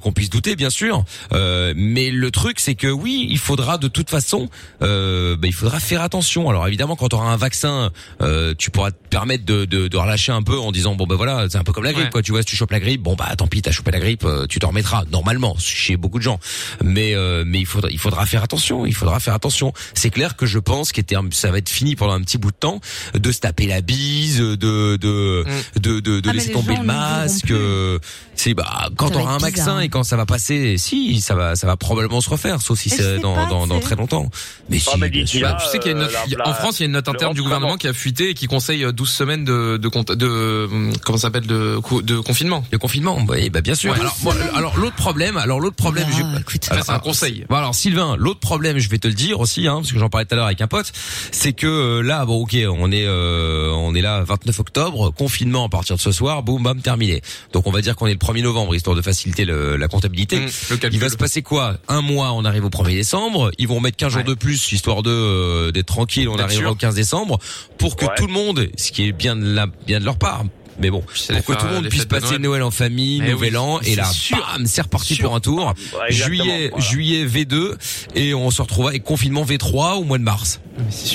qu'on puisse douter, bien sûr. Euh, mais le truc, c'est que oui, il faudra de toute façon, euh, bah, il faudra faire attention. Alors évidemment, quand tu auras un vaccin, euh, tu pourras te permettre de, de, de relâcher un peu en disant bon ben voilà, c'est un peu comme la grippe,
Ouais.
quoi. Tu vois, si tu chopes la grippe, bon bah tant pis, t'as chopé la grippe, euh, tu t'en remettras normalement chez beaucoup de gens. Mais euh, mais il faudra il faudra faire attention, il faudra faire attention. C'est clair que je pense que ça va être fini pendant un petit bout de temps de se taper la bise, de de de de, de,
Ah, mais
laisser
les
tomber
gens
le
ne le diront
masque. euh, C'est bah quand
Ça va
t'auras un
être bizarre, hein.
vaccin et quand ça va passer, si ça va ça va probablement se refaire, sauf si c'est dans dans, dans très longtemps. Mais si, bien sûr.
Bah, tu sais qu'il y a une note, il y a- en France, il y a une note interne du gouvernement qui a fuité et qui conseille euh, 12 semaines de, de, cont- de hum, comment ça s'appelle, de, cou- de confinement.
De confinement, oui, bah bien sûr. Alors, moi, alors l'autre problème, alors l'autre problème, je- alors,
Ah, c'est un conseil.
Bon, alors Sylvain, l'autre problème, je vais te le dire aussi, hein, parce que j'en parlais tout à l'heure avec un pote, c'est que euh, là, bon, ok, on est, euh, on est là 29 octobre, confinement à partir de ce soir, boum, bam, terminé. Donc on va dire qu'on est le 1er novembre, histoire de faciliter le- la comptabilité.
Mmh,
Il va se passer quoi Un mois, on arrive au 1er décembre, ils vont mettre 15 jours de plus, histoire de euh, d'être tranquille, on
D'être
arrivera
sûr.
au 15 décembre, pour que tout le monde, ce qui est bien de, la, bien de leur part, mais bon,
les
pour que
fêtes-
tout le monde
les
puisse
fêtes de
passer
Noël.
Noël en famille,
Mais
Nouvel
oui,
An, et
c'est
là, bah,
sûr.
bam, c'est reparti pour un tour.
exactement,
juillet, juillet V2, et on se retrouve avec confinement V3 au mois de mars.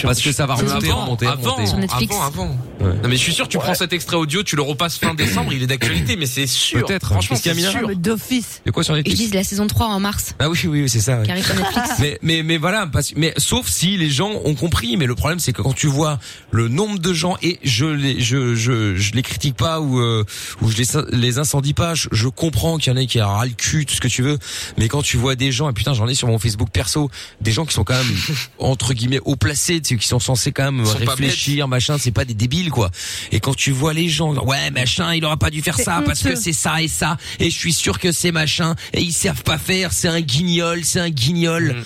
Parce que ça va
Mais
remonter,
avant,
remonter,
avant,
remonter.
Sur Netflix. avant, avant. Non, mais je suis sûr, tu prends cet extrait audio, tu le repasses fin décembre, il est d'actualité, mais c'est sûr.
Peut-être.
Franchement,
Qu'est-ce qu'il y a,
c'est
Mina
sûr.
D'office.
De quoi sur
Ils
Netflix
disent la saison 3 en mars.
Ah oui, oui, oui, c'est ça. ouais.
Qui arrive sur Netflix.
Mais, mais, mais voilà, parce, mais sauf si les gens ont compris. Mais le problème, c'est que quand tu vois le nombre de gens et je les, je, je, je les critique pas ou, euh, ou je les, les incendie pas. Je, je comprends qu'il y en a qui a ras le cul, tout ce que tu veux. Mais quand tu vois des gens, et putain, j'en ai sur mon Facebook perso, des gens qui sont quand même entre guillemets haut placés, tu sais, qui sont censés quand même
Ils sont pas
réfléchir, machin. C'est pas des débiles quoi. Et quand tu vois les gens, ouais, machin, il aura pas dû faire
C'est
ça parce que
honteux.
c'est ça Ah, et ça. Et je suis sûr que c'est machin. Et ils savent pas faire. C'est un guignol, c'est un guignol.
Mm.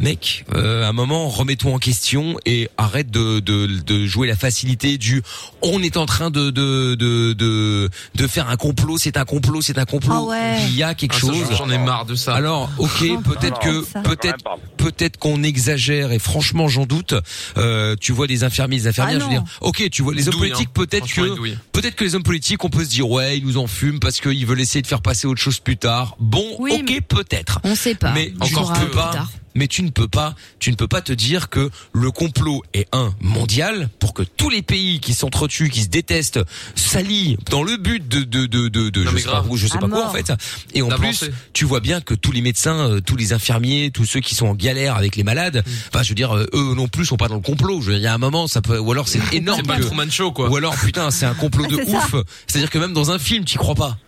Mec, euh, à un moment, remets-toi en question et arrête de, de, de jouer la facilité du on est en train de de de de, de faire un complot, c'est un complot, c'est un complot.
Ah ouais.
Il y a quelque
Ah, ça,
chose.
j'en ai marre de ça.
Alors, ok,
Non,
peut-être
non,
que
ça.
peut-être peut-être qu'on exagère et franchement, j'en doute. Euh, tu vois des infirmiers, des infirmières,
Ah
je veux dire,
non.
ok, tu vois les hommes
Douille,
politiques,
hein.
peut-être
Franchement, ils
que
douillent.
peut-être que les hommes politiques, on peut se dire ouais, ils nous en fument parce qu'ils veulent essayer de faire passer autre chose plus tard. Bon, ok, peut-être.
On sait pas.
Mais
On
tu ne
saura
peux
plus
pas.
tard.
Mais tu ne peux pas, tu ne peux pas te dire que le complot est un mondial pour que tous les pays qui s'entretuent, qui se détestent, s'allient dans le but de de de de, de-
Non,
je
mais
sais pas
grave.
où, je sais
À
pas quoi en
mort.
fait. Et en plus,
D'avancer.
tu vois bien que tous les médecins, euh, tous les infirmiers, tous ceux qui sont en galère avec les malades,
Mm.
enfin je veux dire, euh, eux non plus sont pas dans le complot. Je veux dire, il y a un moment, ça peut, ou alors c'est énorme.
C'est pas
que-
Truman Show, quoi.
Ou alors putain, c'est un complot de
C'est ça.
ouf. C'est-à-dire que même dans un film, tu crois pas.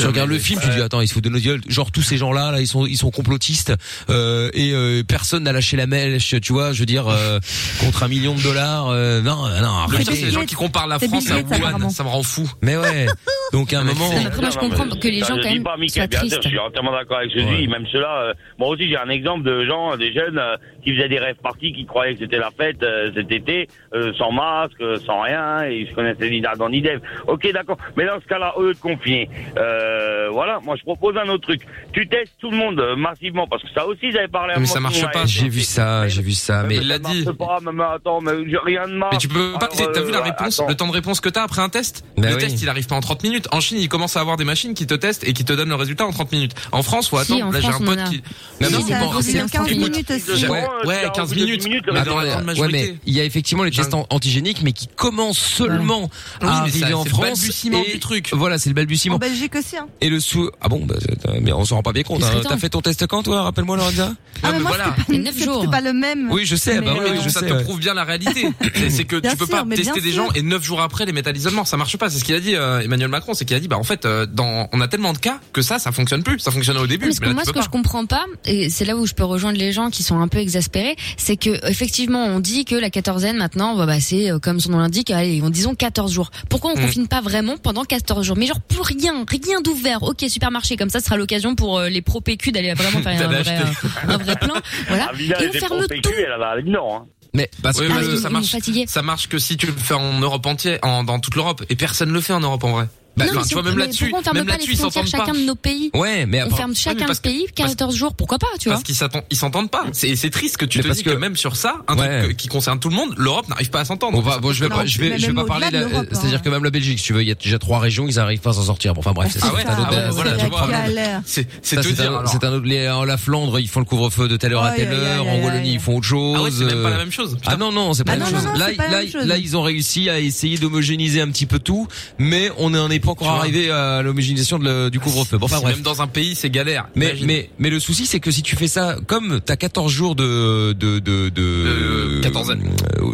Euh,
Tu regardes le film, tu dis attends, ils se foutent de nos gueules. Genre tous ces gens-là, là, ils sont ils sont complotistes euh, et euh, personne n'a lâché la mèche, tu vois. Je veux dire euh, contre un million de dollars. euh, non, non.
Le
arrêtez.
pire, c'est les gens qui comparent la
C'est
France à
Bill Gates,
Wuhan.
apparemment.
Ça me rend fou.
Mais ouais. Donc à un moment.
mais après, moi, je comprends que les
Non,
gens,
je
quand
dis
même,
pas,
soient
Mickaël, bien sûr,
tristes.
je suis entièrement d'accord avec ce que tu dis. Même cela, euh, moi aussi j'ai un exemple de gens, des jeunes euh, qui faisaient des rêves parties, qui croyaient que c'était la fête euh, cet été, euh, sans masque, euh, sans rien, et ils se connaissaient ni d'Adam ni d'Ève. Ok, d'accord. Mais dans ce cas-là, eux de confiner. Euh, voilà, moi je propose un autre truc. Tu testes tout le monde euh, massivement, parce que ça aussi j'avais parlé. à
Mais
mon
ça marche
tour,
pas.
ouais.
J'ai vu ça, j'ai vu ça. Mais
Euh, mais ça marche Pas, mais, mais attends, mais j'ai rien de euh, mal.
Mais tu peux pas. euh, T'as vu la réponse, le temps de réponse que t'as après un test.
Bah
le
oui.
test, il arrive pas en 30 minutes. En Chine, ils commencent à avoir des machines qui te testent et qui te donnent le résultat en 30 minutes. En France, faut
Si,
attendre.
en
Là, j'ai
France,
un
on
pote
en a.
qui.
Mais
non,
non, ça
mais
a
bon,
aussi
c'est-
bien 15
écoute,
minutes aussi.
Ouais, ouais, 15 minutes.
Mais
Mais
attends,
dans la grande
ouais,
majorité.
mais il y a effectivement les tests an- antigéniques, mais qui commencent seulement
Oui,
à
mais ça,
arriver en
c'est le
France.
balbutiement
et-
du truc.
Voilà, c'est le balbutiement.
En Belgique aussi, hein.
Et le sou... Ah bon, bah, c'est- mais on s'en rend pas bien compte.
Il serait
hein.
temps.
T'as fait ton test quand, toi Rappelle-moi, Lorenza
Ah, mais moi, c'était pas, c'était pas le même. Ah,
Oui, je sais,
Mais, euh,
bah
Non, mais euh,
oui,
donc
je
ça
sais,
te
ouais.
euh,
prouve bien la réalité. C'est c'est que
Bien
tu peux
sûr,
pas
mais bien
tester des gens
sûr.
et neuf jours après les mettre à l'isolement. Ça marche pas. C'est ce qu'il a dit euh, Emmanuel Macron. C'est qu'il a dit, bah en fait, euh, dans, on a tellement de cas que ça, ça fonctionne plus. Ça fonctionnait au début.
Parce
mais
que
là,
moi,
tu
ce
peux
que
pas.
je comprends pas, et c'est là où je peux rejoindre les gens qui sont un peu exaspérés, c'est que effectivement, on dit que la quatorzaine maintenant, bah, bah, c'est euh, comme son nom l'indique, allez, on disons 14 jours. Pourquoi on
Mm.
confine pas vraiment pendant 14 jours Mais genre plus rien, rien d'ouvert. Ok, supermarché, comme ça, ce sera l'occasion pour euh, les pro PQ d'aller vraiment faire un
T'allais
vrai,
acheter.
euh, un vrai plein. Voilà.
Avila,
Et
elle
on
était
ferme tout.
pour PQ, elle avait avec non. Hein.
Mais
parce
Oui,
que
parce
euh,
qu'ils-
ça
ils
marche,
sont fatigués.
ça marche que si tu le fais en Europe entière, en, dans toute l'Europe, et personne le fait en Europe en vrai.
Non,
Bah, enfin,
mais si
tu vois
on-
même
mais
là-dessus,
pourquoi on ferme
même
pas les
là-dessus, ils
frontières
s'entendent pas.
chacun de nos pays
Ouais, mais
on
après-
ferme
Oui,
chacun
mais
de
parce
ce pays 14 jours, pourquoi pas, tu vois
Parce qu'ils s'attendent, ils s'entendent pas. C'est c'est triste que tu
Mais
te
parce
dis que,
que-
même sur ça, un truc que- qui concerne tout le monde, l'Europe n'arrive pas à s'entendre.
On va, bon, je vais pas, je vais, je vais pas parler. là,
hein.
euh, C'est-à-dire que même la Belgique, si tu veux, il y a déjà trois régions, ils n'arrivent pas à s'en sortir. Bon, enfin bref, c'est
Ah
ça,
ouais,
c'est un autre-
ah ouais,
euh,
voilà,
c'est
tu
un
vois.
autre problème.
Galère. C'est- c'est
Ça,
te
un-
dire, alors.
C'est un autre. les- en La Flandre, ils font le couvre-feu de telle heure à
Aïe,
telle
aïe,
heure.
aïe,
En
aïe,
Wallonie, ils font autre chose.
Ah ouais, c'est même pas la
euh,
même chose.
Ah non, non, c'est pas
Ah
la
non,
même chose.
non, non,
Là,
c'est pas la
là,
même chose.
là, ils ont réussi à essayer d'homogénéiser un petit peu tout, mais on n'en est pas encore arrivé à l'homogénéisation de le- du couvre-feu. Bon, enfin
Si
bref.
Même dans un pays, Ah, c'est galère.
Mais,
Imagine.
mais, mais le souci, c'est que si tu fais ça, comme t'as 14 jours de, de, de, de, 14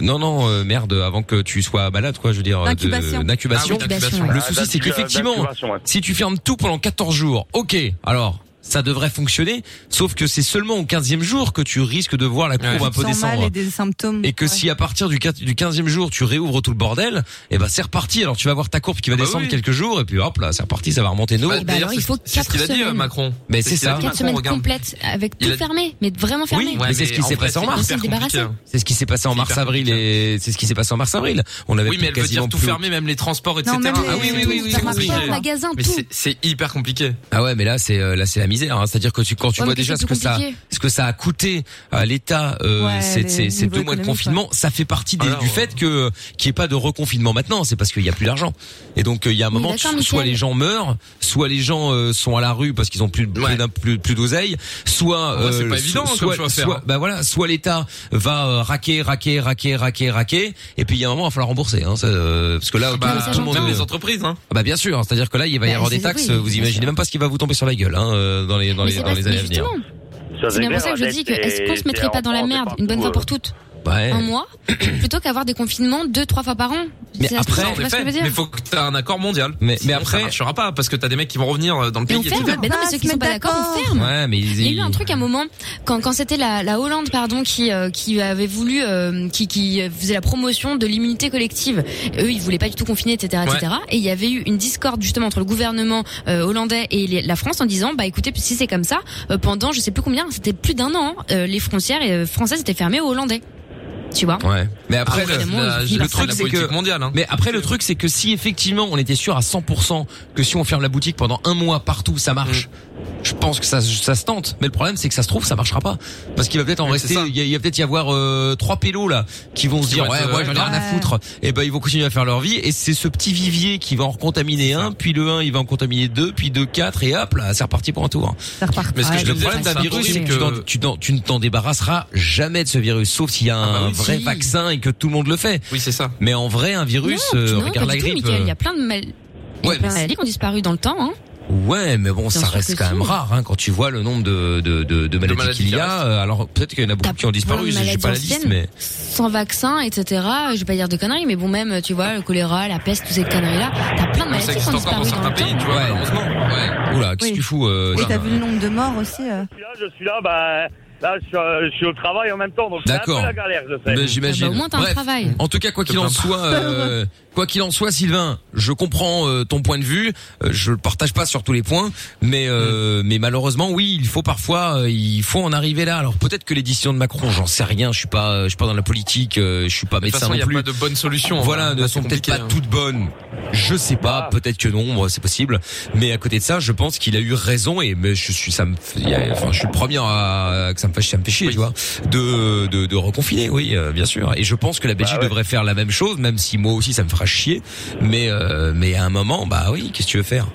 non, non, euh, merde, avant que tu sois malade, quoi, je veux dire, euh, de-
D'incubation.
d'incubation.
Ah oui, d'incubation, ouais.
Le
Ah,
souci, c'est
d'incu-
qu'effectivement,
d'incubation, ouais.
si tu fermes tout pendant 14 jours, ok, alors, ça devrait fonctionner, sauf que c'est seulement au 15e jour que tu risques de voir la courbe un peu
Tu te sens mal
descendre.
et des symptômes.
Et que
Ouais.
si à partir du, 4, du 15e jour tu réouvres tout le bordel, eh ben c'est reparti. Alors tu vas voir ta courbe qui va
bah
descendre
oui.
quelques jours et puis hop là, c'est reparti, ça va remonter nous.
Bah, d'ailleurs,
alors, il faut
c'est ce qu'il a
quatre
dit euh,
semaines.
Macron.
Mais c'est
ce qu'il a
ça.
Quatre
dit, Macron,
semaines
regarde.
complètes avec
Il
tout
a-
fermé, mais vraiment fermé.
Oui, mais c'est ce qui s'est passé en mars.
On s'est
hein.
débarrassé.
C'est ce qui s'est passé en mars avril et c'est ce qui s'est passé en mars avril. On avait
Oui, mais elle veut dire
quasiment
tout
plus-
fermer, même les transports, etc.
même
ah
les-
oui, oui, oui, oui, c'est compliqué.
Supermarché, magasin,
Mais
tout.
c'est- c'est hyper compliqué.
Ah ouais, mais là c'est euh, là c'est la misère. hein. C'est-à-dire que tu quand tu
Ouais,
vois
mais
déjà
c'est
ce que
plus
ça
compliqué.
ce que ça a coûté à l'État euh,
Ouais,
ces,
les
ces- ces
niveaux
deux mois de
économiques,
confinement,
ouais.
ça fait partie des-
Alors,
du fait que qu'il n'y ait pas de reconfinement maintenant. C'est parce qu'il n'y a plus d'argent. Et donc euh, il y a un
Oui,
moment,
d'accord,
so- soit
Mickaël.
les gens meurent, soit les gens euh, sont à la rue parce qu'ils ont plus plus d'un- plus, plus d'oseille, soit
Ouais, c'est
euh,
pas
so-
évident, comme
soit,
choix à faire,
soit-
hein.
bah voilà, soit l'État va euh, raquer, raquer, raquer, raquer, raquer, et puis il y a un moment, il va falloir rembourser, hein, ça, euh, parce que là,
Bah,
tout, tout le monde
même les entreprises, hein.
ah bah bien sûr, hein, c'est-à-dire que là il va y
Bah,
avoir
c'est-
des taxes,
oui,
vous
bien
imaginez
sûr.
même pas ce qui va vous tomber sur la gueule hein, euh, dans les dans
Mais
les
c'est
dans
pas-
les
mais
années à venir.
justement. C'est bien pour ça que je dis que est-ce qu'on se mettrait pas dans la merde une bonne fois pour toutes
Ouais.
un mois plutôt qu'avoir des confinements deux trois fois par an
Mais
C'est-
après,
tu vois
en
ce que
effet,
je veux dire
mais faut que t'aies un accord mondial.
Mais,
mais après, ça marchera pas parce que t'as des mecs qui vont revenir euh, dans le
Et
pays.
on ferme.
etc.
Ben non, mais ceux qui sont pas d'accord, on ferme.
Ouais, mais ils-
Il y a eu un truc à un moment quand quand c'était la, la Hollande pardon qui euh, qui avait voulu euh, qui qui faisait la promotion de l'immunité collective. Eux ils voulaient pas du tout confiner etc etc.
Ouais.
Et il y avait eu une discorde justement entre le gouvernement euh, hollandais et les- la France en disant bah écoutez si c'est comme ça euh, pendant je sais plus combien c'était plus d'un an euh, les frontières euh, françaises étaient fermées aux Hollandais. Tu vois.
Ouais. Mais après,
Après,
le-
évidemment,
la-
ils
le,
disent la
truc
fin de la
c'est que
politique
hein.
mais après le truc c'est que si effectivement on était sûr à 100% que si on ferme la boutique pendant un mois partout ça marche.
Mm.
Je pense que ça, ça se tente, mais le problème c'est que ça se trouve ça marchera pas parce qu'il va peut-être en rester, il y a, il y a peut-être y avoir euh, trois pélos là qui vont se
Qui
dire
vont
ouais,
être,
ouais j'en ai
euh,
rien à
ouais.
foutre et ben ils vont continuer à faire leur vie et c'est ce petit vivier qui va en contaminer un puis le un il va en contaminer deux puis deux quatre et hop là c'est reparti pour un tour.
Mais ce que je
le
veux dire,
problème
c'est
d'un virus,
horrible
c'est que tu n'en- tu n'en- tu ne t'en débarrasseras jamais de ce virus, sauf s'il y a un
bah oui,
vrai
si.
vaccin et que tout le monde le fait.
Oui, c'est ça.
Mais en vrai, un virus,
non,
euh,
non, pas
regarde la
du tout,
grippe.
Mickaël, Il y a plein de mal- il y a plein de maladies qui ont disparu dans le temps. Hein.
Ouais, mais bon,
Bien
ça
sûr
reste
que
quand
si.
même rare hein, quand tu vois le nombre de, de, de, de maladies,
maladies
qu'il y
qui
a. euh, Alors peut-être qu'il y en a beaucoup qui ont disparu,
Plein de
je j'ai
maladies
pas la liste,
anciennes,
mais
sans vaccin, etc. Je vais pas dire de conneries, mais bon, même, euh, tu vois, le choléra, la peste, toutes ces conneries-là, t'as plein de maladies qui ont disparu dans le temps.
tu vois, malheureusement.
Oula, qu'est-ce que tu fous euh,
Et
Jeanne
t'as vu le nombre de morts aussi euh.
Je suis là, bah, là, je suis, euh, je suis au travail en même temps, donc c'est un peu
D'accord.
la galère, je sais.
Mais j'imagine.
Ah bah,
Bref. Mmh. En tout cas, quoi qu'il en soit, euh, quoi qu'il en soit, Sylvain, je comprends euh, ton point de vue. euh, je le partage pas sur tous les points, mais euh,
Mm.
mais malheureusement, oui, il faut parfois, euh, il faut en arriver là. Alors peut-être que les décisions de Macron, j'en sais rien. Je suis pas, euh, je suis pas dans la politique. euh, je suis pas
De toute
médecin
façon, il
non
n'y a
plus.
pas de bonne solution.
Voilà,
hein.
ne
Là,
sont
c'est
peut-être pas
compliqué, hein.
toutes
Ah.
bonnes. Je sais pas, peut-être que non, moi, c'est possible. Mais à côté de ça, je pense qu'il a eu raison et mais je suis ça me fait- il y a- enfin je suis le premier à que ça me fait ça me fait chier, tu vois, de, de de reconfiner, oui, euh, bien sûr. Et je pense que la
Bah
Belgique devrait faire la même chose Ah même si moi aussi ça me fera chier, mais euh, mais à un moment, bah oui, qu'est-ce que tu veux faire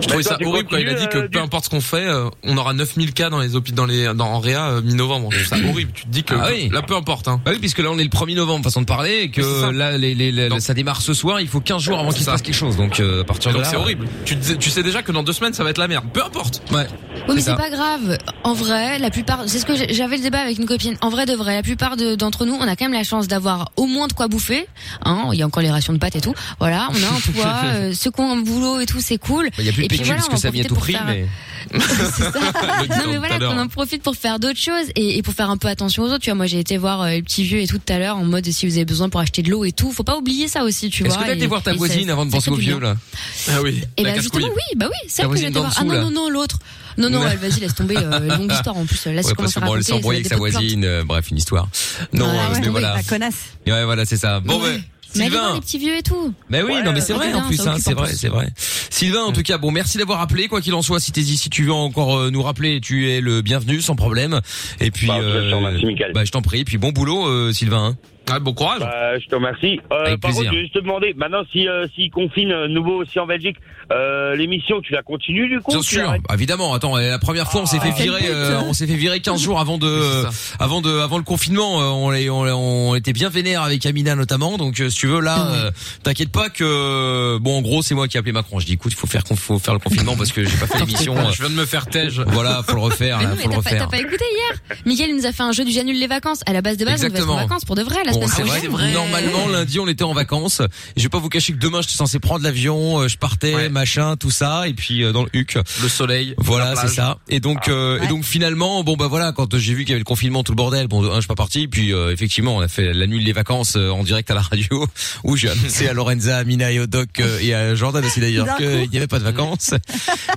Je trouvais
toi,
ça
tu
horrible quand il a dit
continues,
que
euh,
peu importe ce qu'on fait, euh, on aura 9000 cas dans les hôpitaux, dans les, dans, en réa, euh, mi-novembre. Je trouve ça horrible. Tu te dis que,
Ah oui.
là, peu importe, hein.
Bah oui, puisque là on est le 1er novembre, façon de parler, et
Mais c'est
que
ça.
là les, les- les- ça démarre ce soir, il faut 15 jours avant qu'il se passe quelque chose, donc euh, à partir
Et
de
donc
là.
c'est horrible. Tu, te- tu sais déjà que dans deux semaines ça va être la merde. Peu importe.
Ouais.
Oui, mais c'est pas grave. En vrai, la plupart, c'est ce que j'ai- j'avais le débat avec une copine. En vrai, de vrai, la plupart de- d'entre nous, on a quand même la chance d'avoir au moins de quoi bouffer. Hein, il y a encore les rations de pâtes et tout. Voilà, on a un poids, euh, ceux qui ont un boulot et tout, c'est cool.
Il y a plus
et
de
puis
PQ
voilà,
parce
on
que
va
ça vient
profiter
tout
pour
pris,
faire-
mais.
non mais voilà,
tout à l'heure.
qu'on en profite pour faire d'autres choses et, et pour faire un peu attention aux autres. Tu vois, moi j'ai été voir euh, le petit vieux et tout tout à l'heure en mode si vous avez besoin pour acheter de l'eau et tout. Faut pas oublier ça aussi, tu vois.
Est-ce que t'as été
et-
voir ta
et ça-
voisine avant de
ça
penser
fait
au
du
vieux
bien.
là
Ah oui.
Eh
Et
ben,
bah justement, oui, bah oui, c'est
La
que j'ai
voisine
été
d'en
voir. Ah
dessous,
non,
là.
non, non, l'autre. Non, non,
Ouais.
elle, vas-y, laisse tomber, euh, longue histoire en plus. Là,
Ouais,
je commence
parce
à
que bon,
raconter.
elle s'est embrouillée avec
ça
sa
va être des plaintes.
voisine, euh, bref, une histoire. Non,
Ah,
euh,
ouais.
mais
Oui,
voilà.
la
connasse.
Ouais, voilà, c'est ça. Bon, ben.
Mais allez
Sylvain.
voir les petits vieux et tout.
Mais oui, non mais c'est
Ah,
vrai
putain,
en plus,
ça
hein,
occupe
c'est
un
vrai,
pouce.
c'est vrai. Sylvain, en tout cas, bon, merci d'avoir appelé. Quoi qu'il en soit, si t'es ici, tu veux encore euh, nous rappeler, tu es le bienvenu sans problème. Et puis, euh, bah, je t'en prie. Et puis, bon boulot, euh, Sylvain.
Ah, bon courage.
je te remercie. Euh,
Avec
par contre,
plaisir.
je vais juste te demander, maintenant, si, euh, s'ils confinent euh, nouveau aussi en Belgique, euh, l'émission, tu la continues du coup
Bien
tu
sûr,
l'arrêtes
évidemment. Attends, euh, la première fois, on s'est fait
quel
virer,
but,
euh,
hein.
on s'est fait virer 15 jours avant de, euh, avant de, avant le confinement. euh, on, les- on, on était bien vénère avec Amina notamment. Donc, euh, si tu veux, là, euh, t'inquiète pas que, euh, bon, en gros, c'est moi qui ai appelé Macron. Je dis, écoute, il faut faire, qu'on- faut faire le confinement parce que j'ai pas fait l'émission. euh,
Je viens de me faire tège.
Voilà, faut le refaire,
Mais
là,
non,
faut
mais
le
t'as pas,
refaire.
t'as pas écouté hier. Miguel nous a fait un jeu du j'annule les vacances. À la base de base, on devait être en
Exactement.
vacances pour de vrai la
Bon,
semaine
c'est
prochaine.
vrai,
Ah
Normalement, lundi, on était en vacances. Et Je vais pas vous cacher que demain, j'étais censé prendre l'avion, euh, je partais, machin, tout ça, et puis euh, dans le huc.
Le soleil.
Voilà,
la
c'est
plage. Ah.
ça. Et donc, euh, et donc finalement, bon bah voilà, quand j'ai vu qu'il y avait le confinement, tout le bordel, bon, de un, je suis pas parti. Puis euh, effectivement, on a fait la nuit des vacances euh, en direct à la radio, où j'ai annoncé à Lorenza, à Mina et au Doc euh, et à Jordan aussi d'ailleurs
D'un
qu'il
coup.
n'y avait pas de vacances.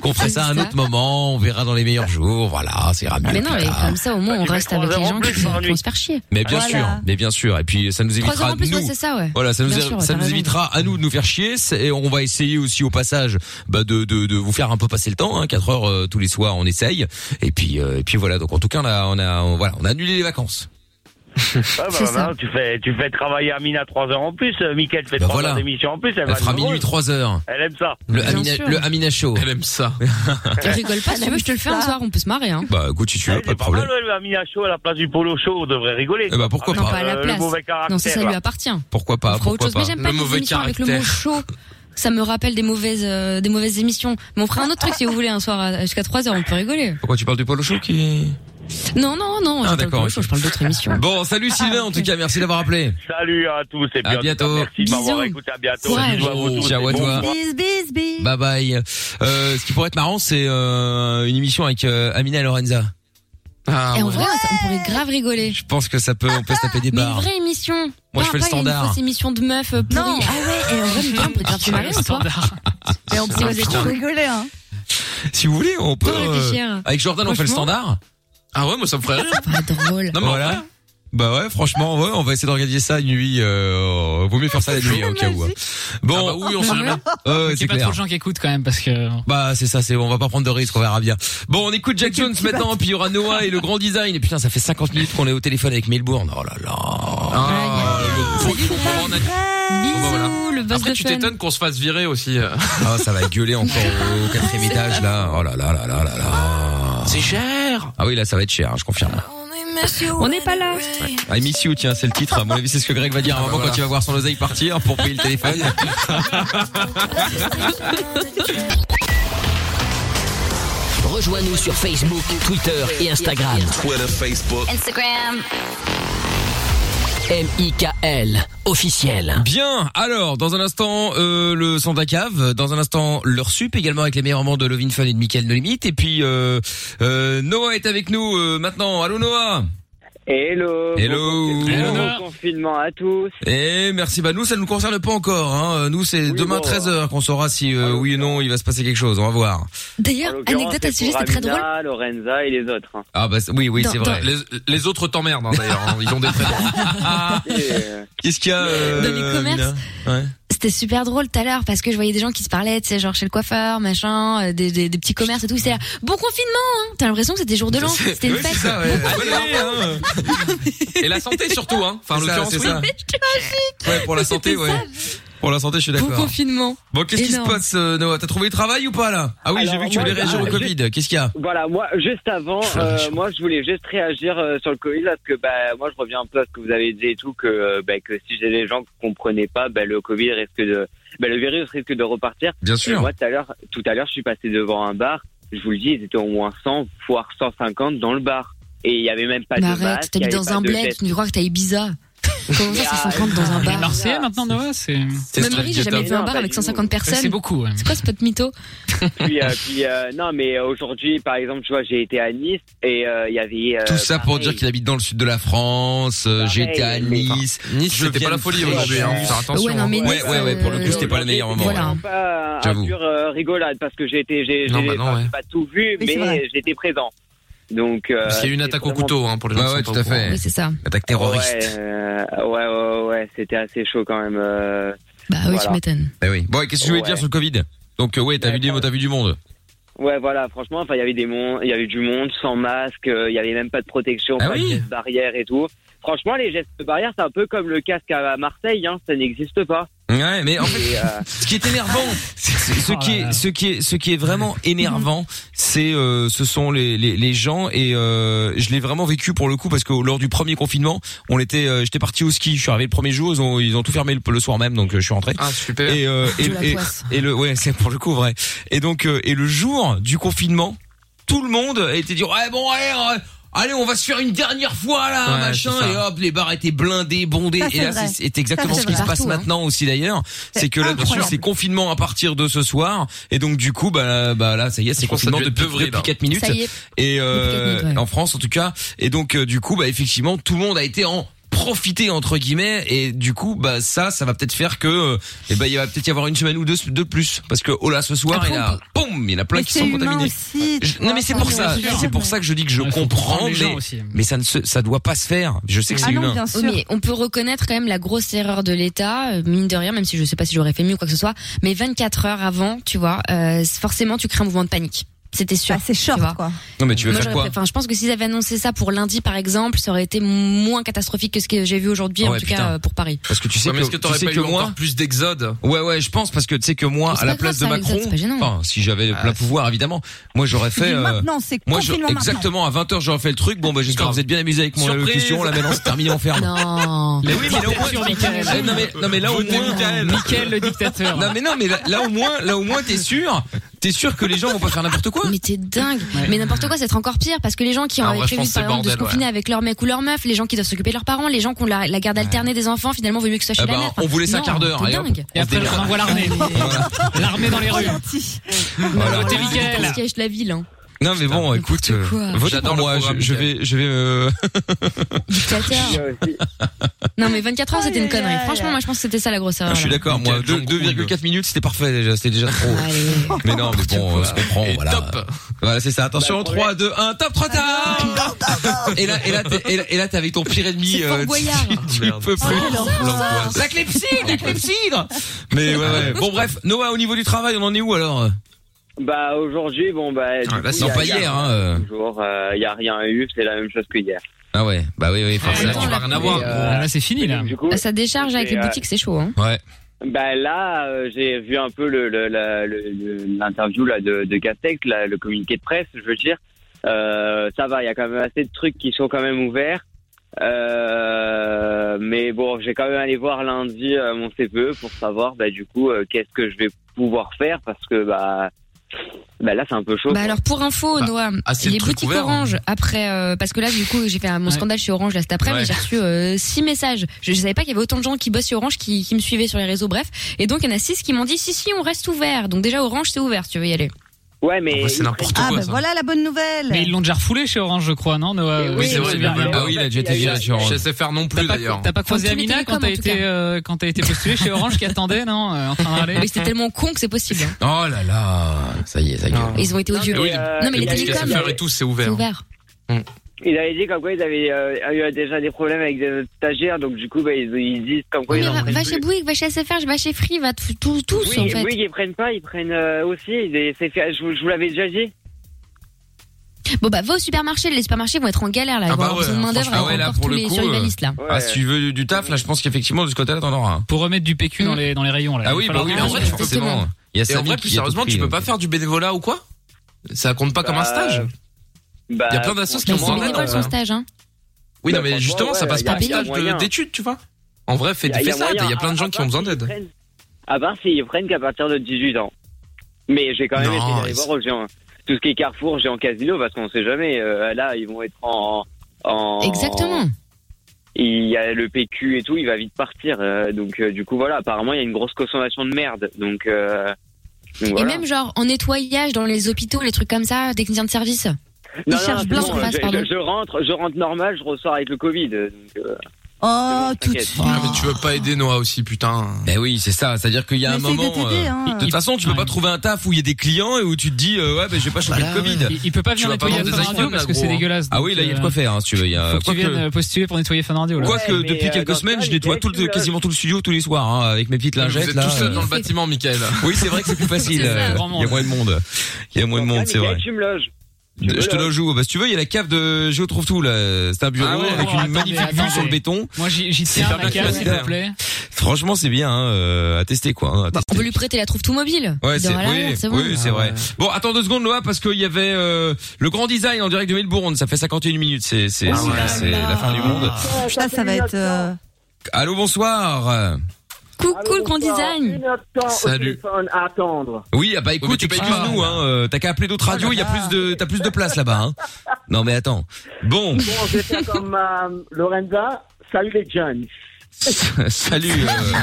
Qu'on ferait ça à un autre moment, on verra dans les meilleurs jours. Voilà, c'est mieux.
Ah, Mais non,
plus
mais
tard.
comme ça, au moins, Bah, on reste avec les gens qui qui vont se faire chier.
Mais bien
Voilà.
sûr, mais bien sûr. Et puis ça nous
Trois
évitera
heures en plus,
nous.
ouais, c'est ça, ouais.
Voilà, ça nous,
Bien
é-
sûr, ouais,
ça
t'as
nous
raison.
évitera à nous de nous faire chier. C'est- Et on va essayer aussi au passage bah, de, de, de vous faire un peu passer le temps. Hein, 4 heures euh, tous les soirs, on essaye. Et puis euh, et puis voilà. Donc en tout cas, on a on a on- voilà, on a annulé les vacances.
Ah, bah, bah, non, tu fais, tu fais travailler Amina 3 heures en plus. Euh, Mickaël fait
Bah,
3
voilà.
heures d'émission en plus. Elle,
Elle
va
fera
être
minuit
heureuse.
3 heures.
Elle aime ça.
Le
Bien
Amina,
sûr.
le Amina Show. Elle
aime ça.
Tu rigoles pas, si tu veux, je te le fais un soir, on peut se marrer, hein.
bah écoute, si tu veux, pas de
Pas mal,
problème.
Ah ouais, le Amina Show à la place du polo show, on devrait rigoler.
Eh bah, pourquoi
Non,
pas.
pas à la
Euh, le
place.
mauvais caractère,
Non, ça, ça lui
là.
appartient.
Pourquoi pas
fera autre
Pourquoi
chose. Mais
pas
j'aime pas les émissions avec le mot chaud. Ça me rappelle des mauvaises, euh, des mauvaises émissions. Mais on fera un autre truc si vous voulez un soir à- jusqu'à 3 heures, on peut rigoler.
Pourquoi tu parles du polo show qui
Non, non, non.
Ah
je parle
d'accord.
pas de
ok.
chaud, Je parle d'autres émissions. Ah,
Bon, salut Sylvain. En tout cas, merci d'avoir appelé.
Salut à tous et
À
bien,
bientôt.
Merci de m'avoir écouté. À bientôt.
Courage.
Bisous à vous tous.
Ciao à
Et bon
toi.
courage.
Bis, bis, bis.
Bye bye. Euh, ce qui pourrait être marrant, c'est euh, une émission avec euh, Amina et Lorenza. Ah,
Et en
ouais.
vrai, ça- on pourrait grave rigoler.
Je pense que ça peut, on peut se taper des
Mais une
barres.
vraie émission.
Moi,
Pas-
je fais le
pas
standard.
Une fausse émission de meuf pourrie. Non. Ah ouais, et en vrai, mais on pourrait grave se marrer ce soir.
Mais on
Ah,
peut
putain.
trop rigoler, hein.
Si vous voulez, on peut. euh,
Faut réfléchir.
avec Jordan, on fait le
Franchement.
standard. Ah ouais, moi ça me ferait rire.
drôle.
Non, mais voilà. Bah ouais, franchement, ouais, on va essayer d'organiser ça une nuit. Euh, vaut mieux faire ça la nuit au cas où. hein.
Ah bah
Bon,
Ah
oui, on
bah
sait jamais.
Euh,
Qu'il y
c'est
ait pas trop
clair.
de gens qui écoutent quand même parce que.
Bah c'est ça, c'est bon, on va pas prendre de risques, on verra bien. Bon, on écoute Jack Jones maintenant, puis il y aura Noah et le grand design. Et putain, ça fait 50 minutes qu'on est au téléphone avec Melbourne. Oh là là. Ah, le pauvre moment, on a-
Bisous, le boss
Après,
de
tu
fun.
t'étonnes qu'on se fasse virer aussi.
Ah, ça va gueuler encore au quatrième étage là. Oh là là là là là là.
C'est cher.
Ah oui, là ça va être cher, hein, je confirme.
On n'est pas là.
I miss you, tiens, c'est le titre. À mon avis, c'est ce que Greg va dire à un moment quand il va voir son oseille partir pour payer le téléphone.
Rejoins-nous sur Facebook, Twitter et Instagram.
Twitter, Facebook.
Instagram.
M-I-K-L, officiel.
Bien, alors, dans un instant, euh, le son de la cave, dans un instant, leur sup, également avec les meilleurs moments de Lovin Fun et de Michael No Limite. Et puis, euh, euh, Noah est avec nous euh, maintenant. Allô, Noah
Hello.
Hello.
Bon
Hello.
confinement à tous.
Eh merci. Bah nous ça nous concerne pas encore. Hein. Nous c'est demain 13
hein.
h qu'on saura si euh, oui ou non il va se passer quelque chose. On va voir.
D'ailleurs,
En l'occurrence,
anecdote à ce sujet,
pour
c'est très drôle.
Amina, Lorenza et les autres. hein.
Ah bah oui oui
Dans-
c'est vrai.
dans-
Les, les autres t'emmerdent hein, d'ailleurs. hein. Ils ont
Ah,
des traits.
euh.
Qu'est-ce qu'il y a euh,
Dans les commerces. C'était super drôle tout à l'heure parce que je voyais des gens qui se parlaient, tu sais, genre chez le coiffeur, machin, euh, des, des, des petits commerces et tout. C'était là, bon confinement, hein T'as l'impression que c'était jour de l'an, c'était une
Oui, c'est
fête.
ça, ouais. Allez, hein. Et la santé surtout, hein. Enfin, en
C'est ça,
l'occurrence,
c'est
oui.
ça. Ouais pour la santé ouais. Pour la santé, je suis
Au
d'accord.
confinement.
Bon, qu'est-ce qui se
Énorme.
passe, euh, Noah T'as trouvé du travail ou pas là Ah oui, j'ai
Alors,
vu que tu
moi,
voulais réagir au
bah,
Covid. Qu'est-ce qu'il y a
Voilà, moi, juste avant, euh, moi, je voulais juste réagir euh, sur le Covid, parce que bah, moi, je reviens un peu à ce que vous avez dit et tout, que, euh, bah, que si j'ai des gens qui comprenaient pas, bah, le Covid risque de, bah, le virus risque de repartir.
Bien
sûr. moi, tout à l'heure, tout à l'heure, je suis passé devant un bar. Je vous le dis, ils étaient au moins 100, voire 150 dans le bar. Et il y avait même pas
Mais
de
arrête,
masque, il y
t'habites
avait
dans
pas
un
de Ah,
bled,
geste.
tu crois que t'as Ibiza. Comment ça, 150 dans un bar
Marseillais maintenant, Noah, Ah, c'est.
Même Marie, j'ai jamais vu un bar avec 150 personnes.
C'est beaucoup, ouais.
C'est quoi ce pote mytho
puis, euh, puis, euh, non, mais euh, aujourd'hui, par exemple, tu vois, j'ai été à Nice et euh, il y avait. euh,
Tout ça pour
pareil.
dire qu'il habite dans le sud de la France, euh,
Pareil,
j'étais à
mais-
Nice.
Nice,
je
c'était pas
viens
la
de
folie
Fréjus.
aujourd'hui, hein, faut faire attention,
Ouais, non, mais
hein.
Nice,
Ouais, ouais, ouais, pour le coup,
euh,
c'était pas le meilleur moment,
voilà.
C'est pas un
J'avoue.
pur euh, rigolade parce que j'ai été, j'ai,
Non,
j'ai-
bah non,
enfin,
ouais.
j'ai pas tout vu,
Oui, c'est vrai.
mais j'étais présent. Donc, euh,
Parce qu'il y a eu une
c'est
attaque au
vraiment-
couteau, hein, pour les gens
Ouais,
qui
Bah ouais, tout
sont
à
pas au
fait.
courant.
Oui, c'est ça. Attaque terroriste.
Ouais, euh, ouais, ouais, ouais, c'était assez chaud quand même. euh,
Bah oui, tu
voilà.
m'étonnes.
Eh oui. Bon, et qu'est-ce que je voulais
Ouais.
dire sur le Covid Donc, euh, ouais, t'as vu, des- t'as vu du monde.
Ouais, voilà, franchement, enfin, il y avait des mon- il y avait du monde sans masque, euh, il y avait même pas de protection,
Ah
pas
oui
de gestes barrières et tout. Franchement, les gestes barrières, c'est un peu comme le casque à Marseille, hein, ça n'existe pas.
Ouais, mais en fait,
Et, euh,
ce qui est énervant, ce
Oh
ce qui est, ce qui est, ce qui est vraiment énervant, c'est, euh, ce sont les, les, les gens et euh, je l'ai vraiment vécu pour le coup parce que lors du premier confinement, on était, euh, j'étais parti au ski, je suis arrivé le premier jour, ils ont, ils ont tout fermé le, le soir même, donc euh, je suis rentré.
Ah super.
Et, euh, et,
De la
et-
poisse.
et le, ouais, c'est pour le coup vrai. Et donc, euh, et le jour du confinement, tout le monde était dit ouais bon ouais, ouais, allez on va se faire une dernière fois là
Ouais,
machin
c'est ça.
et hop les bars étaient blindés bondés
Ça,
et
c'est
là
vrai.
c'est c'est exactement ce
Ça, c'est
qui se
vrai.
passe
Partout, hein.
maintenant aussi d'ailleurs c'est que là bien sûr
incroyable.
c'est confinement à partir de ce soir et donc du coup bah bah là ça y est c'est
pense que ça
confinement
a dû être
depuis
beurré,
depuis
là.
4 minutes
Ça y est.
et euh,
Depuis quatre minutes, ouais.
en France en tout cas et donc euh, du coup bah effectivement tout le monde a été en profiter entre guillemets et du coup bah ça ça va peut-être faire que euh, eh ben il va peut-être y avoir une semaine ou deux de plus parce que oh là ce soir
Après,
il y
on
a
peut-
boum il y en a plein
Ah, Mais
qui
c'est Ah,
sont
humain
contaminés
aussi,
Je-
tu
non
vois,
mais c'est
ça,
pour
bien
ça
sûr.
c'est pour ça que je dis que je comprends
comprendre les gens
mais
aussi.
mais ça ne se, ça doit pas se faire je sais que
Ah
Ah
c'est humain
Oui, mais on peut reconnaître quand même la grosse erreur de l'État, euh, mine de rien, même si je sais pas si j'aurais fait mieux ou quoi que ce soit, mais 24 heures avant, tu vois, euh, forcément tu crées un mouvement de panique. C'était sûr. Ah, c'est short, quoi.
non mais tu veux
Moi,
faire
j'aurais
quoi
préféré- enfin, je pense que s'ils avaient annoncé ça pour lundi, par exemple, ça aurait été moins catastrophique que ce que j'ai vu aujourd'hui,
Ah Ouais,
en tout
putain.
cas euh, pour Paris.
parce que tu sais
Ouais, mais
que
est-ce que t'aurais
tu sais
pas
que
eu
moi
encore plus d'exode
ouais ouais je pense parce que tu sais que moi
c'est
à la
pas
place
grave,
de
ça,
Macron
l'exode, c'est pas gênant.
enfin si j'avais plein pouvoir évidemment moi j'aurais fait
Mais
euh,
maintenant, c'est
moi je-
confinement maintenant.
exactement à 20h j'aurais fait le truc bon bah j'espère que vous êtes bien amusés avec mon
Surprise.
allocution la maintenant c'est terminé on ferme
Non.
Mais oui, mais là, au moins,
Sur Michael.
Eh, non, mais, non, mais là, au
Votez
moins,
Michael. Michael, le dictateur.
Non, mais non, mais là, là, au moins, là, au moins, t'es sûr, t'es sûr que les gens vont pas faire n'importe quoi.
Mais t'es dingue. Mais n'importe quoi, c'est encore pire parce que les gens qui
Ah,
ont
moi, je
prévu
pense que
par
c'est
exemple, de se
bordel,
confiner
ouais.
avec leur mec ou leur meuf, les gens qui doivent s'occuper de leurs parents, les gens qui ont la, la garde alternée des enfants, finalement, vaut mieux que ce soit
Eh
chez la
ben,
mère.
on vous laisse un
Non,
quart d'heure.
t'es
allez, hop,
dingue.
on se démerde.
renvoie l'armée. L'armée dans les rues.
Voilà.
Votez
C'est
Michael.
ce qui gâche la ville. Hein.
Non, mais bon, écoute, euh, votez pour moi, je, je vais, je vais, euh,
Dictateur. non, mais 24 heures, c'était une connerie. Franchement, moi, je pense que c'était ça la grosse erreur.
Ah,
Ah,
je suis
là.
d'accord, moi, deux- 2,4
euh,
minutes, c'était parfait, déjà, c'était déjà trop. Mais non, mais bon, on se comprend, voilà. Voilà, c'est ça.
Bah,
Attention, 3, 2, 1, top, trop
Ah
tard! Et là, et là, t'es, et là- et là, t'es avec ton pire ennemi,
Fort
euh,
Boyard. Ah,
tu, tu peux plus. L'angoisse.
La clepsydre, la clepsydre
Mais ouais, ouais.
Ah,
Bon, bref, Noah, au niveau du travail, on en est où alors?
Bah aujourd'hui, bon bah. du
Ah, là,
coup,
c'est en
y a-
pas
y a-
hier, hein, euh.
Toujours, il y a rien eu, c'est la même chose que hier.
Ah ouais, bah oui, oui,
forcément.
Ah,
tu vas rien avoir.
euh,
Là, c'est fini, là.
Du coup,
Ça décharge avec les
Et, euh,
boutiques, c'est chaud. Hein.
Ouais.
bah là, euh, j'ai vu un peu le- le- la- le- le- l'interview là de, de Castex, là, le communiqué de presse, je veux dire. Euh, ça va, il y a quand même assez de trucs qui sont quand même ouverts. Euh, mais bon, j'ai quand même allé voir lundi euh, mon CPE pour savoir bah, du coup euh, qu'est-ce que je vais pouvoir faire parce que bah, bah là c'est un peu chaud.
Bah alors pour info,
Bah,
Noah,
ah, c'est
les
le truc
boutiques
ouvert, hein.
Orange après euh, parce que là du coup j'ai fait un- mon
Ouais.
scandale chez Orange là cet après-midi,
Ouais.
j'ai reçu euh, six messages. Je, je savais pas qu'il y avait autant de gens qui bossent chez Orange qui, qui me suivaient sur les réseaux bref et donc il y en a six qui m'ont dit si si on reste ouvert. Donc déjà Orange c'est ouvert, si tu veux y aller.
Ouais mais
c'est n'importe
Ah, bah voilà la bonne nouvelle.
Mais ils l'ont déjà refoulé chez Orange, je crois, non Noah
Oui, c'est
Je me
vrai,
souviens
il a-
bien.
ah oui, il a déjà été viré chez Orange. Chez SFR non plus,
T'as pas-
d'ailleurs.
T'as pas croisé
Dans tous les
Amina quand
télécoms,
t'as
en tout
été
cas.
euh, quand t'as été postulé chez Orange qui attendait, non euh, En train de râler.
Mais Ah, c'était tellement con que c'est possible. hein.
Oh là là, ça y est, ça y est.
Ils ont été odieux.
Oui,
non mais
les
les
boutiques
télécoms,
SFR et tout, c'est
c'est
ouvert.
ouvert.
Ils avaient dit comme quoi ils avaient euh, eu déjà des problèmes avec des autres stagiaires, donc du coup, bah, ils, ils disent comme quoi
Oui,
ils en
Oh, va,
prennent
va
plus.
chez Bouygues, va chez SFR, va chez Free, va tout, tout- tous
oui,
en fait.
oui, ils prennent pas, ils prennent euh, aussi. Des, c'est fait- je, vous- je vous l'avais déjà dit.
Bon bah va au supermarché, les supermarchés vont être en galère
Ah
là, ils vont
bah
avoir besoin de
hein,
main d'œuvre,
Ah bah franchement,
ils vont encore tous les survivalistes là.
euh, ah, si tu veux du, du taf, là, je pense qu'effectivement, de ce côté-là, t'en auras
hein.
un.
Pour remettre du PQ dans les, dans les rayons, là.
Ah
Il
oui,
va
bah
falloir-
oui, mais en vrai, forcément. Il y a
Et en
Samy
vrai,
qui
plus
a tout
sérieusement,
pris,
tu peux
donc,
pas faire du bénévolat ou quoi Ça compte pas
Euh,
comme un
Bah,
stage
bah,
Il y a plein d'assos qui
Mais
en
c'est
ont
bénévole
Ah,
son
un.
stage hein.
Oui, non,
Bah,
mais
franchement,
justement, ça
ouais,
passe
y a-
par
y a
stage
moyen.
de- d'études, tu vois. En vrai, fais
Y a- y
fais
a
ça, il y a
moyen,
plein de
à-
gens
à
qui ont
part
besoin
s'ils
d'aide.
prennent- À part s'ils prennent qu'à partir de 18 ans. Mais j'ai quand même
Non,
essayé d'aller
ils-
voir aux géants. Tout ce qui est Carrefour, géant casino, parce qu'on sait jamais. euh, là, ils vont être en. en-
Exactement.
Il y a le PQ et tout, il va vite partir. euh, donc, euh, du coup, voilà, apparemment, il y a une grosse consommation de merde. Donc, euh, donc voilà.
Et même genre en nettoyage dans les hôpitaux, les trucs comme ça, techniciens de service. Ils
Non, non,
cherchent
c'est
blanc
bon,
sur face,
je-
pardon.
je, je rentre, je rentre normal, je ressors avec le Covid. Donc, euh,
Oh, tout de
t'inquiète.
suite.
Ah, mais tu veux pas aider Noah aussi, putain.
Ben oui, c'est ça. C'est-à-dire qu'il y a
Mais
un
essaye de
moment. euh,
t'aider, hein.
De toute façon, tu peux pas trouver un taf où il y a des clients et où tu te dis, euh, ouais, ben
Ah,
j'ai pas chopé
bah
Voilà,
le Covid.
ouais. Il- il peut pas
Tu
venir
vas
nettoyer
vendre
Fun
des
Radio
iPhones,
parce
là,
que
gros,
c'est
hein.
dégueulasse,
Ah oui, là, il y a de quoi
donc, euh,
faire, hein, si tu veux. il Y a...
Faut que tu
quoique-
viennes postuler pour nettoyer Fun Radio là.
Quoique,
euh,
depuis quelques semaines, je nettoie tout le- quasiment tout le studio tous les soirs, hein, avec mes petites
Ah, Vous
lingettes,
êtes
là. euh.
tout seul dans le bâtiment, Michael.
Oui, c'est vrai que c'est plus facile.
C'est ça,
euh,
vraiment.
Il y a moins de monde. Il y a moins de monde, c'est vrai.
Tu me loges.
De- Je te loge où Bah, si tu veux, il y a la cave de Géo Trouve Tout, là. C'est un bureau
Ah ouais,
avec
bon,
une
attendez,
magnifique vue
attendez.
sur le béton.
Moi j'y j'y
C'est
tiens,
pas
ma cave,
facile
s'il
à
vous
faire.
plaît.
Franchement, c'est bien, hein, euh, à tester, quoi. hein, à
On
tester.
peut lui prêter la trouve tout mobile.
Ouais,
Il
c'est
dort à la
oui,
merde, c'est bon.
oui, c'est vrai. Bon, attends deux secondes, Noah, parce qu'il y avait euh, le grand design en direct de Melbourne. Ça fait 51 minutes. C'est c'est
Oh
c'est-
là
c'est
là.
la fin du monde.
Ça, ça va être. euh,
Allô, bonsoir.
Coucou le grand design.
Salut.
à attendre.
Oui, ah bah écoute, tu excuse-nous. Hein, euh, t'as qu'à appeler d'autres radios. Il y a plus de t'as plus de place là-bas. Hein. Non, mais attends. Bon,
Bon, je vais faire comme euh, Lorenza. Salut les jeunes.
salut. euh,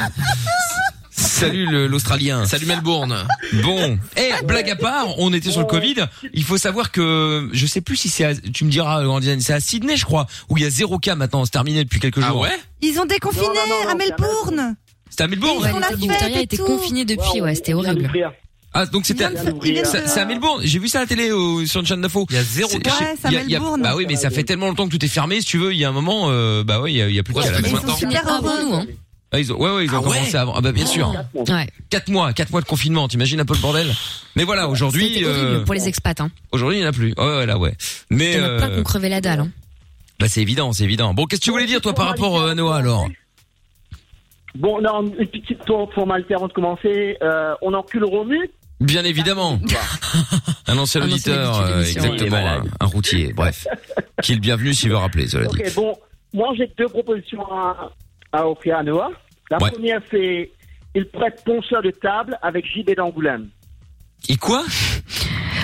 Salut le- l'Australien.
Salut Melbourne.
Bon, eh blague à part, on était sur le Covid. Il faut savoir que je sais plus si c'est à- tu me diras Grand Design, c'est à Sydney je crois où il y a zéro cas maintenant, c'est terminé depuis quelques jours.
ouais
Ils ont déconfiné à Melbourne.
C'était à Melbourne.
Ils font la fête
Victoria
et
était
tout.
confinée depuis, ouais, c'était horrible.
Ah donc c'était à,
Ils viennent de- ils viennent de-
c'est- c'est à Melbourne. J'ai vu ça à la télé au, sur une chaîne d'info. Il y a zéro
cas. Ouais, c'est à Melbourne.
Bah oui, mais ça fait tellement longtemps que tout est fermé. Si tu veux, il y a un moment, euh, bah ouais, il y a, il y a plus de
Ouais,
cas
ça
là
fait
maintenant.
combien de temps
Super heureux.
nous, hein.
Ah, ils ont, ouais, ouais, ils ont
Ah ouais
commencé avant. Ah bah bien sûr.
Ouais.
4 mois, 4 mois de confinement. T'imagines un peu le bordel. Mais voilà, aujourd'hui,
C'était horrible
euh,
pour les expats. Hein.
aujourd'hui il n'y en a plus. Ouais, ouais, là, ouais. Mais
Il y en a plein
euh,
qui ont crevé la dalle. Hein.
Bah c'est évident, c'est évident. Bon, qu'est-ce que tu voulais dire toi par rapport euh, à Noah alors
Bon, non, une petite tour formalité avant de commencer. Euh, on encule Romu.
Bien évidemment. Un ancien
Un ancien
auditeur,
habitué de
euh,
l'émission. Il est
exactement,
malade.
un, un routier, bref, qui est le bienvenu s'il veut rappeler, cela dit.
Ok, bon, moi j'ai deux propositions à, à offrir à Noah. La
Ouais.
première, c'est il pourrait être ponceur de table avec JB d'Angoulême.
Et quoi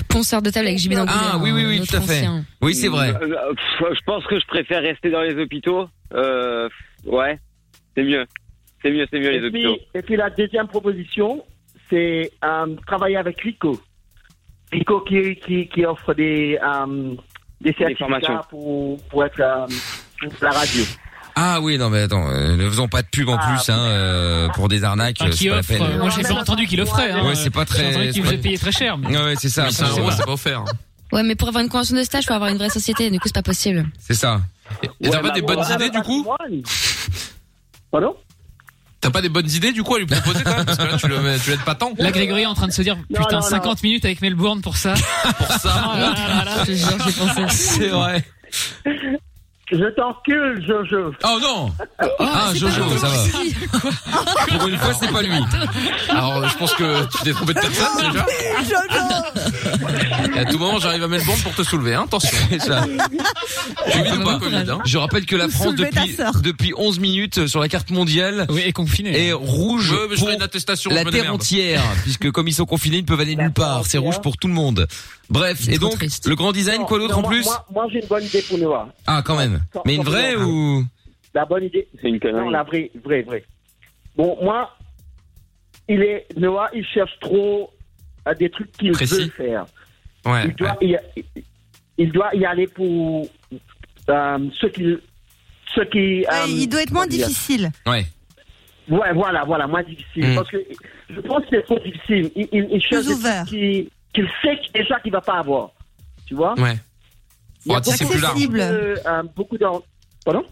Ponceur de table avec JB d'Angoulême.
Ah oui, oui, oui,
notre
tout à fait.
ancien.
Oui, c'est vrai.
Euh, euh, pff, je pense que je préfère rester dans les hôpitaux. Euh, ouais, c'est mieux. C'est mieux, c'est mieux les
Et puis,
hôpitaux.
et puis la deuxième proposition, c'est euh, travailler avec Rico. Rico qui, qui, qui offre des, euh, des
formations.
certificats pour, pour être euh, pour la radio.
Ah oui, non mais attends, euh, ne faisons pas de pub
Ah,
en plus hein, euh, pour des arnaques,
Enfin,
euh, c'est
qui
pas la
offre
peine.
euh, Moi j'ai pas entendu qu'il offrait. hein.
Ouais, c'est pas très-
J'ai entendu
c'est
qu'il faisait
pas-
payer très cher. mais-
Ouais, ouais, c'est ça.
Mais 100 euros, c'est
pas offert.
Ouais, mais pour avoir une convention de stage, faut avoir une vraie société. Du coup, c'est pas possible.
C'est ça.
Et t'as pas des bonnes
bah, voilà,
idées du coup
Pardon
T'as pas des bonnes idées du coup à lui proposer quand même Parce que là, tu le- tu l'aides pas tant.
Là, Grégory est en train de se dire putain
non, non.
50 minutes avec Melbourne pour ça. Ah,
pour ça.
C'est vrai.
Je t'encule, Jojo.
Oh non Ah Jojo, ça va. Pour une fois, c'est pas lui.
Alors, je pense que tu t'es trompé de personne déjà.
Ah,
Et à tout moment, j'arrive à Melbourne pour te soulever, hein, attention.
Ça.
Tu vis pas Covid, hein.
Je rappelle que la
Vous
France
soulevez
depuis
ta sœur.
depuis 11 minutes euh, sur la carte mondiale
est confinée.
Et rouge
Ouais, mais je
pour
ferai une attestation,
la
je me
terre
démerde.
entière puisque comme ils sont confinés, ils ne peuvent aller nulle part, c'est rouge pour tout le monde. Bref, et donc le grand design quoi d'autre
Non,
en
moi-
plus
Moi, moi, j'ai une bonne idée pour Noah.
Ah quand même.
Sans-
Mais
sans
une vraie
problème.
ou
La bonne idée.
C'est une connerie.
Non, la vraie, vraie, vraie. Bon, moi, il est Noah, il cherche trop à des trucs qu'il veut faire.
Ouais.
Il doit, y, il doit y aller pour euh, ce qu'il, ce qui. euh,
Il doit être moins
comment dire.
difficile.
Ouais.
Ouais, voilà, voilà, moins difficile.
Mm.
Parce que je pense que c'est trop difficile. Il, il, il cherche des trucs qui- qu'il sait déjà qu'il va pas avoir. Tu vois
Ouais.
Il y a
Ouais, c'est plus large.
beaucoup de- euh, beaucoup d'en- Pardon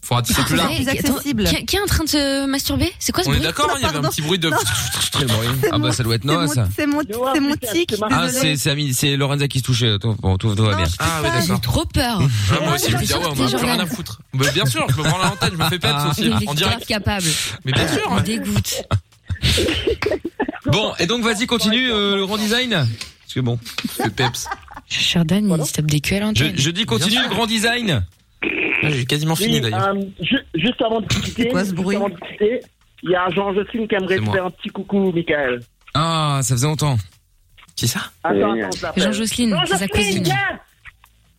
Faut ratisser plus large.
Attends, Qui, qui est en train de se masturber C'est quoi ce
On est
bruit
d'accord, hein, il y avait un petit bruit de.
Quel bruit Ah bah ça doit être Noah ça.
C'est mon, c'est mon tic.
Ah c'est c'est Ami- c'est Lorenza qui se touchait. Tout- Bon, tout, tout va bien.
Ah ouais, d'accord.
Trop peur.
Ah, moi aussi, je me dis, ah ouais, on a
Sortez,
plus rien à
Jordan.
foutre. Mais bien sûr, je me prends la l'antenne, je me fais
Ah.
pète aussi, hein,
Il est
en
grave
direct.
capable.
Mais bien sûr. hein.
Il me dégoûte.
Bon, et donc vas-y, continue euh, le grand design. Parce que bon, c'est peps.
Jordan, il se tape des culs à
Je,
l'antenne.
je dis continue le grand design. J'ai quasiment
Oui, euh, ju- juste avant de quitter, juste avant de quitter, il y a Jean-Jocelyne qui aimerait
C'est
te
moi.
faire un petit coucou, Michael.
Ah, ça faisait longtemps. Qui ça
Attends, attends, je l'appelle.
Jean-Jocelyne, c'est sa cousine.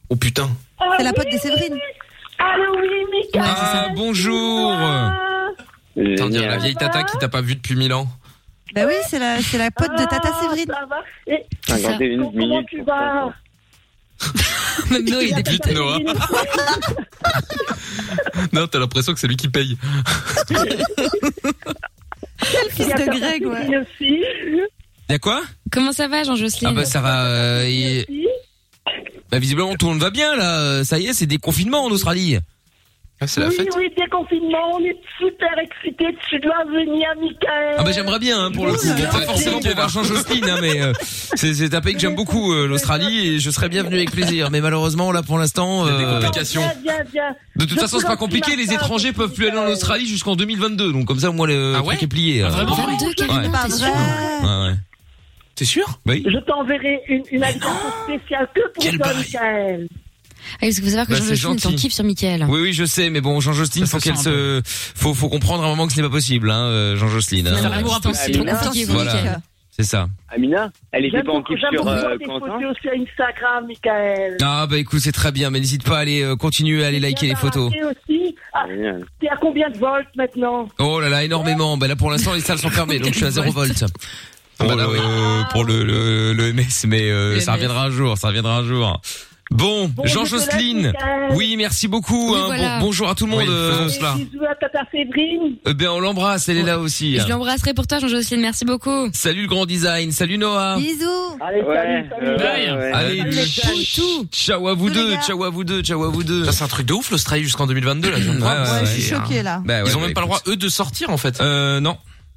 Oh putain.
C'est la pote de Séverine.
Allô, oui,
Ah, euh. bonjour.
T'en dire la vieille tata qui t'a pas vu depuis mille ans.
Bah oui, c'est la, c'est la pote de
Ah,
Tata Séverine.
C'est ça. 51
Comment
minutes,
tu vas
Même Noah, il
débute. Noah. Non, t'as l'impression que c'est lui qui paye.
Quel fils de Greg, ouais.
Y'a quoi
Comment ça va, Jean-Jocelyne
Ah bah ça va. euh, et- Bah visiblement tout le monde va bien là. Euh, Ça y est, c'est déconfinement en Australie. Ah, c'est
oui, oui, déconfinement, on est super excités, tu dois venir, Michael.
Ah bah j'aimerais bien hein, pour le coup. Bon, pas forcément pour voir Jean-Jocelyne, hein, mais euh, c'est c'est un pays que j'aime beaucoup, euh, l'Australie, et je serais bien venu avec plaisir. Mais malheureusement là pour l'instant, euh,
Viens, viens, viens.
De toute
Je
façon, c'est pas
vous
compliqué.
lance
Les
ma
étrangers peuvent plus
euh,
aller en Australie jusqu'en 2022. Donc comme ça, moi, le truc est plié.
Ah,
euh.
vraiment
ouais.
22, carrément,
ouais.
t'es sûr
ouais. T'es sûr Oui.
Je t'enverrai une, une invitation spéciale que pour toi, Michael.
Oh Ah, parce que vous savoir que
Bah, c'est
Jean-Jocelyne t'en
gentil.
kiffe sur Michael.
Oui, oui, je sais, mais bon, Jean-Jocelyne, faut qu'elle se, faut, faut comprendre à un moment que ce n'est pas possible, hein, euh, Jean-Jocelyne.
C'est
hein.
l'amour impossible.
Amina.
Compliqué, vous,
Voilà.
Michael.
C'est ça.
Amina, elle était pas en couple
J'aime
sur
beaucoup
euh,
tes
Quentin
photos sur Instagram, Michael.
Ah, bah, écoute, c'est très bien, mais n'hésite pas à aller, euh, continuer à aller liker les photos.
Et aussi, ah, t'es à combien de volts maintenant
Oh là là, énormément. Bah là, pour l'instant, les salles sont fermées, donc je suis à 0 volts. Pour, le, pour le, le, bah le MS, mais euh,
Le
ça
MS.
reviendra un jour, ça reviendra un jour. Bon,
Bon, je te laisse,
Jean-Jocelyne,
Michael.
oui, merci beaucoup.
Oui,
hein. Bon-
voilà.
bonjour à tout le monde.
Oui,
euh,
faisons cela. Bisous à Tata Séverine.
Eh ben, on l'embrasse, elle est là aussi.
Je l'embrasserai pour toi, Jean-Jocelyne. Merci beaucoup.
Salut le grand design, salut Noah.
Bisous.
Allez, salut,
Euh,
salut.
Allez,
Salut, les
tch- tch- ciao à vous deux, ciao à vous deux, ciao à vous deux.
Ça, c'est un truc de ouf, l'Australie jusqu'en 2022, là. je viens de
Ouais,
voir.
ouais,
C'est-
ouais.
Choqué,
Ah.
là.
Bah ouais,
Ils ont
bah
même pas le droit, eux, de sortir, en fait.
Euh, non.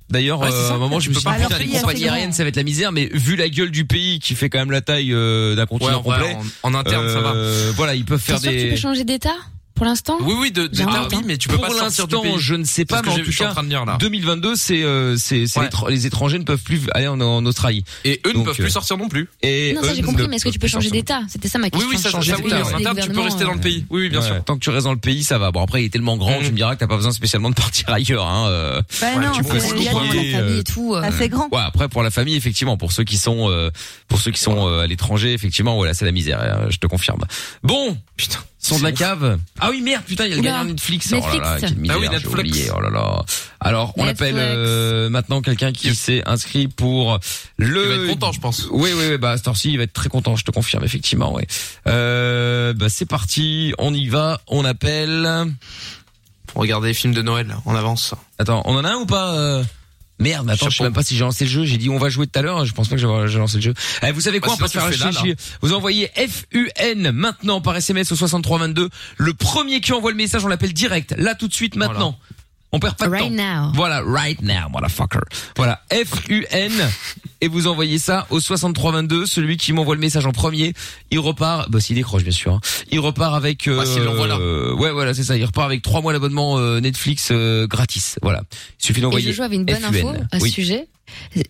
D'ailleurs,
Ouais, c'est
euh,
ça.
à un moment, je me
Je
suis
me
Bah
dit,
suis
putain,
dit,
les
il y a
compagnies
fait
aériennes, ça va être la misère, mais vu la gueule du pays qui fait quand même la taille euh, d'un continent
Ouais, ouais,
complet.
en- en interne, ça va.
euh, Voilà, ils peuvent
T'es
faire
sûr que tu
des...
peux changer d'état pour l'instant
Oui, oui, de, de,
J'ai
ah
honte,
oui,
hein.
mais tu peux
Pour
pas sortir du
l'instant,
pays.
je ne sais pas,
C'est
mais
ce que
en
j'ai-
tout
je suis en
cas,
train de lire, là.
2022, c'est euh, c'est c'est les, tr- les étrangers ne peuvent plus aller en, en Australie.
Et eux ne
Donc,
peuvent
euh,
plus sortir non plus.
Et
Non, ça
eux
j'ai
ne
compris,
peuvent
mais est-ce que tu peux
plus
changer
sortir.
d'état C'était ça ma
Oui,
question.
oui, ça, ça,
changer
ça, oui,
d'état,
en
ouais.
interne, tu peux rester
euh,
euh,
dans le pays. Oui, oui, bien
Ouais,
sûr. Mm.
Tant que tu restes dans le pays, ça va. Bon après, il est tellement grand, tu me diras que t'as pas besoin spécialement de partir ailleurs. Hein. euh,
Bah non,
tu peux
c'est-
skier,
il y a pour la famille
euh,
et tout, euh. Ah, c'est grand.
Ouais, après pour la famille, effectivement, pour ceux qui sont, euh, pour ceux qui sont euh, à l'étranger, effectivement, voilà, c'est la misère. hein, je te confirme. Bon, putain, son de la cave. Ah oui, merde, putain, il y a le
Oula.
gagnant de Netflix. Oh là là,
Netflix.
quelle misère,
Ah oui,
j'ai
Netflix.
oublié, Oh là là. Alors, on
Netflix.
appelle euh, maintenant quelqu'un qui s'est inscrit pour le.
Il va être content, je pense.
Oui, oui, oui, bah, à cette heure-ci, il va être très content, je te confirme, effectivement, ouais. Euh, bah, c'est parti, on y va, on appelle.
Pour regarder les films de Noël, on avance.
Attends, on en a un ou pas euh Merde, mais attends, je sais même pas si j'ai lancé le jeu. J'ai dit on va jouer tout à l'heure. Je pense pas que j'ai j'ai lancé le jeu. Eh, vous savez quoi
Bah,
On peut se
sinon,
faire
tu le fais
chier.
là, là.
chier. Vous envoyez FUN maintenant par SMS au 6322. Le premier qui envoie le message, on l'appelle direct. Là, tout de suite, maintenant. On perd pas de
Right
temps.
now.
Voilà, right now, motherfucker. Voilà, FUN. Et vous envoyez ça au 6322. Celui qui m'envoie le message en premier, il repart. Bah, s'il décroche, bien sûr. hein. Il repart avec. Euh,
Ah, s'il l'envoie là.
euh, ouais, voilà, c'est ça. Il repart avec trois mois d'abonnement euh, Netflix euh, gratis. Voilà. Il suffit
Et
d'envoyer.
je joue avec une bonne
FUN.
info à ce
Oui.
sujet.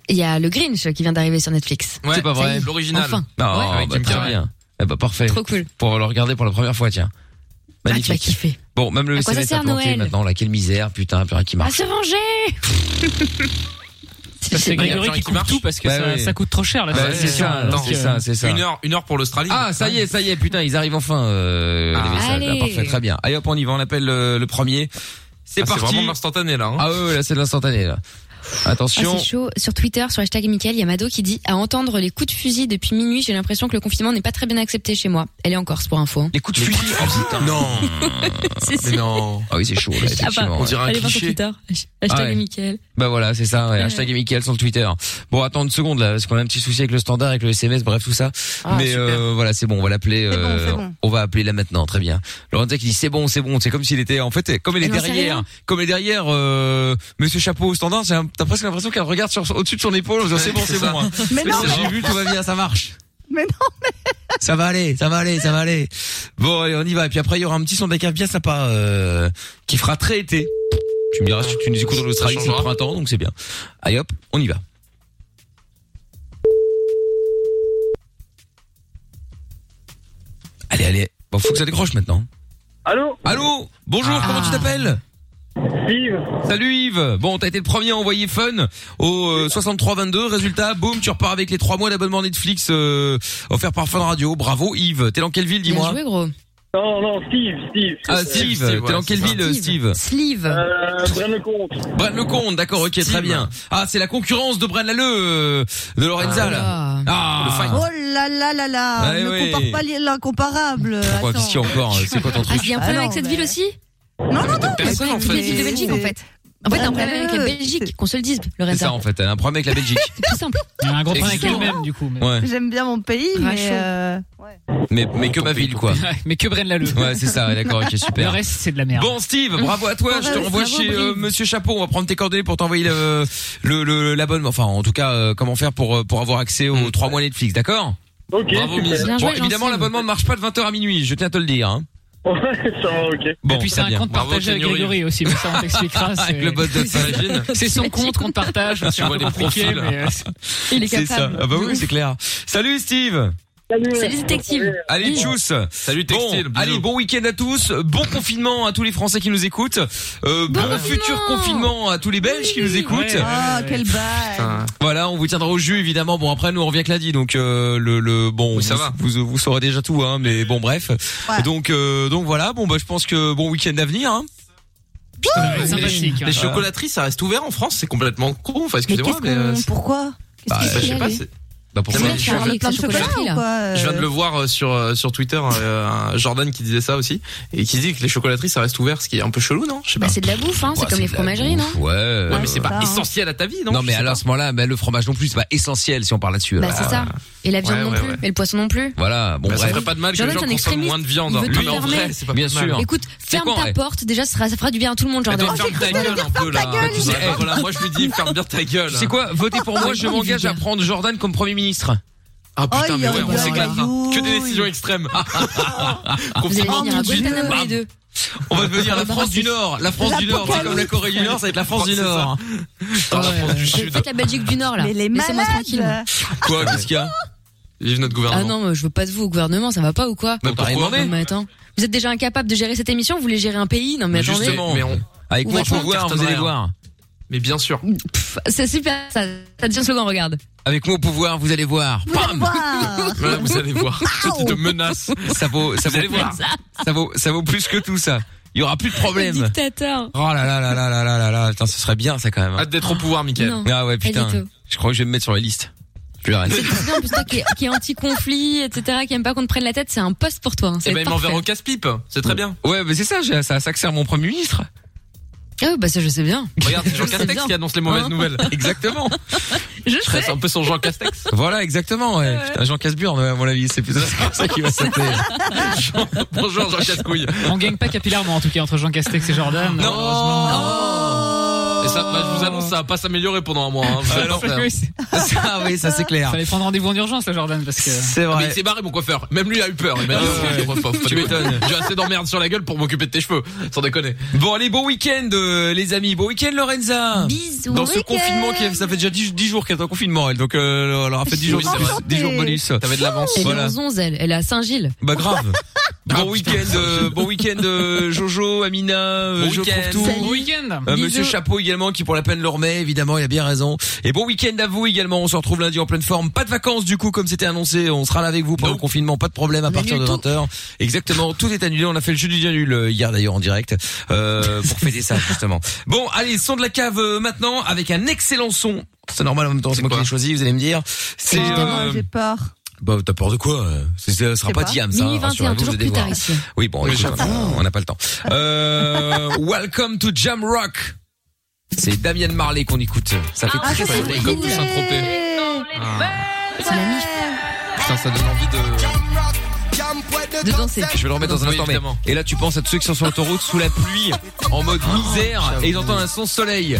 Il y a le Grinch qui vient d'arriver sur Netflix.
c'est pas
Ça y
vrai.
est, Enfin.
Non,
Ouais.
bah, très bien. Eh bah, parfait.
Trop cool. Ah,
Pour le regarder pour la première fois, tiens. Magnifique.
tu vas kiffer.
Bon, même le
À quoi ça
SMS a
sert,
planté
Noël Ah,
maintenant, là. Quelle misère, putain, purée qui
À
marche.
se venger Ah,
C'est Grégory qui coupe tout parce que
Bah
ça,
ouais.
ça coûte trop cher là.
Bah,
cette
c'est
émission,
ça,
donc,
attends, c'est
euh,
ça, c'est ça.
Une heure, une heure pour l'Australie.
Ah, ça y est, ça y est, putain, ils arrivent enfin, euh, les messages.
Allez.
Ah, parfait, très bien. Allez hop, on y va, on appelle euh, le premier. C'est
Ah, c'est
parti.
vraiment de l'instantané, là, hein.
Ah ouais, ouais, là, c'est de l'instantané, là. Attention.
Ah, c'est chaud. Sur Twitter, sur hashtag Mickaël, il y a Mado qui dit à entendre les coups de fusil depuis minuit, j'ai l'impression que le confinement n'est pas très bien accepté chez moi. Elle est en Corse pour info. hein.
Les coups de fusil. oh, putain. Non. Mais non. Ah oui, c'est chaud, là,
Ah,
effectivement.
bah,
On dirait un
allez voir sur
cliché.
Twitter. Hashtag
Ah ouais.
Mickaël.
Bah voilà, c'est ça. ouais.
Ouais.
Hashtag et Mickaël sur le Twitter. Bon, attends une seconde là, parce qu'on a un petit souci avec le standard, avec le SMS, bref tout ça.
Ah,
Mais
super.
euh, voilà, c'est bon, on va l'appeler. euh,
c'est bon.
On va appeler là maintenant, très bien. Laurentia qui dit c'est bon, c'est bon. C'est comme s'il était en fait, comme elle est
Elle n'en sait
derrière,
Eh ben, rien.
comme elle est derrière euh, Monsieur Chapeau au standard. c'est un- T'as presque l'impression qu'elle regarde sur, au-dessus de son épaule. en disant, C'est bon, c'est
c'est ça.
bon. hein.
Mais non,
J'ai
mais-
vu, tout va bien, ça marche. Ça va aller, ça va aller, ça va aller. Bon, allez, on y va. Et puis après, il y aura un petit son de la cave bien sympa euh, qui fera très été. Tu me diras si tu nous écoutes dans l'Australie, c'est le printemps, donc c'est bien. Allez hop, on y va. Allez, allez. Bon, faut que ça décroche maintenant.
Allô
Allô Bonjour, comment tu t'appelles
Yves.
Salut Yves. Bon, t'as été le premier à envoyer fun au euh, 6322. Résultat, boum, tu repars avec les trois mois d'abonnement Netflix euh, offert par Fun Radio. Bravo Yves. T'es dans quelle ville, dis-moi
gros.
Non, non, Steve, Steve.
Ah, Steve, t'es dans quelle ville, Steve
Sleeve.
Euh, Braine-le-Comte.
Brad Lecomte, d'accord, ok, très bien. Ah, c'est la concurrence de Brad Lalleux, euh, de Lorenza,
Ah.
là. Ah, le fight.
Oh là là là là,
Ouais,
ne
ouais.
compare pas les- l'incomparable.
Pourquoi, qu'est-ce qu'il y a encore euh, C'est quoi ton
Ah,
truc
il y a un problème avec cette ville aussi
Non, non, non.
Personne
en
Toutes les
fait.
villes de Belgique, en fait. En fait, t'as un problème avec la Belgique, qu'on se le dise,
C'est
Lorenza.
ça, en fait, elle a un problème avec la Belgique.
Tout simple.
Un gros problème avec
Excellent.
elle-même, du coup.
Ouais.
J'aime bien mon pays, mais
Rachaud.
euh,
Mais, mais que ma ville, quoi.
Mais que Bren Lalleux.
Ouais, c'est ça, ouais, Ah, d'accord, ok, super.
Le reste, c'est de la merde.
Bon Steve, bravo à toi, je te
Bravo,
renvoie
bravo,
chez euh,
Brive.
Monsieur Chapeau, on va prendre tes coordonnées pour t'envoyer le le- le- l'abonnement, enfin en tout cas euh, comment faire pour euh, pour avoir accès aux trois mois Netflix, d'accord
Hmm. Ok,
Bravo,
super.
mise.
Bien joué,
Bon, évidemment
Jean-Sim.
l'abonnement ne marche pas de 20h à minuit, je tiens à te le dire. Hein.
Ouais, ça va, ok.
Bon,
Et puis c'est
très
un
bien.
compte
Bravo,
partagé avec
Grégory.
Grégory aussi, mais ça on t'expliquera. c'est-
Avec le bot de T'imagines
C'est son compte qu'on te partage, c'est
Tu
un
vois
peu
les
compliqué,
profils.
mais, euh,
Il est
C'est ça.
capable.
Ah bah
De
oui,
ouf.
c'est clair. Salut Steve.
Salut, détective.
Allez,
Bisous.
tchuss. Salut
Textile,
Bon,
bisous.
allez, bon week-end à tous. Bon confinement à tous les Français qui nous écoutent. Euh, bon futur confinement à tous les Belges qui nous écoutent.
Ah, quel bail.
Voilà, on vous tiendra au jus évidemment. Bon après nous on revient que lundi donc euh, le le bon ça vous, va. Vous vous saurez déjà tout hein mais bon bref. Donc euh, donc voilà, bon bah je pense que bon week-end à venir hein.
Les-
sympathique, hein.
Les chocolateries, ça reste ouvert en France, c'est complètement con. Enfin, excusez-moi, mais. euh, c'est-
pourquoi
Bah,
Qu'est-ce
je
qu'il y
sais
a,
pas,
lui
c'est- Bah, pourquoi
C'est
je-
un
je-
plein de
je-
chocolat, ou quoi euh
Je viens de le voir euh, sur euh, sur Twitter, euh, un Jordan qui disait ça aussi et qui dit que les chocolateries ça reste ouvert, ce qui est un peu chelou, non Je sais pas.
Bah, c'est de la bouffe, hein.
Ouais,
C'est comme
c'est
les
de la
fromageries, non
Ouais.
Ouais, mais c'est
euh,
pas essentiel à ta vie, non
Non, mais alors à ce moment-là, bah, le fromage non plus, c'est pas essentiel si on parle là-dessus.
Bah,
alors.
c'est ça. Et la viande
Ouais,
non
ouais,
plus.
ouais.
Et le poisson non plus.
Voilà, bon
Bah, ça
bref.
ferait pas de mal que
Jordan, les gens c'est un consomment extrémiste. moins de viande, Il hein. veut
Non,
tout
mais en
fermer.
vrai, c'est pas bien
mal. hein.
sûr.
Écoute,
C'est
ferme
quoi,
ta
ouais.
porte. Déjà, ça, ça fera du bien à tout le monde, Jordan.
Attends, ferme ta gueule un peu là. Tu sais, eh, voilà, moi je lui dis ferme bien ta gueule.
Tu sais quoi Votez pour moi, je m'engage à prendre Jordan comme Premier ministre.
Ah
Oh,
putain, mais ouais,
Aïe,
on s'éclate. hein.
aïe,
Que des décisions extrêmes.
Ah.
Vous allez venir à
tout de suite.
Guantanamo les deux.
On va devenir la France du Nord. La France du Nord, c'est comme la Corée du Nord, ça va être la France du Nord.
Dans la France du Sud.
Faites la Belgique du Nord là.
Mais les
Laissez-moi
malades.
tranquille. moi.
Quoi, qu'est-ce
qu'il y a
Vive notre gouvernement.
Ah non, mais je veux pas de vous au gouvernement, ça va pas ou quoi
Mais pourquoi
Non, mais attends. Vous êtes déjà incapable de gérer cette émission, vous voulez gérer un pays Non, mais,
Mais
attendez.
justement, mais on-
avec
moi,
mon pouvoir, vous allez voir.
Mais bien sûr.
Pff, C'est super, ça, ça devient slogan, regarde.
Avec mon pouvoir, vous allez voir. Pam
Voilà, vous allez voir. Cette de menace.
Ça vaut, ça
Vous
vaut,
allez voir.
ça vaut, ça vaut plus que tout ça. Il y aura plus de
Le
problème.
Dictateur.
Oh là là là là là là là là, putain, ce serait bien ça quand même.
Hâte d'être au pouvoir, Mickaël.
Non.
Ah ouais, putain.
Pas du tout.
Je crois que je vais me mettre sur la liste. Je l'arrête.
C'est bien, en plus toi qui est, qui est anti-conflit, etc., qui aime pas qu'on te prenne la tête, c'est un poste pour toi. hein, ça
Eh
va
ben,
être
il m'enverra au
parfait.
casse-pipe. C'est très bien.
Ouais, mais c'est ça, j'ai- ça, ça que sert mon premier ministre.
Ah, bah ça je sais bien.
Regarde, c'est Jean
Je sais
Castex
bien.
qui annonce les mauvaises
Hein
nouvelles.
Exactement.
Je
Je reste un peu son Jean Castex.
Voilà, exactement, ouais. Putain, Jean Casburn, ouais, à mon avis, c'est plutôt comme ça qui va s'appeler.
Bonjour Jean Casse-Couille.
On gagne pas capillairement en tout cas entre Jean Castex et Jordan.
Et ça, bah, je vous annonce, ça va pas s'améliorer pendant un mois. Hein. Vous allez
Alors,
voir.
oui, c'est-
Ah oui, ça c'est clair.
Euh, Fallait prendre rendez-vous en urgence là, Jordan, parce que.
C'est
Ah, Mais il s'est barré mon coiffeur. Même lui il a eu peur. Il m'a dit,
ouais.
oh, faut- faut- faut
Tu
déconner.
m'étonnes.
J'ai assez d'emmerde sur la gueule pour m'occuper de tes cheveux. Sans déconner.
Bon, allez, bon week-end, euh, les amis. Bon week-end, Lorenza.
Bisous.
Dans ce
Week-end.
confinement, qui, ça fait déjà 10, 10 jours qu'elle est en confinement, elle. Donc, euh, elle aura fait 10 jours,
Oui, c'est vrai.
10 jours bonus.
T'avais de l'avance.
Elle est
Voilà.
en 11, elle, elle est à Saint-Gilles.
Bah, grave. Bon week-end, euh, bon week-end euh, Jojo, Amina, euh,
Bon
je
week-end.
trouve tout.
Salut. Bon week-end.
Euh,
Bisous.
Monsieur Chapeau également qui pour la peine le remet évidemment, il a bien raison. Et bon week-end à vous également. On se retrouve lundi en pleine forme. Pas de vacances du coup comme c'était annoncé. On sera là avec vous pendant le confinement. Pas de problème à partir de
annule tout.
20 h Exactement. Tout est annulé. On a fait le jeu du bien nul euh, hier d'ailleurs en direct euh, pour fêter ça justement. Bon allez son de la cave euh, maintenant avec un excellent son. C'est normal en même temps. C'est moi qui l'ai choisi. Vous allez me dire. C'est
Évidemment,
euh,
j'ai peur.
bah, t'as peur de quoi euh C'est- Ce sera
sais
pas
pas.
Diam, ça.
Minuit
hein, sur la
21,
douche
toujours
des
plus
devoirs.
tard ici.
Oui, bon,
Mais
écoute,
j'avoue.
on- on n'a pas le temps. Euh, welcome to Jam Rock. C'est Damien Marley qu'on écoute. Ça fait
Ah,
très
ça, c'est
très
cool.
comme Saint-Tropez. Ah.
C'est la mif.
Putain, ça donne envie de...
De danser.
Je vais le remettre dans un
Oui,
instant, mais...
évidemment. Ah,
Et là, tu penses à tous ceux qui sont sur l'autoroute sous la pluie, en mode misère, et ils entendent un son soleil.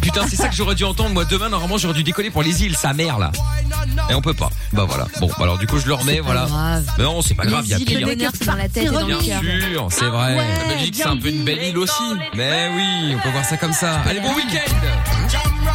Putain, c'est ça que j'aurais dû entendre. Moi, demain, normalement, j'aurais dû décoller pour les îles, sa mère, là. Et on peut pas. Bah voilà. Bon, bah alors du coup, je le remets,
pas
voilà.
grave.
Mais non, c'est pas
Les
grave, il y a
îles et le
pire.
bonheur, c'est dans la tête et dans le cœur. Ah
Bien sûr, c'est vrai.
ouais,
la Belgique, c'est un peu une belle île aussi. Mais oui, on peut voir ça comme ça. Allez, bon week-end.